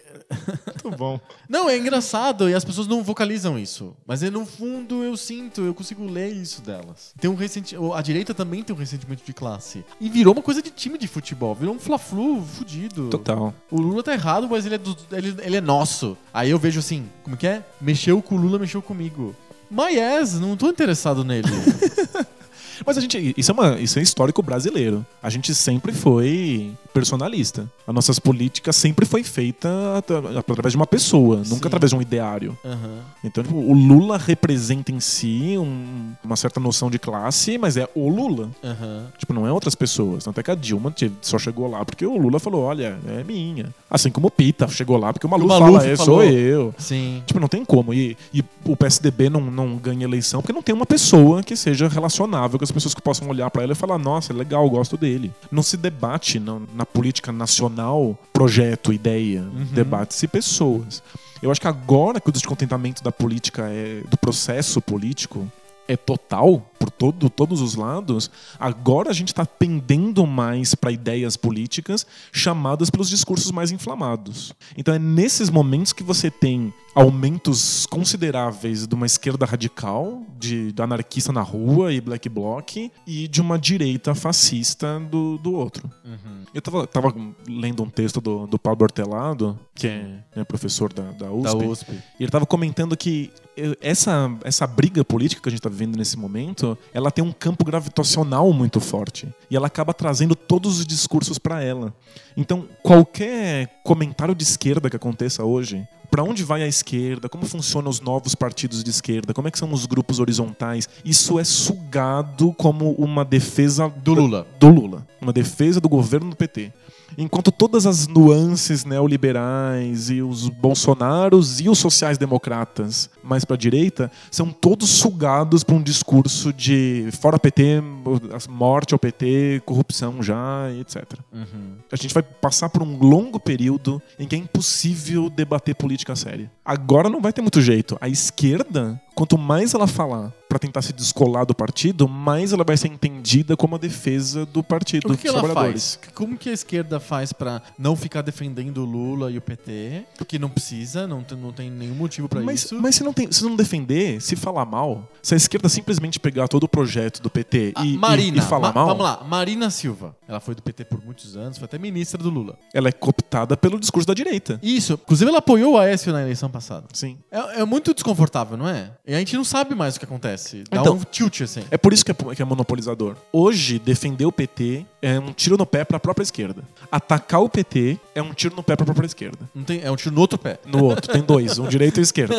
[SPEAKER 2] Muito bom.
[SPEAKER 1] Não, é engraçado e as pessoas não vocalizam isso. Mas é, no fundo eu sinto, eu consigo ler isso delas. Tem um ressenti... A direita também tem um ressentimento de classe. E virou uma coisa de time de futebol. Virou um fla-flu fudido.
[SPEAKER 2] Total.
[SPEAKER 1] O Lula tá errado, mas ele é, do- ele, ele é nosso. Aí eu vejo assim, como que é? Mexeu com o Lula, mexeu comigo. My ass, não tô interessado
[SPEAKER 2] [LAUGHS]
[SPEAKER 1] nele.
[SPEAKER 2] Mas a gente. Isso é, uma, isso é histórico brasileiro. A gente sempre foi personalista. As nossas políticas sempre foi feita atra- através de uma pessoa,
[SPEAKER 1] Sim.
[SPEAKER 2] nunca através de um ideário.
[SPEAKER 1] Aham.
[SPEAKER 2] Então, tipo, o Lula representa em si um- uma certa noção de classe, mas é o Lula.
[SPEAKER 1] Aham.
[SPEAKER 2] Tipo, não é outras pessoas. Tanto é que a Dilma te- só chegou lá porque o Lula falou: olha, é minha. Assim como o Pita chegou lá porque o Malu,
[SPEAKER 1] O Maluf
[SPEAKER 2] fala: é,
[SPEAKER 1] falou.
[SPEAKER 2] sou eu.
[SPEAKER 1] Sim.
[SPEAKER 2] Tipo, não tem como. E, e o PSDB não, não ganha eleição porque não tem uma pessoa que seja relacionável, que as pessoas que possam olhar pra ela e falar, nossa, é legal, eu gosto dele. Não se debate na, na política nacional projeto, ideia. Debate-se pessoas. Eu acho que agora que o descontentamento da política é do processo político é total por todo, todos os lados, agora a gente está pendendo mais para ideias políticas chamadas pelos discursos mais inflamados. Então é nesses momentos que você tem aumentos consideráveis de uma esquerda radical, de, do anarquista na rua e black bloc, e de uma direita fascista do, do outro. Eu tava, tava lendo um texto do, do Pablo Hortelado, que é né, professor da, da USP.
[SPEAKER 1] Da USP.
[SPEAKER 2] E ele estava comentando que eh, essa, essa briga política que a gente está vivendo nesse momento, ela tem um campo gravitacional muito forte. E ela acaba trazendo todos os discursos para ela. Então, qualquer comentário de esquerda que aconteça hoje, para onde vai a esquerda, como funcionam os novos partidos de esquerda, como é que são os grupos horizontais, isso é sugado como uma defesa
[SPEAKER 1] Do Lula.
[SPEAKER 2] do Lula, uma defesa do governo do PT. Enquanto todas as nuances neoliberais e os bolsonaros e os sociais-democratas mais para a direita são todos sugados por um discurso de fora PT, morte ao PT, corrupção já, e etc.
[SPEAKER 1] Uhum.
[SPEAKER 2] A gente vai passar por um longo período em que é impossível debater política séria. Agora não vai ter muito jeito. A esquerda, quanto mais ela falar pra tentar se descolar do partido, mais ela vai ser entendida como a defesa do partido,
[SPEAKER 1] O que, que
[SPEAKER 2] dos
[SPEAKER 1] ela
[SPEAKER 2] trabalhadores.
[SPEAKER 1] faz? Como que a esquerda faz pra não ficar defendendo o Lula e o PT? Porque não precisa, não tem, não tem nenhum motivo pra
[SPEAKER 2] Mas,
[SPEAKER 1] isso.
[SPEAKER 2] mas se, não tem, se não defender, se falar mal, se a esquerda simplesmente pegar todo o projeto do PT
[SPEAKER 1] A
[SPEAKER 2] e, e-
[SPEAKER 1] Ah, Marina,
[SPEAKER 2] e falar
[SPEAKER 1] Ma-
[SPEAKER 2] mal,
[SPEAKER 1] vamos lá, Marina Silva. Ela foi do PT por muitos anos, foi até ministra do Lula.
[SPEAKER 2] ela é cooptada pelo discurso da direita.
[SPEAKER 1] Isso, inclusive ela apoiou o Aécio na eleição passada.
[SPEAKER 2] Sim.
[SPEAKER 1] É, é muito desconfortável, não é? E a gente não sabe mais o que acontece. Dá
[SPEAKER 2] Então-
[SPEAKER 1] um tilt, assim.
[SPEAKER 2] É por isso que é, que é monopolizador. Hoje, defender o PT é um tiro no pé pra própria esquerda. Atacar o PT é um tiro no pé pra própria esquerda.
[SPEAKER 1] Não tem, é um tiro no outro pé.
[SPEAKER 2] No outro, tem dois, um direito e um esquerdo.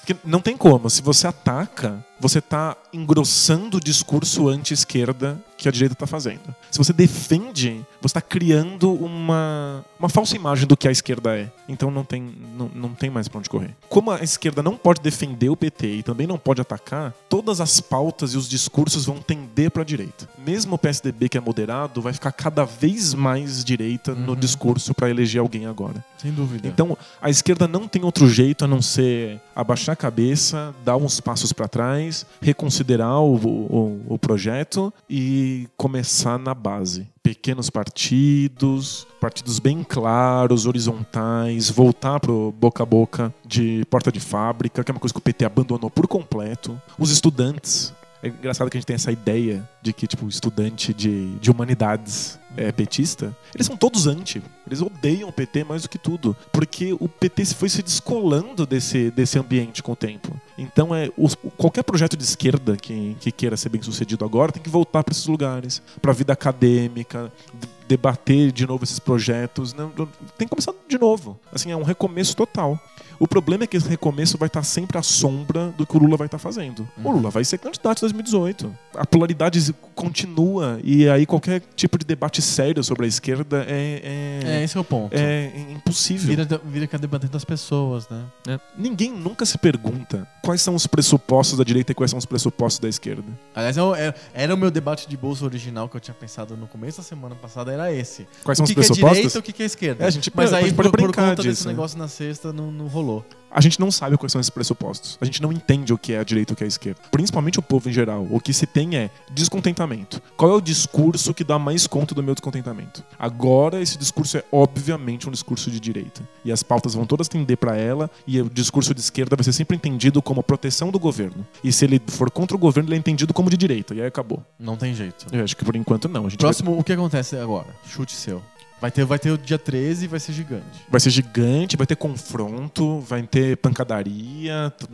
[SPEAKER 2] Porque não tem como. Se você ataca, você tá engrossando o discurso anti-esquerda que a direita tá fazendo. Se você defende, você tá criando uma, uma falsa imagem do que a esquerda é. Então não tem, não, não tem mais pra onde correr. Como a esquerda não pode defender o PT e também não pode atacar, todas as pautas e os discursos vão tender pra direita. Mesmo o PSDB que é moderado vai ficar cada vez mais direita no discurso pra eleger alguém agora.
[SPEAKER 1] Sem dúvida.
[SPEAKER 2] Então, a esquerda não tem outro jeito a não ser abaixar a cabeça, dar uns passos para trás, reconsiderar o, o- o projeto e começar na base. Pequenos partidos, partidos bem claros, horizontais, voltar pro boca a boca de porta de fábrica, que é uma coisa que o PT abandonou por completo. Os estudantes. É engraçado que a gente tem essa ideia de que, tipo, estudante de, de humanidades é petista. Eles são todos anti. Eles odeiam o PT mais do que tudo. Porque o PT se foi se descolando desse, desse ambiente com o tempo. Então, é os- qualquer projeto de esquerda que, que queira ser bem sucedido agora tem que voltar para esses lugares para a vida acadêmica. d- Debater de novo esses projetos. né? Tem que começar de novo. Assim, é um recomeço total. O problema é que esse recomeço vai estar sempre à sombra do que o Lula vai estar fazendo.
[SPEAKER 1] Uhum.
[SPEAKER 2] O Lula vai ser candidato em 2018. A polaridade continua e aí qualquer tipo de debate sério sobre a esquerda
[SPEAKER 1] É,
[SPEAKER 2] é,
[SPEAKER 1] esse é o ponto.
[SPEAKER 2] é, é impossível.
[SPEAKER 1] Vira, vira que é debatendo das pessoas, né?
[SPEAKER 2] Ninguém nunca se pergunta quais são os pressupostos da direita e quais são os pressupostos da esquerda.
[SPEAKER 1] Aliás, eu- é- era o meu debate de bolsa original que eu tinha pensado no começo da semana passada, era esse.
[SPEAKER 2] Quais
[SPEAKER 1] o
[SPEAKER 2] são
[SPEAKER 1] que,
[SPEAKER 2] os
[SPEAKER 1] que é
[SPEAKER 2] pressupostos?
[SPEAKER 1] direita e o que, que é esquerda.
[SPEAKER 2] É, a gente
[SPEAKER 1] Mas
[SPEAKER 2] pode-
[SPEAKER 1] aí,
[SPEAKER 2] pode
[SPEAKER 1] por, por
[SPEAKER 2] brincar
[SPEAKER 1] conta desse
[SPEAKER 2] disso, né?
[SPEAKER 1] negócio na sexta, não, não rolou.
[SPEAKER 2] A gente não sabe quais são esses pressupostos. A gente não entende o que é a direita e o que é a esquerda. Principalmente o povo em geral. O que se tem é descontentamento. Qual é o discurso que dá mais conta do meu descontentamento? Agora, esse discurso é obviamente um discurso de direita. E as pautas vão todas tender para ela, e o discurso de esquerda vai ser sempre entendido como a proteção do governo. E se ele for contra o governo, ele é entendido como de direita. E aí acabou.
[SPEAKER 1] Não tem jeito.
[SPEAKER 2] Eu acho que por enquanto não. A gente vai-
[SPEAKER 1] Próximo, o que acontece agora? Chute seu. Vai ter, vai ter o dia 13 e vai ser gigante.
[SPEAKER 2] Vai ser gigante, vai ter confronto, vai ter pancadaria. t-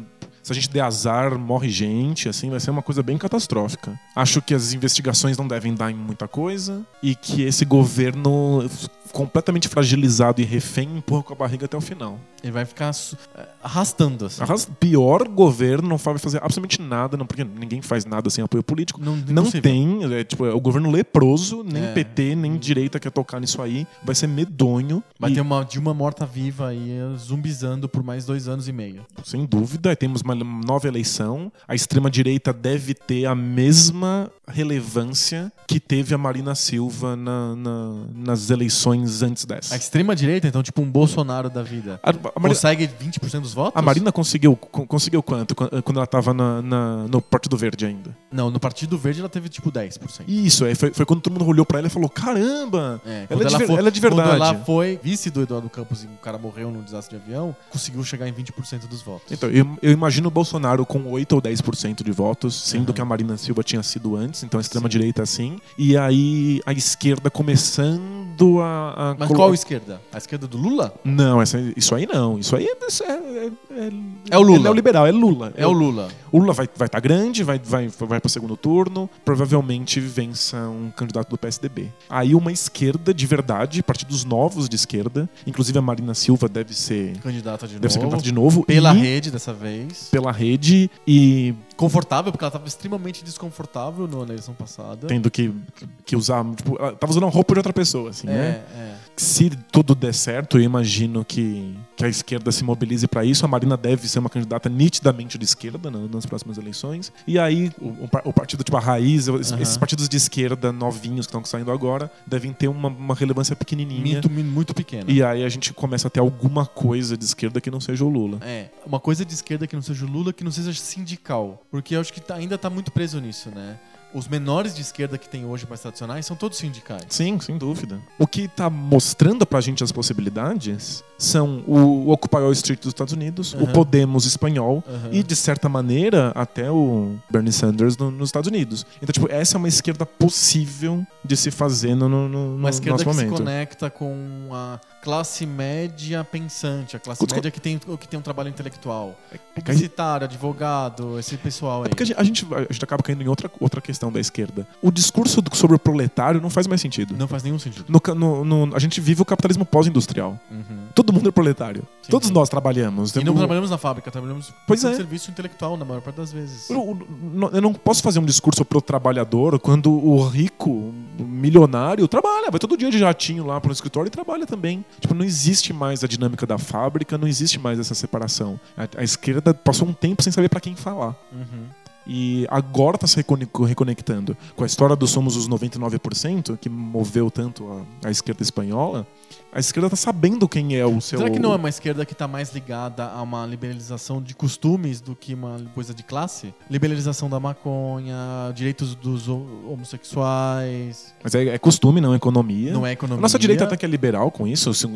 [SPEAKER 2] Se a gente der azar, morre gente, assim, vai ser uma coisa bem catastrófica. Acho que as investigações não devem dar em muita coisa e que esse governo f- completamente fragilizado e refém empurra com a barriga até o final.
[SPEAKER 1] Ele vai ficar su- arrastando, assim.
[SPEAKER 2] Arras- Pior governo não fa- vai fazer absolutamente nada, não, porque ninguém faz nada sem apoio político.
[SPEAKER 1] Não,
[SPEAKER 2] Não
[SPEAKER 1] impossível.
[SPEAKER 2] tem, é, tipo, é o governo leproso, nem
[SPEAKER 1] É.
[SPEAKER 2] PT, nem direita quer tocar nisso aí. Vai ser medonho.
[SPEAKER 1] Vai
[SPEAKER 2] e-
[SPEAKER 1] ter uma Dilma morta-viva aí, eh, zumbizando por mais dois anos e meio.
[SPEAKER 2] Sem dúvida, aí temos uma nova eleição. A extrema-direita deve ter a mesma relevância que teve a Marina Silva na- na- nas eleições antes
[SPEAKER 1] A
[SPEAKER 2] dessa.
[SPEAKER 1] extrema-direita, então, tipo um Bolsonaro da vida,
[SPEAKER 2] A, a Marina,
[SPEAKER 1] consegue 20% dos votos?
[SPEAKER 2] a Marina conseguiu, co- conseguiu quanto Quan- quando ela estava no Partido Verde ainda?
[SPEAKER 1] Não, no Partido Verde ela teve, tipo, 10%.
[SPEAKER 2] Isso, aí foi, foi quando todo mundo olhou pra ela e falou: caramba!
[SPEAKER 1] É,
[SPEAKER 2] ela, é
[SPEAKER 1] quando
[SPEAKER 2] de, ver-
[SPEAKER 1] foi-
[SPEAKER 2] ela é de
[SPEAKER 1] Quando
[SPEAKER 2] verdade.
[SPEAKER 1] ela foi vice do Eduardo Campos e o cara morreu num desastre de avião, conseguiu chegar em 20% dos votos.
[SPEAKER 2] Então, eu, eu imagino o Bolsonaro com 8 ou 10% de votos, sendo
[SPEAKER 1] Aham.
[SPEAKER 2] que a Marina Silva tinha sido antes, então a extrema-direita assim. E aí a esquerda começando a. a
[SPEAKER 1] Mas
[SPEAKER 2] colo-
[SPEAKER 1] qual esquerda? A esquerda do Lula?
[SPEAKER 2] Não, essa- isso aí não. Isso aí é. isso é, é- é-
[SPEAKER 1] É o Lula.
[SPEAKER 2] É neoliberal, é Lula.
[SPEAKER 1] É o Lula.
[SPEAKER 2] O Lula vai estar grande, vai, vai, vai para o segundo turno, provavelmente vença um candidato do PSDB. Aí uma esquerda de verdade, partidos novos de esquerda, inclusive a Marina Silva deve ser,
[SPEAKER 1] Candidata de
[SPEAKER 2] deve ser
[SPEAKER 1] novo.
[SPEAKER 2] candidata de novo.
[SPEAKER 1] Pela
[SPEAKER 2] e-
[SPEAKER 1] rede dessa vez.
[SPEAKER 2] Pela rede e
[SPEAKER 1] Confortável, porque ela tava extremamente desconfortável no- na eleição passada.
[SPEAKER 2] tendo que, que usar. Tipo, ela tava usando a roupa de outra pessoa, assim,
[SPEAKER 1] é,
[SPEAKER 2] né?
[SPEAKER 1] é.
[SPEAKER 2] Se tudo der certo, eu imagino que, que a esquerda se mobilize para isso. A Marina deve ser uma candidata nitidamente de esquerda na- nas próximas eleições. E aí, o, o par- o partido, tipo, a raiz, es-
[SPEAKER 1] Aham.
[SPEAKER 2] esses partidos de esquerda novinhos que estão saindo agora, devem ter uma, uma relevância pequenininha.
[SPEAKER 1] Muito, muito pequena.
[SPEAKER 2] E aí a gente começa a ter alguma coisa de esquerda que não seja o Lula.
[SPEAKER 1] É, uma coisa de esquerda que não seja o Lula, que não seja sindical. Porque eu acho que tá- ainda tá muito preso nisso, né? Os menores de esquerda que tem hoje mais tradicionais são todos sindicais.
[SPEAKER 2] Sim, sem dúvida. O que tá mostrando pra gente as possibilidades são o Occupy Wall Street dos Estados Unidos,
[SPEAKER 1] Aham.
[SPEAKER 2] o Podemos espanhol
[SPEAKER 1] Aham.
[SPEAKER 2] e, de certa maneira, até o Bernie Sanders no- nos Estados Unidos. Então, tipo, essa é uma esquerda possível de se fazer no, no, no-
[SPEAKER 1] Uma
[SPEAKER 2] no
[SPEAKER 1] esquerda
[SPEAKER 2] nosso
[SPEAKER 1] que se
[SPEAKER 2] momento.
[SPEAKER 1] conecta com a classe média pensante, a classe
[SPEAKER 2] Escuta,
[SPEAKER 1] média que tem, que tem um trabalho intelectual.
[SPEAKER 2] É que a gente-
[SPEAKER 1] Publicitário, advogado, esse pessoal aí.
[SPEAKER 2] é porque a gente, a gente, a gente acaba caindo em outra, outra questão da esquerda. O discurso do- sobre o proletário não faz mais sentido.
[SPEAKER 1] Não faz nenhum sentido.
[SPEAKER 2] No ca- no- no- a gente vive o capitalismo pós-industrial.
[SPEAKER 1] Uhum.
[SPEAKER 2] Todo mundo é proletário.
[SPEAKER 1] Sim,
[SPEAKER 2] Todos
[SPEAKER 1] sim.
[SPEAKER 2] nós trabalhamos.
[SPEAKER 1] E não
[SPEAKER 2] O-
[SPEAKER 1] trabalhamos na fábrica, trabalhamos
[SPEAKER 2] Pois
[SPEAKER 1] no
[SPEAKER 2] é.
[SPEAKER 1] serviço intelectual na maior parte das vezes.
[SPEAKER 2] Eu, eu- não- eu não posso fazer um discurso pro trabalhador quando o rico, o milionário, trabalha, vai todo dia de jatinho lá pro escritório e trabalha também. Tipo, não existe mais a dinâmica da fábrica, não existe mais essa separação. A, a esquerda passou um tempo sem saber pra quem falar.
[SPEAKER 1] Uhum.
[SPEAKER 2] E agora tá se recone- reconectando com a história do Somos os 99%, que moveu tanto a, a esquerda espanhola. A esquerda tá sabendo quem é o seu.
[SPEAKER 1] Será que não é uma esquerda que está mais ligada a uma liberalização de costumes do que uma coisa de classe? Liberalização da maconha, direitos dos ho- homossexuais,
[SPEAKER 2] Mas é, é costume, não é economia.
[SPEAKER 1] não é economia.
[SPEAKER 2] A nossa direita até que é liberal com isso, assim,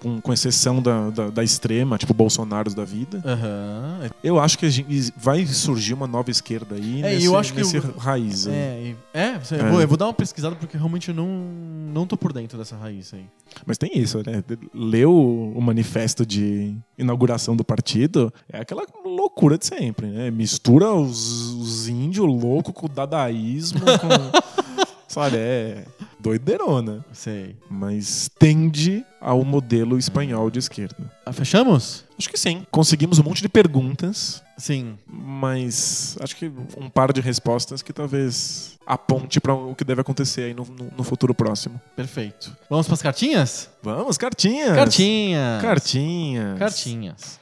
[SPEAKER 2] com, com exceção da, da, da extrema, tipo Bolsonaros da vida.
[SPEAKER 1] Aham. é
[SPEAKER 2] Eu acho que a gente- vai surgir uma nova nova esquerda aí,
[SPEAKER 1] É, e
[SPEAKER 2] nesse,
[SPEAKER 1] eu acho que
[SPEAKER 2] nesse
[SPEAKER 1] eu-
[SPEAKER 2] raiz. aí.
[SPEAKER 1] É, e- é, você- Eu, vou, eu vou dar uma pesquisada porque realmente eu não, não tô por dentro dessa raiz aí.
[SPEAKER 2] Mas tem isso, né? Leu o manifesto de inauguração do partido, é aquela loucura de sempre, né? Mistura os, os índios loucos com o dadaísmo, com.
[SPEAKER 1] [LAUGHS]
[SPEAKER 2] sabe, é doideirona.
[SPEAKER 1] Sei.
[SPEAKER 2] Mas tende ao modelo espanhol de esquerda.
[SPEAKER 1] Ah, fechamos?
[SPEAKER 2] Acho que sim. Conseguimos um monte de perguntas,
[SPEAKER 1] Sim.
[SPEAKER 2] mas acho que um par de respostas que talvez aponte para o que deve acontecer aí no, no- no futuro próximo.
[SPEAKER 1] Perfeito. Vamos pras cartinhas?
[SPEAKER 2] Vamos, cartinhas!
[SPEAKER 1] Cartinhas.
[SPEAKER 2] Cartinhas!
[SPEAKER 1] Cartinhas.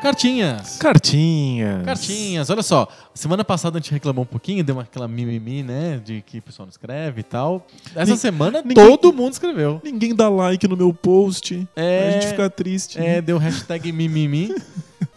[SPEAKER 1] Cartinhas.
[SPEAKER 2] Cartinhas.
[SPEAKER 1] Cartinhas, olha só. Semana passada a gente reclamou um pouquinho, deu uma- aquela mimimi, né? De que o pessoal não escreve e tal. Essa
[SPEAKER 2] Nin-
[SPEAKER 1] semana
[SPEAKER 2] ninguém-
[SPEAKER 1] todo mundo escreveu.
[SPEAKER 2] Ninguém dá like no meu post.
[SPEAKER 1] É.
[SPEAKER 2] A gente fica triste.
[SPEAKER 1] É, deu hashtag mimimi.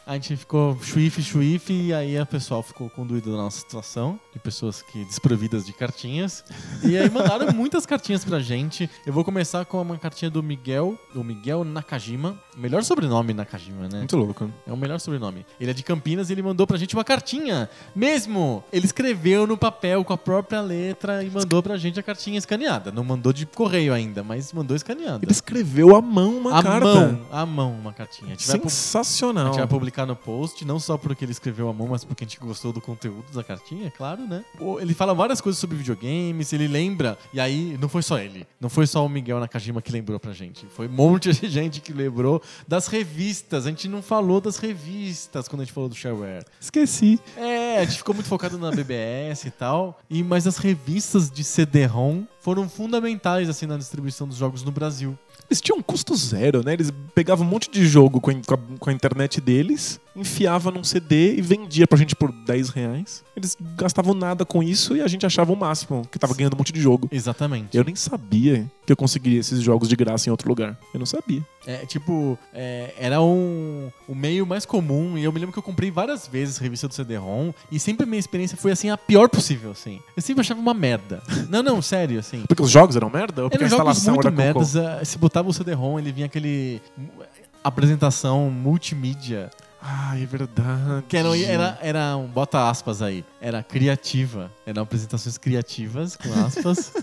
[SPEAKER 1] A gente ficou chuife, chuife, e aí o pessoal ficou com dúvida da nossa situação, de pessoas que desprovidas de cartinhas. E aí
[SPEAKER 2] [LAUGHS]
[SPEAKER 1] mandaram muitas cartinhas pra gente. Eu vou começar com uma cartinha do Miguel, do Miguel Nakajima. Melhor sobrenome Nakajima, né?
[SPEAKER 2] Muito louco.
[SPEAKER 1] É o melhor sobrenome. Ele é de Campinas e ele mandou pra gente uma cartinha. Mesmo! Ele escreveu no papel com a própria letra e mandou pra gente a cartinha escaneada. Não mandou de correio ainda, mas mandou escaneada.
[SPEAKER 2] Ele escreveu à mão uma
[SPEAKER 1] a
[SPEAKER 2] carta.
[SPEAKER 1] mão, a mão uma cartinha. A gente, vai, pu- a
[SPEAKER 2] Sensacional.
[SPEAKER 1] gente vai publicar no post, não só porque ele escreveu a mão, mas porque a gente gostou do conteúdo da cartinha, claro, né? Pô, Ele fala várias coisas sobre videogames, ele lembra. E aí, não foi só ele. Não foi só o Miguel Nakajima que lembrou pra gente. Foi um monte de [LAUGHS] gente que lembrou das revistas. A gente não falou das revistas quando a gente falou do shareware.
[SPEAKER 2] Esqueci.
[SPEAKER 1] É, a gente ficou muito focado na BBS e tal. E, mas as revistas de CD-ROM foram fundamentais assim na distribuição dos jogos no Brasil.
[SPEAKER 2] Eles tinham um custo zero, né? Eles pegavam um monte de jogo com a, com a- com a internet deles, enfiava num CD e vendia pra gente por 10 reais. Eles gastavam nada com isso e a gente achava o máximo, que tava ganhando um monte de jogo.
[SPEAKER 1] Exatamente.
[SPEAKER 2] Eu nem sabia que eu conseguiria esses jogos de graça em outro lugar. Eu não sabia.
[SPEAKER 1] É, tipo, é, era um, o meio mais comum. E eu me lembro que eu comprei várias vezes revista do CD-ROM. E sempre a minha experiência foi, assim, a pior possível, assim. Eu sempre achava uma merda. [LAUGHS] Não, não, sério, assim.
[SPEAKER 2] Porque os jogos eram merda? Ou porque
[SPEAKER 1] Eram
[SPEAKER 2] a
[SPEAKER 1] jogos
[SPEAKER 2] instalação
[SPEAKER 1] muito
[SPEAKER 2] era cocô?
[SPEAKER 1] merdas. ah, Se botava o CD-ROM, ele vinha aquele... mu- Apresentação multimídia.
[SPEAKER 2] Ah, é verdade.
[SPEAKER 1] Que era, era, era um, bota aspas aí. Era criativa. Eram apresentações criativas, com aspas.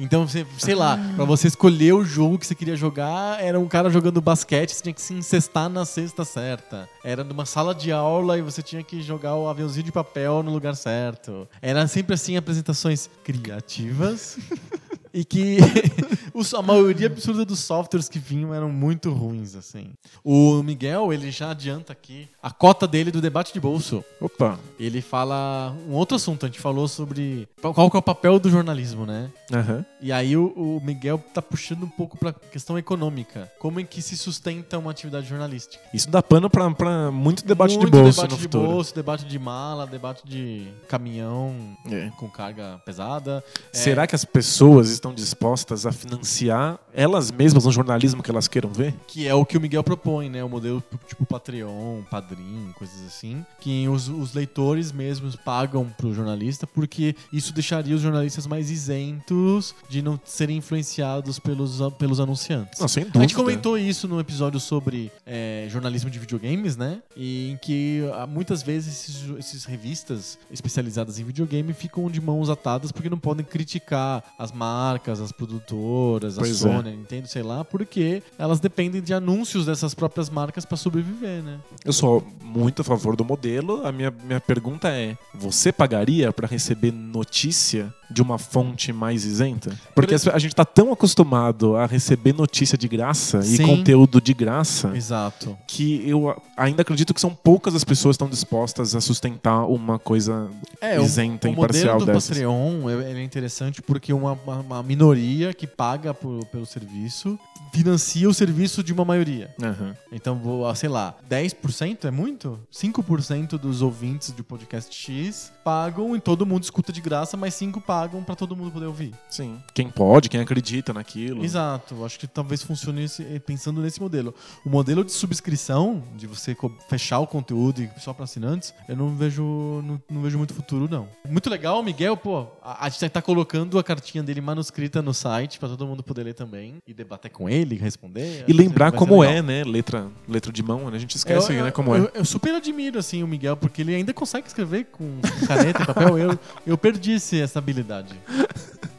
[SPEAKER 1] então, você, sei lá, pra você escolher o jogo que você queria jogar, era um cara jogando basquete, você tinha que se incestar na cesta certa. Era numa sala de aula e você tinha que jogar o aviãozinho de papel no lugar certo. Era sempre assim, apresentações criativas. E que [LAUGHS] os- a maioria absurda dos softwares que vinham eram muito ruins, assim. O Miguel, ele já adianta aqui a cota dele do debate de bolso.
[SPEAKER 2] Opa.
[SPEAKER 1] Ele fala um outro assunto, a gente falou sobre qual que é o papel do jornalismo, né?
[SPEAKER 2] Aham.
[SPEAKER 1] E aí o, o Miguel tá puxando um pouco pra questão econômica. Como é que se sustenta uma atividade jornalística?
[SPEAKER 2] Isso dá pano pra, pra muito debate
[SPEAKER 1] Muito
[SPEAKER 2] de bolso
[SPEAKER 1] debate
[SPEAKER 2] no
[SPEAKER 1] de
[SPEAKER 2] futuro.
[SPEAKER 1] bolso, debate de mala, debate de caminhão
[SPEAKER 2] É.
[SPEAKER 1] com carga pesada. É,
[SPEAKER 2] Será que as pessoas estão dispostas a financiar elas mesmas um jornalismo que elas queiram ver?
[SPEAKER 1] Que é o que o Miguel propõe, né? O modelo tipo Patreon, Padrim, coisas assim. Que os, os leitores mesmos pagam pro jornalista, porque isso deixaria os jornalistas mais isentos de não serem influenciados pelos, a- pelos anunciantes.
[SPEAKER 2] Não, sem
[SPEAKER 1] A
[SPEAKER 2] dúvida.
[SPEAKER 1] gente comentou isso no episódio sobre é, jornalismo de videogames, né? E em que ah, muitas vezes esses, esses revistas especializadas em videogame ficam de mãos atadas porque não podem criticar as marcas, as produtoras, a
[SPEAKER 2] Pois é.
[SPEAKER 1] Sony, a Nintendo, sei lá, porque elas dependem de anúncios dessas próprias marcas pra sobreviver, né?
[SPEAKER 2] Eu sou muito a favor do modelo. A minha, minha pergunta é: você pagaria pra receber notícia de uma fonte mais isenta? Porque
[SPEAKER 1] Por-
[SPEAKER 2] a gente tá tão acostumado a receber notícia de graça
[SPEAKER 1] Sim.
[SPEAKER 2] e conteúdo de graça
[SPEAKER 1] Exato.
[SPEAKER 2] que eu a- ainda acredito que são poucas as pessoas que estão dispostas a sustentar uma coisa isenta
[SPEAKER 1] É, o,
[SPEAKER 2] e
[SPEAKER 1] o modelo
[SPEAKER 2] É, imparcial
[SPEAKER 1] do
[SPEAKER 2] dessas.
[SPEAKER 1] Patreon é, ele é interessante porque uma, uma- uma minoria que paga por- pelo serviço financia o serviço de uma maioria.
[SPEAKER 2] Aham.
[SPEAKER 1] Então, vou, ah, sei lá, 10% é muito? 5% dos ouvintes do podcast X pagam e todo mundo escuta de graça, mas 5 pa- pagam pra todo mundo poder ouvir.
[SPEAKER 2] Sim. Quem pode, quem acredita naquilo.
[SPEAKER 1] Exato, acho que talvez funcione esse- eh, pensando nesse modelo. O modelo de subscrição, de você co- fechar o conteúdo e só para assinantes, eu não vejo, não, não vejo muito futuro, não. Muito legal, o Miguel, pô, a, a gente tá colocando a cartinha dele manuscrita no site para todo mundo poder ler também e debater com ele, responder.
[SPEAKER 2] E lembrar
[SPEAKER 1] Vai ser
[SPEAKER 2] como
[SPEAKER 1] legal.
[SPEAKER 2] é, né? Letra, letra de mão, né? A gente esquece, né? Como
[SPEAKER 1] eu,
[SPEAKER 2] é.
[SPEAKER 1] eu super admiro, assim, o Miguel, porque ele ainda consegue escrever com caneta [LAUGHS] e papel. Eu, eu perdi esse- essa habilidade.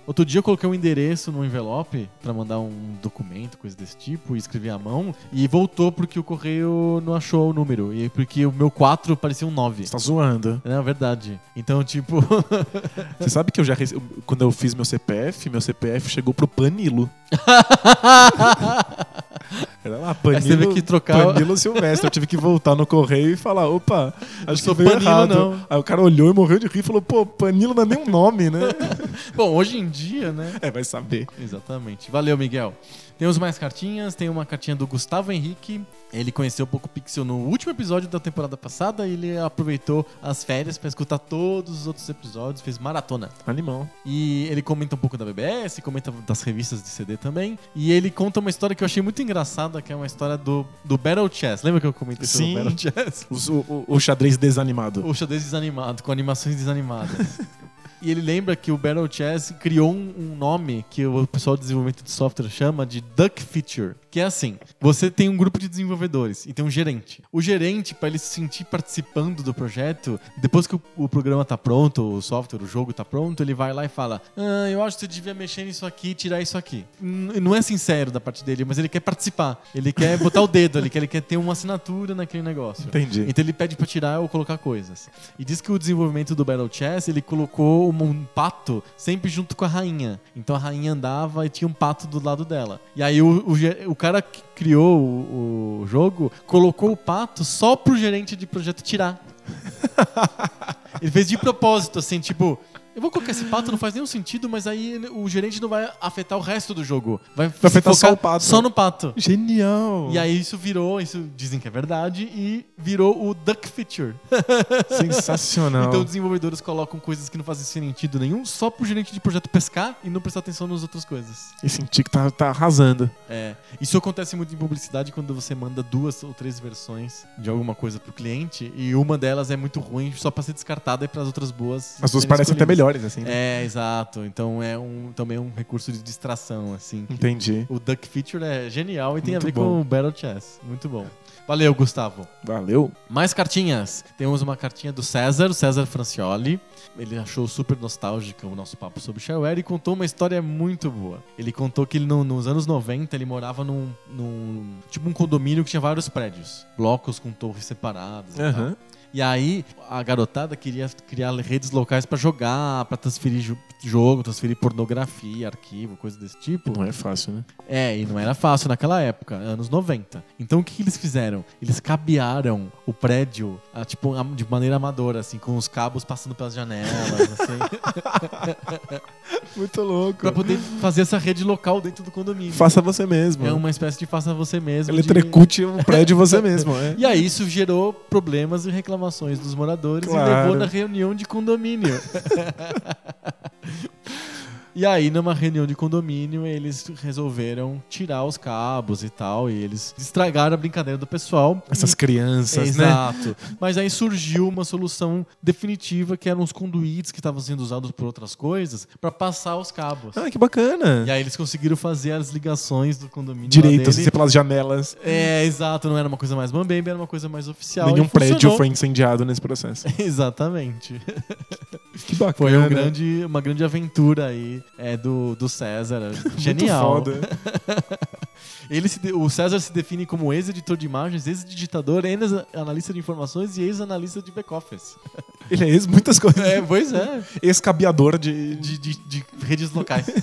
[SPEAKER 1] Outro dia eu coloquei um endereço no envelope pra mandar um documento, coisa desse tipo, e escrevi à mão, e voltou porque o correio não achou o número, e porque o meu 4 parecia um 9.
[SPEAKER 2] [LAUGHS] Você tá zoando.
[SPEAKER 1] É verdade. Então, tipo, [LAUGHS]
[SPEAKER 2] Você sabe que eu já rece- eu- quando eu fiz meu CPF, meu CPF chegou pro [LAUGHS] Panilo. Era lá, Panilo.
[SPEAKER 1] Mas teve que trocar-
[SPEAKER 2] Panilo Silvestre. Eu tive que voltar no correio e falar: opa, acho
[SPEAKER 1] sou
[SPEAKER 2] que veio
[SPEAKER 1] Panilo,
[SPEAKER 2] errado.
[SPEAKER 1] não.
[SPEAKER 2] Aí o cara olhou e morreu de rir e falou: pô, Panilo não é nem um nome, [LAUGHS] né?
[SPEAKER 1] bom, hoje em dia, né?
[SPEAKER 2] é, vai saber.
[SPEAKER 1] Exatamente. Valeu, Miguel. Temos mais cartinhas. Tem uma cartinha do Gustavo Henrique. Ele conheceu o Poco Pixel no último episódio da temporada passada e ele aproveitou as férias para escutar todos os outros episódios, fez maratona.
[SPEAKER 2] Animal.
[SPEAKER 1] E ele comenta um pouco da BBS, comenta das revistas de CD também. E ele conta uma história que eu achei muito engraçada, que é uma história do, do Battle Chess. Lembra que eu comentei
[SPEAKER 2] Sim.
[SPEAKER 1] sobre o Battle Chess?
[SPEAKER 2] Os- O, o- o xadrez desanimado.
[SPEAKER 1] O xadrez desanimado, com animações desanimadas. e ele lembra que o Battle Chess criou um, um nome que o pessoal de desenvolvimento de software chama de Duck Feature. Que é assim: você tem um grupo de desenvolvedores e tem um gerente. O gerente, para ele se sentir participando do projeto, depois que o, o programa tá pronto, o software, o jogo tá pronto, ele vai lá e fala: Ah, eu acho que você devia mexer nisso aqui e tirar isso aqui. N- não é sincero da parte dele, mas ele quer participar. Ele quer botar o dedo ali, que ele quer ter uma assinatura naquele negócio.
[SPEAKER 2] Entendi.
[SPEAKER 1] Então ele pede pra tirar ou colocar coisas. E diz que o desenvolvimento do Battle Chess, ele colocou um, um pato sempre junto com a rainha. Então a rainha andava e tinha um pato do lado dela. E aí o, o ge- o cara que criou o, o jogo colocou o pato só pro gerente de projeto
[SPEAKER 2] [LAUGHS]
[SPEAKER 1] tirar. ele fez de propósito, assim, tipo. Eu vou colocar esse pato, não faz nenhum sentido, mas aí ele- o gerente não vai afetar o resto do jogo. Vai, se
[SPEAKER 2] afetar só
[SPEAKER 1] focar
[SPEAKER 2] o pato.
[SPEAKER 1] Só no pato.
[SPEAKER 2] Genial.
[SPEAKER 1] E aí isso virou, isso dizem que é verdade, e virou o Duck Feature.
[SPEAKER 2] Sensacional.
[SPEAKER 1] Então desenvolvedores colocam coisas que não fazem sentido nenhum só pro gerente de projeto pescar e não prestar atenção nas outras coisas.
[SPEAKER 2] Esse Tico tá, tá arrasando.
[SPEAKER 1] É, isso acontece muito em publicidade quando você manda duas ou três versões de alguma coisa pro cliente e uma delas é muito ruim só pra ser descartada e pras outras boas.
[SPEAKER 2] As duas
[SPEAKER 1] serem
[SPEAKER 2] parecem até
[SPEAKER 1] escolhidas.
[SPEAKER 2] melhores, assim. né?
[SPEAKER 1] É, exato. Então é um também um recurso de distração assim.
[SPEAKER 2] Entendi.
[SPEAKER 1] O Duck Feature é genial e tem
[SPEAKER 2] Muito
[SPEAKER 1] a ver
[SPEAKER 2] bom.
[SPEAKER 1] com o Battle Chess. Muito bom. Valeu, Gustavo.
[SPEAKER 2] Valeu.
[SPEAKER 1] Mais cartinhas. Temos uma cartinha do César, o César Francioli. Ele achou super nostálgico o nosso papo sobre shareware e contou uma história muito boa. Ele contou que ele, no- nos anos 90 ele morava num, num- tipo um condomínio que tinha vários prédios, blocos com torres separadas. e tal.
[SPEAKER 2] Aham.
[SPEAKER 1] E aí a garotada queria criar redes locais pra jogar, pra transferir jo- jogo, transferir pornografia, arquivo, coisa desse tipo.
[SPEAKER 2] Não é fácil, né?
[SPEAKER 1] É, e não era fácil naquela época, anos 90. Então o que, que eles fizeram? Eles cabearam o prédio, ah, tipo, am- de maneira amadora, assim, com os cabos passando pelas janelas, assim,
[SPEAKER 2] Muito louco.
[SPEAKER 1] pra poder fazer essa rede local dentro do condomínio.
[SPEAKER 2] Faça você mesmo.
[SPEAKER 1] É uma espécie de faça você mesmo. de-
[SPEAKER 2] Eletrecute um prédio
[SPEAKER 1] [LAUGHS]
[SPEAKER 2] você mesmo, é.
[SPEAKER 1] E aí isso gerou problemas e reclamações dos moradores e
[SPEAKER 2] Claro.
[SPEAKER 1] levou na reunião de
[SPEAKER 2] [LAUGHS]
[SPEAKER 1] condomínio. E aí, numa reunião de condomínio, eles resolveram tirar os cabos e tal, e eles estragaram a brincadeira do pessoal.
[SPEAKER 2] Essas crianças, né?
[SPEAKER 1] Exato. Mas aí surgiu uma solução definitiva, que eram os conduítes que estavam sendo usados por outras coisas, pra passar os cabos.
[SPEAKER 2] Ah, que bacana.
[SPEAKER 1] E aí eles conseguiram fazer as ligações do condomínio lá
[SPEAKER 2] Direito, assim,
[SPEAKER 1] dele.
[SPEAKER 2] você pelas janelas.
[SPEAKER 1] É, exato, não era uma coisa mais mambembe, era uma coisa mais oficial.
[SPEAKER 2] Nenhum
[SPEAKER 1] e
[SPEAKER 2] prédio
[SPEAKER 1] funcionou.
[SPEAKER 2] foi incendiado nesse processo.
[SPEAKER 1] [LAUGHS] Exatamente.
[SPEAKER 2] Que bacana.
[SPEAKER 1] Foi um grande, uma grande aventura aí é, do, do [LAUGHS] César. Genial.
[SPEAKER 2] Muito foda.
[SPEAKER 1] Ele se de- o César se define como ex-editor de imagens, ex-digitador, ex-analista de informações e ex-analista de back-office.
[SPEAKER 2] [LAUGHS] Ele é ex muitas coisas.
[SPEAKER 1] É, pois é.
[SPEAKER 2] Ex-cabeador de, de-
[SPEAKER 1] [LAUGHS] de, de- de redes locais. [LAUGHS]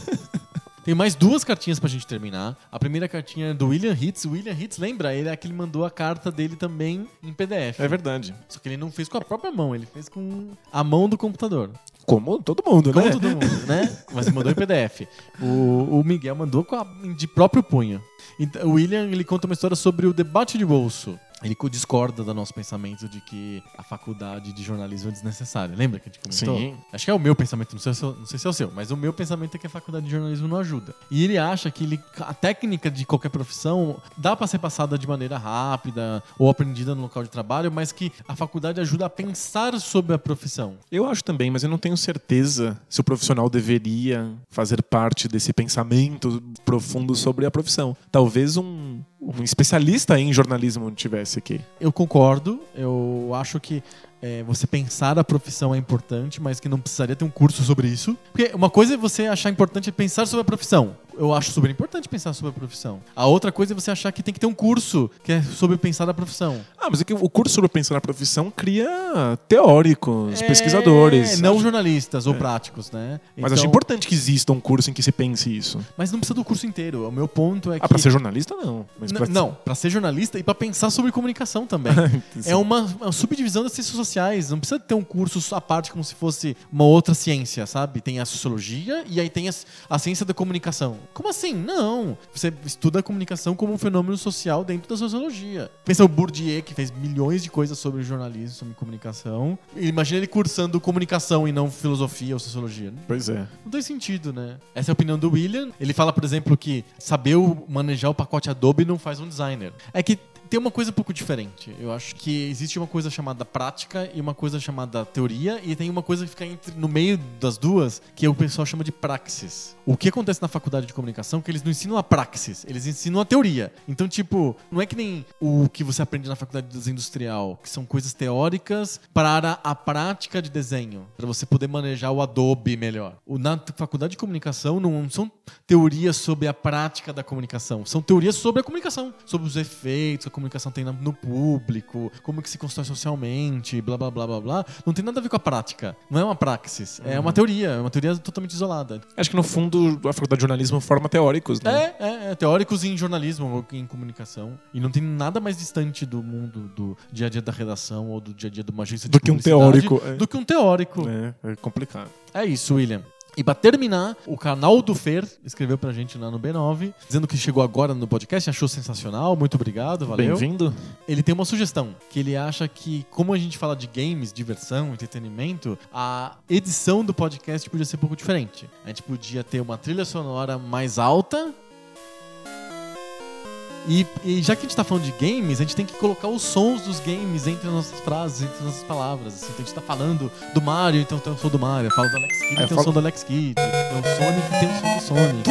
[SPEAKER 1] Tem mais duas cartinhas pra gente terminar. A primeira cartinha é do William Hitz. O William Hitz, lembra? Ele é aquele que mandou a carta dele também em PDF.
[SPEAKER 2] É verdade.
[SPEAKER 1] Só que ele não fez com a própria mão, ele fez com a mão do computador.
[SPEAKER 2] Como todo mundo,
[SPEAKER 1] Como
[SPEAKER 2] né?
[SPEAKER 1] todo mundo, né? Mas ele mandou em PDF. O, o Miguel mandou com a- de próprio punho. Então, o William ele conta uma história sobre o debate de bolso. ele co- discorda do nosso pensamento de que a faculdade de jornalismo é desnecessária. Lembra que a gente comentou?
[SPEAKER 2] Sim.
[SPEAKER 1] Acho que é o meu pensamento, não sei, se é o- não sei se é o seu, mas o meu pensamento é que a faculdade de jornalismo não ajuda. E ele acha que ele, a técnica de qualquer profissão dá pra ser passada de maneira rápida ou aprendida no local de trabalho, mas que a faculdade ajuda a pensar sobre a profissão.
[SPEAKER 2] Eu acho também, mas eu não tenho certeza se o profissional deveria fazer parte desse pensamento profundo sobre a profissão. Talvez um, um especialista em jornalismo tivesse aqui.
[SPEAKER 1] Eu concordo, eu acho que é, você pensar a profissão é importante, mas que não precisaria ter um curso sobre isso. Porque uma coisa é você achar importante pensar sobre a profissão. Eu acho super importante pensar sobre a profissão. A outra coisa é você achar que tem que ter um curso que é sobre pensar a profissão.
[SPEAKER 2] Ah, mas é que o curso sobre pensar na profissão cria teóricos, pesquisadores.
[SPEAKER 1] É, não
[SPEAKER 2] Acho-
[SPEAKER 1] jornalistas ou práticos, né?
[SPEAKER 2] Mas acho
[SPEAKER 1] Então-
[SPEAKER 2] importante que exista um curso em que se pense isso.
[SPEAKER 1] Mas não precisa do curso inteiro. O meu ponto é
[SPEAKER 2] Ah,
[SPEAKER 1] que.
[SPEAKER 2] pra ser jornalista, não. Mas
[SPEAKER 1] N-
[SPEAKER 2] pra- Ah,
[SPEAKER 1] Não, pra ser jornalista e pra pensar sobre comunicação
[SPEAKER 2] [LAUGHS]
[SPEAKER 1] também.
[SPEAKER 2] Sim.
[SPEAKER 1] É uma, uma subdivisão das ciências sociais. Não precisa ter um curso à parte como se fosse uma outra ciência, sabe? Tem a sociologia e aí tem a, a ciência da comunicação. Como assim? Não. Você estuda a comunicação como um fenômeno social dentro da sociologia. Pensa o Bourdieu, que fez milhões de coisas sobre jornalismo, sobre comunicação. Imagina ele cursando comunicação e não filosofia ou sociologia.
[SPEAKER 2] Pois é.
[SPEAKER 1] Não tem sentido, né? Essa é a opinião do William. Ele fala, por exemplo, que saber o- manejar o pacote Adobe não faz um designer. É que tem uma coisa um pouco diferente. Eu acho que existe uma coisa chamada prática e uma coisa chamada teoria, e tem uma coisa que fica entre- no meio das duas, que o pessoal chama de praxis. O que acontece na faculdade de comunicação é que eles não ensinam a praxis, eles ensinam a teoria. Então, tipo, não é que nem o que você aprende na faculdade de desenho industrial, que são coisas teóricas para a prática de desenho, para você poder manejar o Adobe melhor. O- Na t- faculdade de comunicação não são teorias sobre a prática da comunicação, são teorias sobre a comunicação, sobre os efeitos que a comunicação tem na- no público, como que se constrói socialmente, blá blá blá blá blá. Não tem nada a ver com a prática, não é uma praxis, é uma teoria, é uma teoria totalmente isolada.
[SPEAKER 2] Acho que no fundo a faculdade de jornalismo forma teóricos, né?
[SPEAKER 1] É, é, é, teóricos em jornalismo, ou em comunicação. E não tem nada mais distante do mundo do dia a dia da redação ou do dia a dia de uma agência de
[SPEAKER 2] Do que um
[SPEAKER 1] publicidade
[SPEAKER 2] teórico, é.
[SPEAKER 1] Do que um teórico.
[SPEAKER 2] É, é complicado.
[SPEAKER 1] É isso, William. E pra terminar, o canal do Fer escreveu pra gente lá no B9, dizendo que chegou agora no podcast, achou sensacional, muito obrigado, valeu.
[SPEAKER 2] Bem-vindo.
[SPEAKER 1] Ele tem uma sugestão, que ele acha que, como a gente fala de games, diversão, entretenimento, a edição do podcast podia ser um pouco diferente. A gente podia ter uma trilha sonora mais alta. E, e já que a gente tá falando de games, a gente tem que colocar os sons dos games entre as nossas frases, entre as nossas palavras. assim. Então a gente tá falando do Mario, então tem o som do Mario. Fala do Alex Kidd,
[SPEAKER 2] É,
[SPEAKER 1] tem o
[SPEAKER 2] fala-
[SPEAKER 1] som do Alex Kidd. É o Sonic, tem o som do Sonic.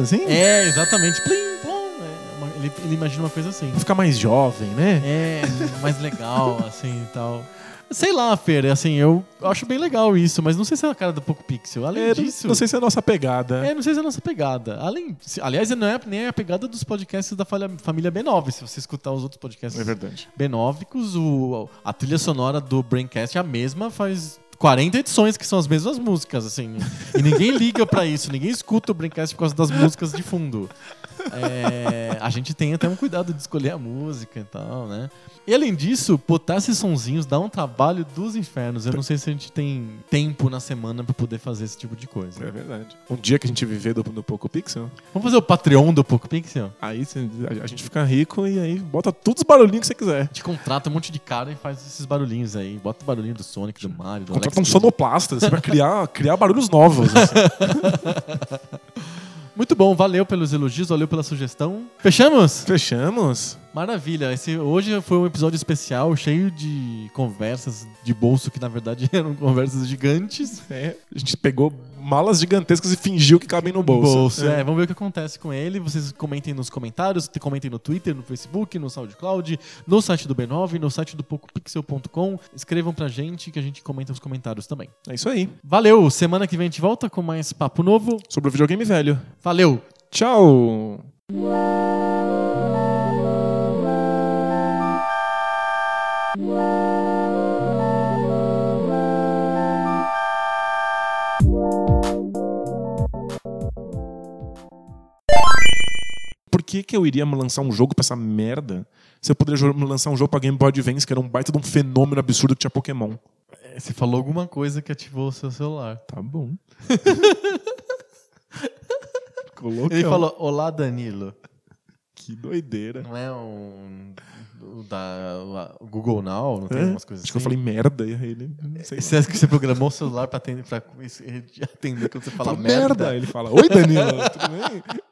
[SPEAKER 2] Assim,
[SPEAKER 1] É, exatamente. Plim, plom. É uma- ele- ele imagina uma coisa assim.
[SPEAKER 2] Ficar mais jovem, né?
[SPEAKER 1] É, mais legal, assim e tal. Sei lá, Fer, assim, eu acho bem legal isso, mas não sei se é a cara do Poco Pixel. Além
[SPEAKER 2] É,
[SPEAKER 1] disso.
[SPEAKER 2] Não sei se é a nossa pegada.
[SPEAKER 1] É, não sei se é a nossa pegada. Além, se- aliás, não é nem a pegada dos podcasts da falha- família B9. Se você escutar os outros podcasts
[SPEAKER 2] É verdade.
[SPEAKER 1] B9, o, a trilha sonora do Braincast é a mesma, faz 40 edições que são as mesmas músicas, assim. E ninguém liga pra isso, ninguém escuta o Braincast por causa das músicas de fundo. É, a gente tem até um cuidado de escolher a música e tal, né? E além disso, botar esses sonzinhos dá um trabalho dos infernos. Eu não sei se a gente tem tempo na semana pra poder fazer esse tipo de coisa.
[SPEAKER 2] É verdade. Um dia que a gente viver do, do Poco Pixel,
[SPEAKER 1] Vamos fazer o Patreon do Poco Pixel?
[SPEAKER 2] aí cê- a- a gente fica rico e aí bota todos os barulhinhos que você quiser.
[SPEAKER 1] A gente contrata um monte de cara e faz esses barulhinhos aí. Bota o barulhinho do Sonic, do Mario, do
[SPEAKER 2] Contrata um
[SPEAKER 1] Alex
[SPEAKER 2] sonoplasta assim, pra criar, [LAUGHS] criar barulhos novos. [LAUGHS] assim.
[SPEAKER 1] Muito bom, valeu pelos elogios, valeu pela sugestão. Fechamos?
[SPEAKER 2] Fechamos?
[SPEAKER 1] Maravilha. Esse, hoje foi um episódio especial, cheio de conversas de bolso que na verdade [LAUGHS] eram conversas gigantes.
[SPEAKER 2] É, a gente pegou malas gigantescas e fingiu que cabem no bolso.
[SPEAKER 1] É, vamos ver o que acontece com ele. Vocês comentem nos comentários, te- comentem no Twitter, no Facebook, no SoundCloud, no site do B9, no site do PocoPixel.com. Escrevam pra gente que a gente comenta os comentários também.
[SPEAKER 2] É isso aí.
[SPEAKER 1] Valeu! Semana que vem a gente volta com mais papo novo.
[SPEAKER 2] Sobre o videogame velho.
[SPEAKER 1] Valeu!
[SPEAKER 2] Tchau! Por que, que eu iria lançar um jogo pra essa merda se eu poderia jo- lançar um jogo pra Game Boy Advance que era um baita de um fenômeno absurdo que tinha Pokémon?
[SPEAKER 1] É, Você falou alguma coisa que ativou o seu celular.
[SPEAKER 2] Tá bom. Colocou.
[SPEAKER 1] Ele falou: Olá, Danilo.
[SPEAKER 2] Que Que doideira.
[SPEAKER 1] Não é um. O da lá, o Google Now, não tem
[SPEAKER 2] É?
[SPEAKER 1] algumas coisas
[SPEAKER 2] Acho que eu
[SPEAKER 1] assim? É,
[SPEAKER 2] falei merda e aí ele. Não sei.
[SPEAKER 1] Você acha que você programou o celular pra [LAUGHS] atender, pra atender quando você fala
[SPEAKER 2] Fala
[SPEAKER 1] merda?
[SPEAKER 2] Ele fala, oi Danilo, tudo bem?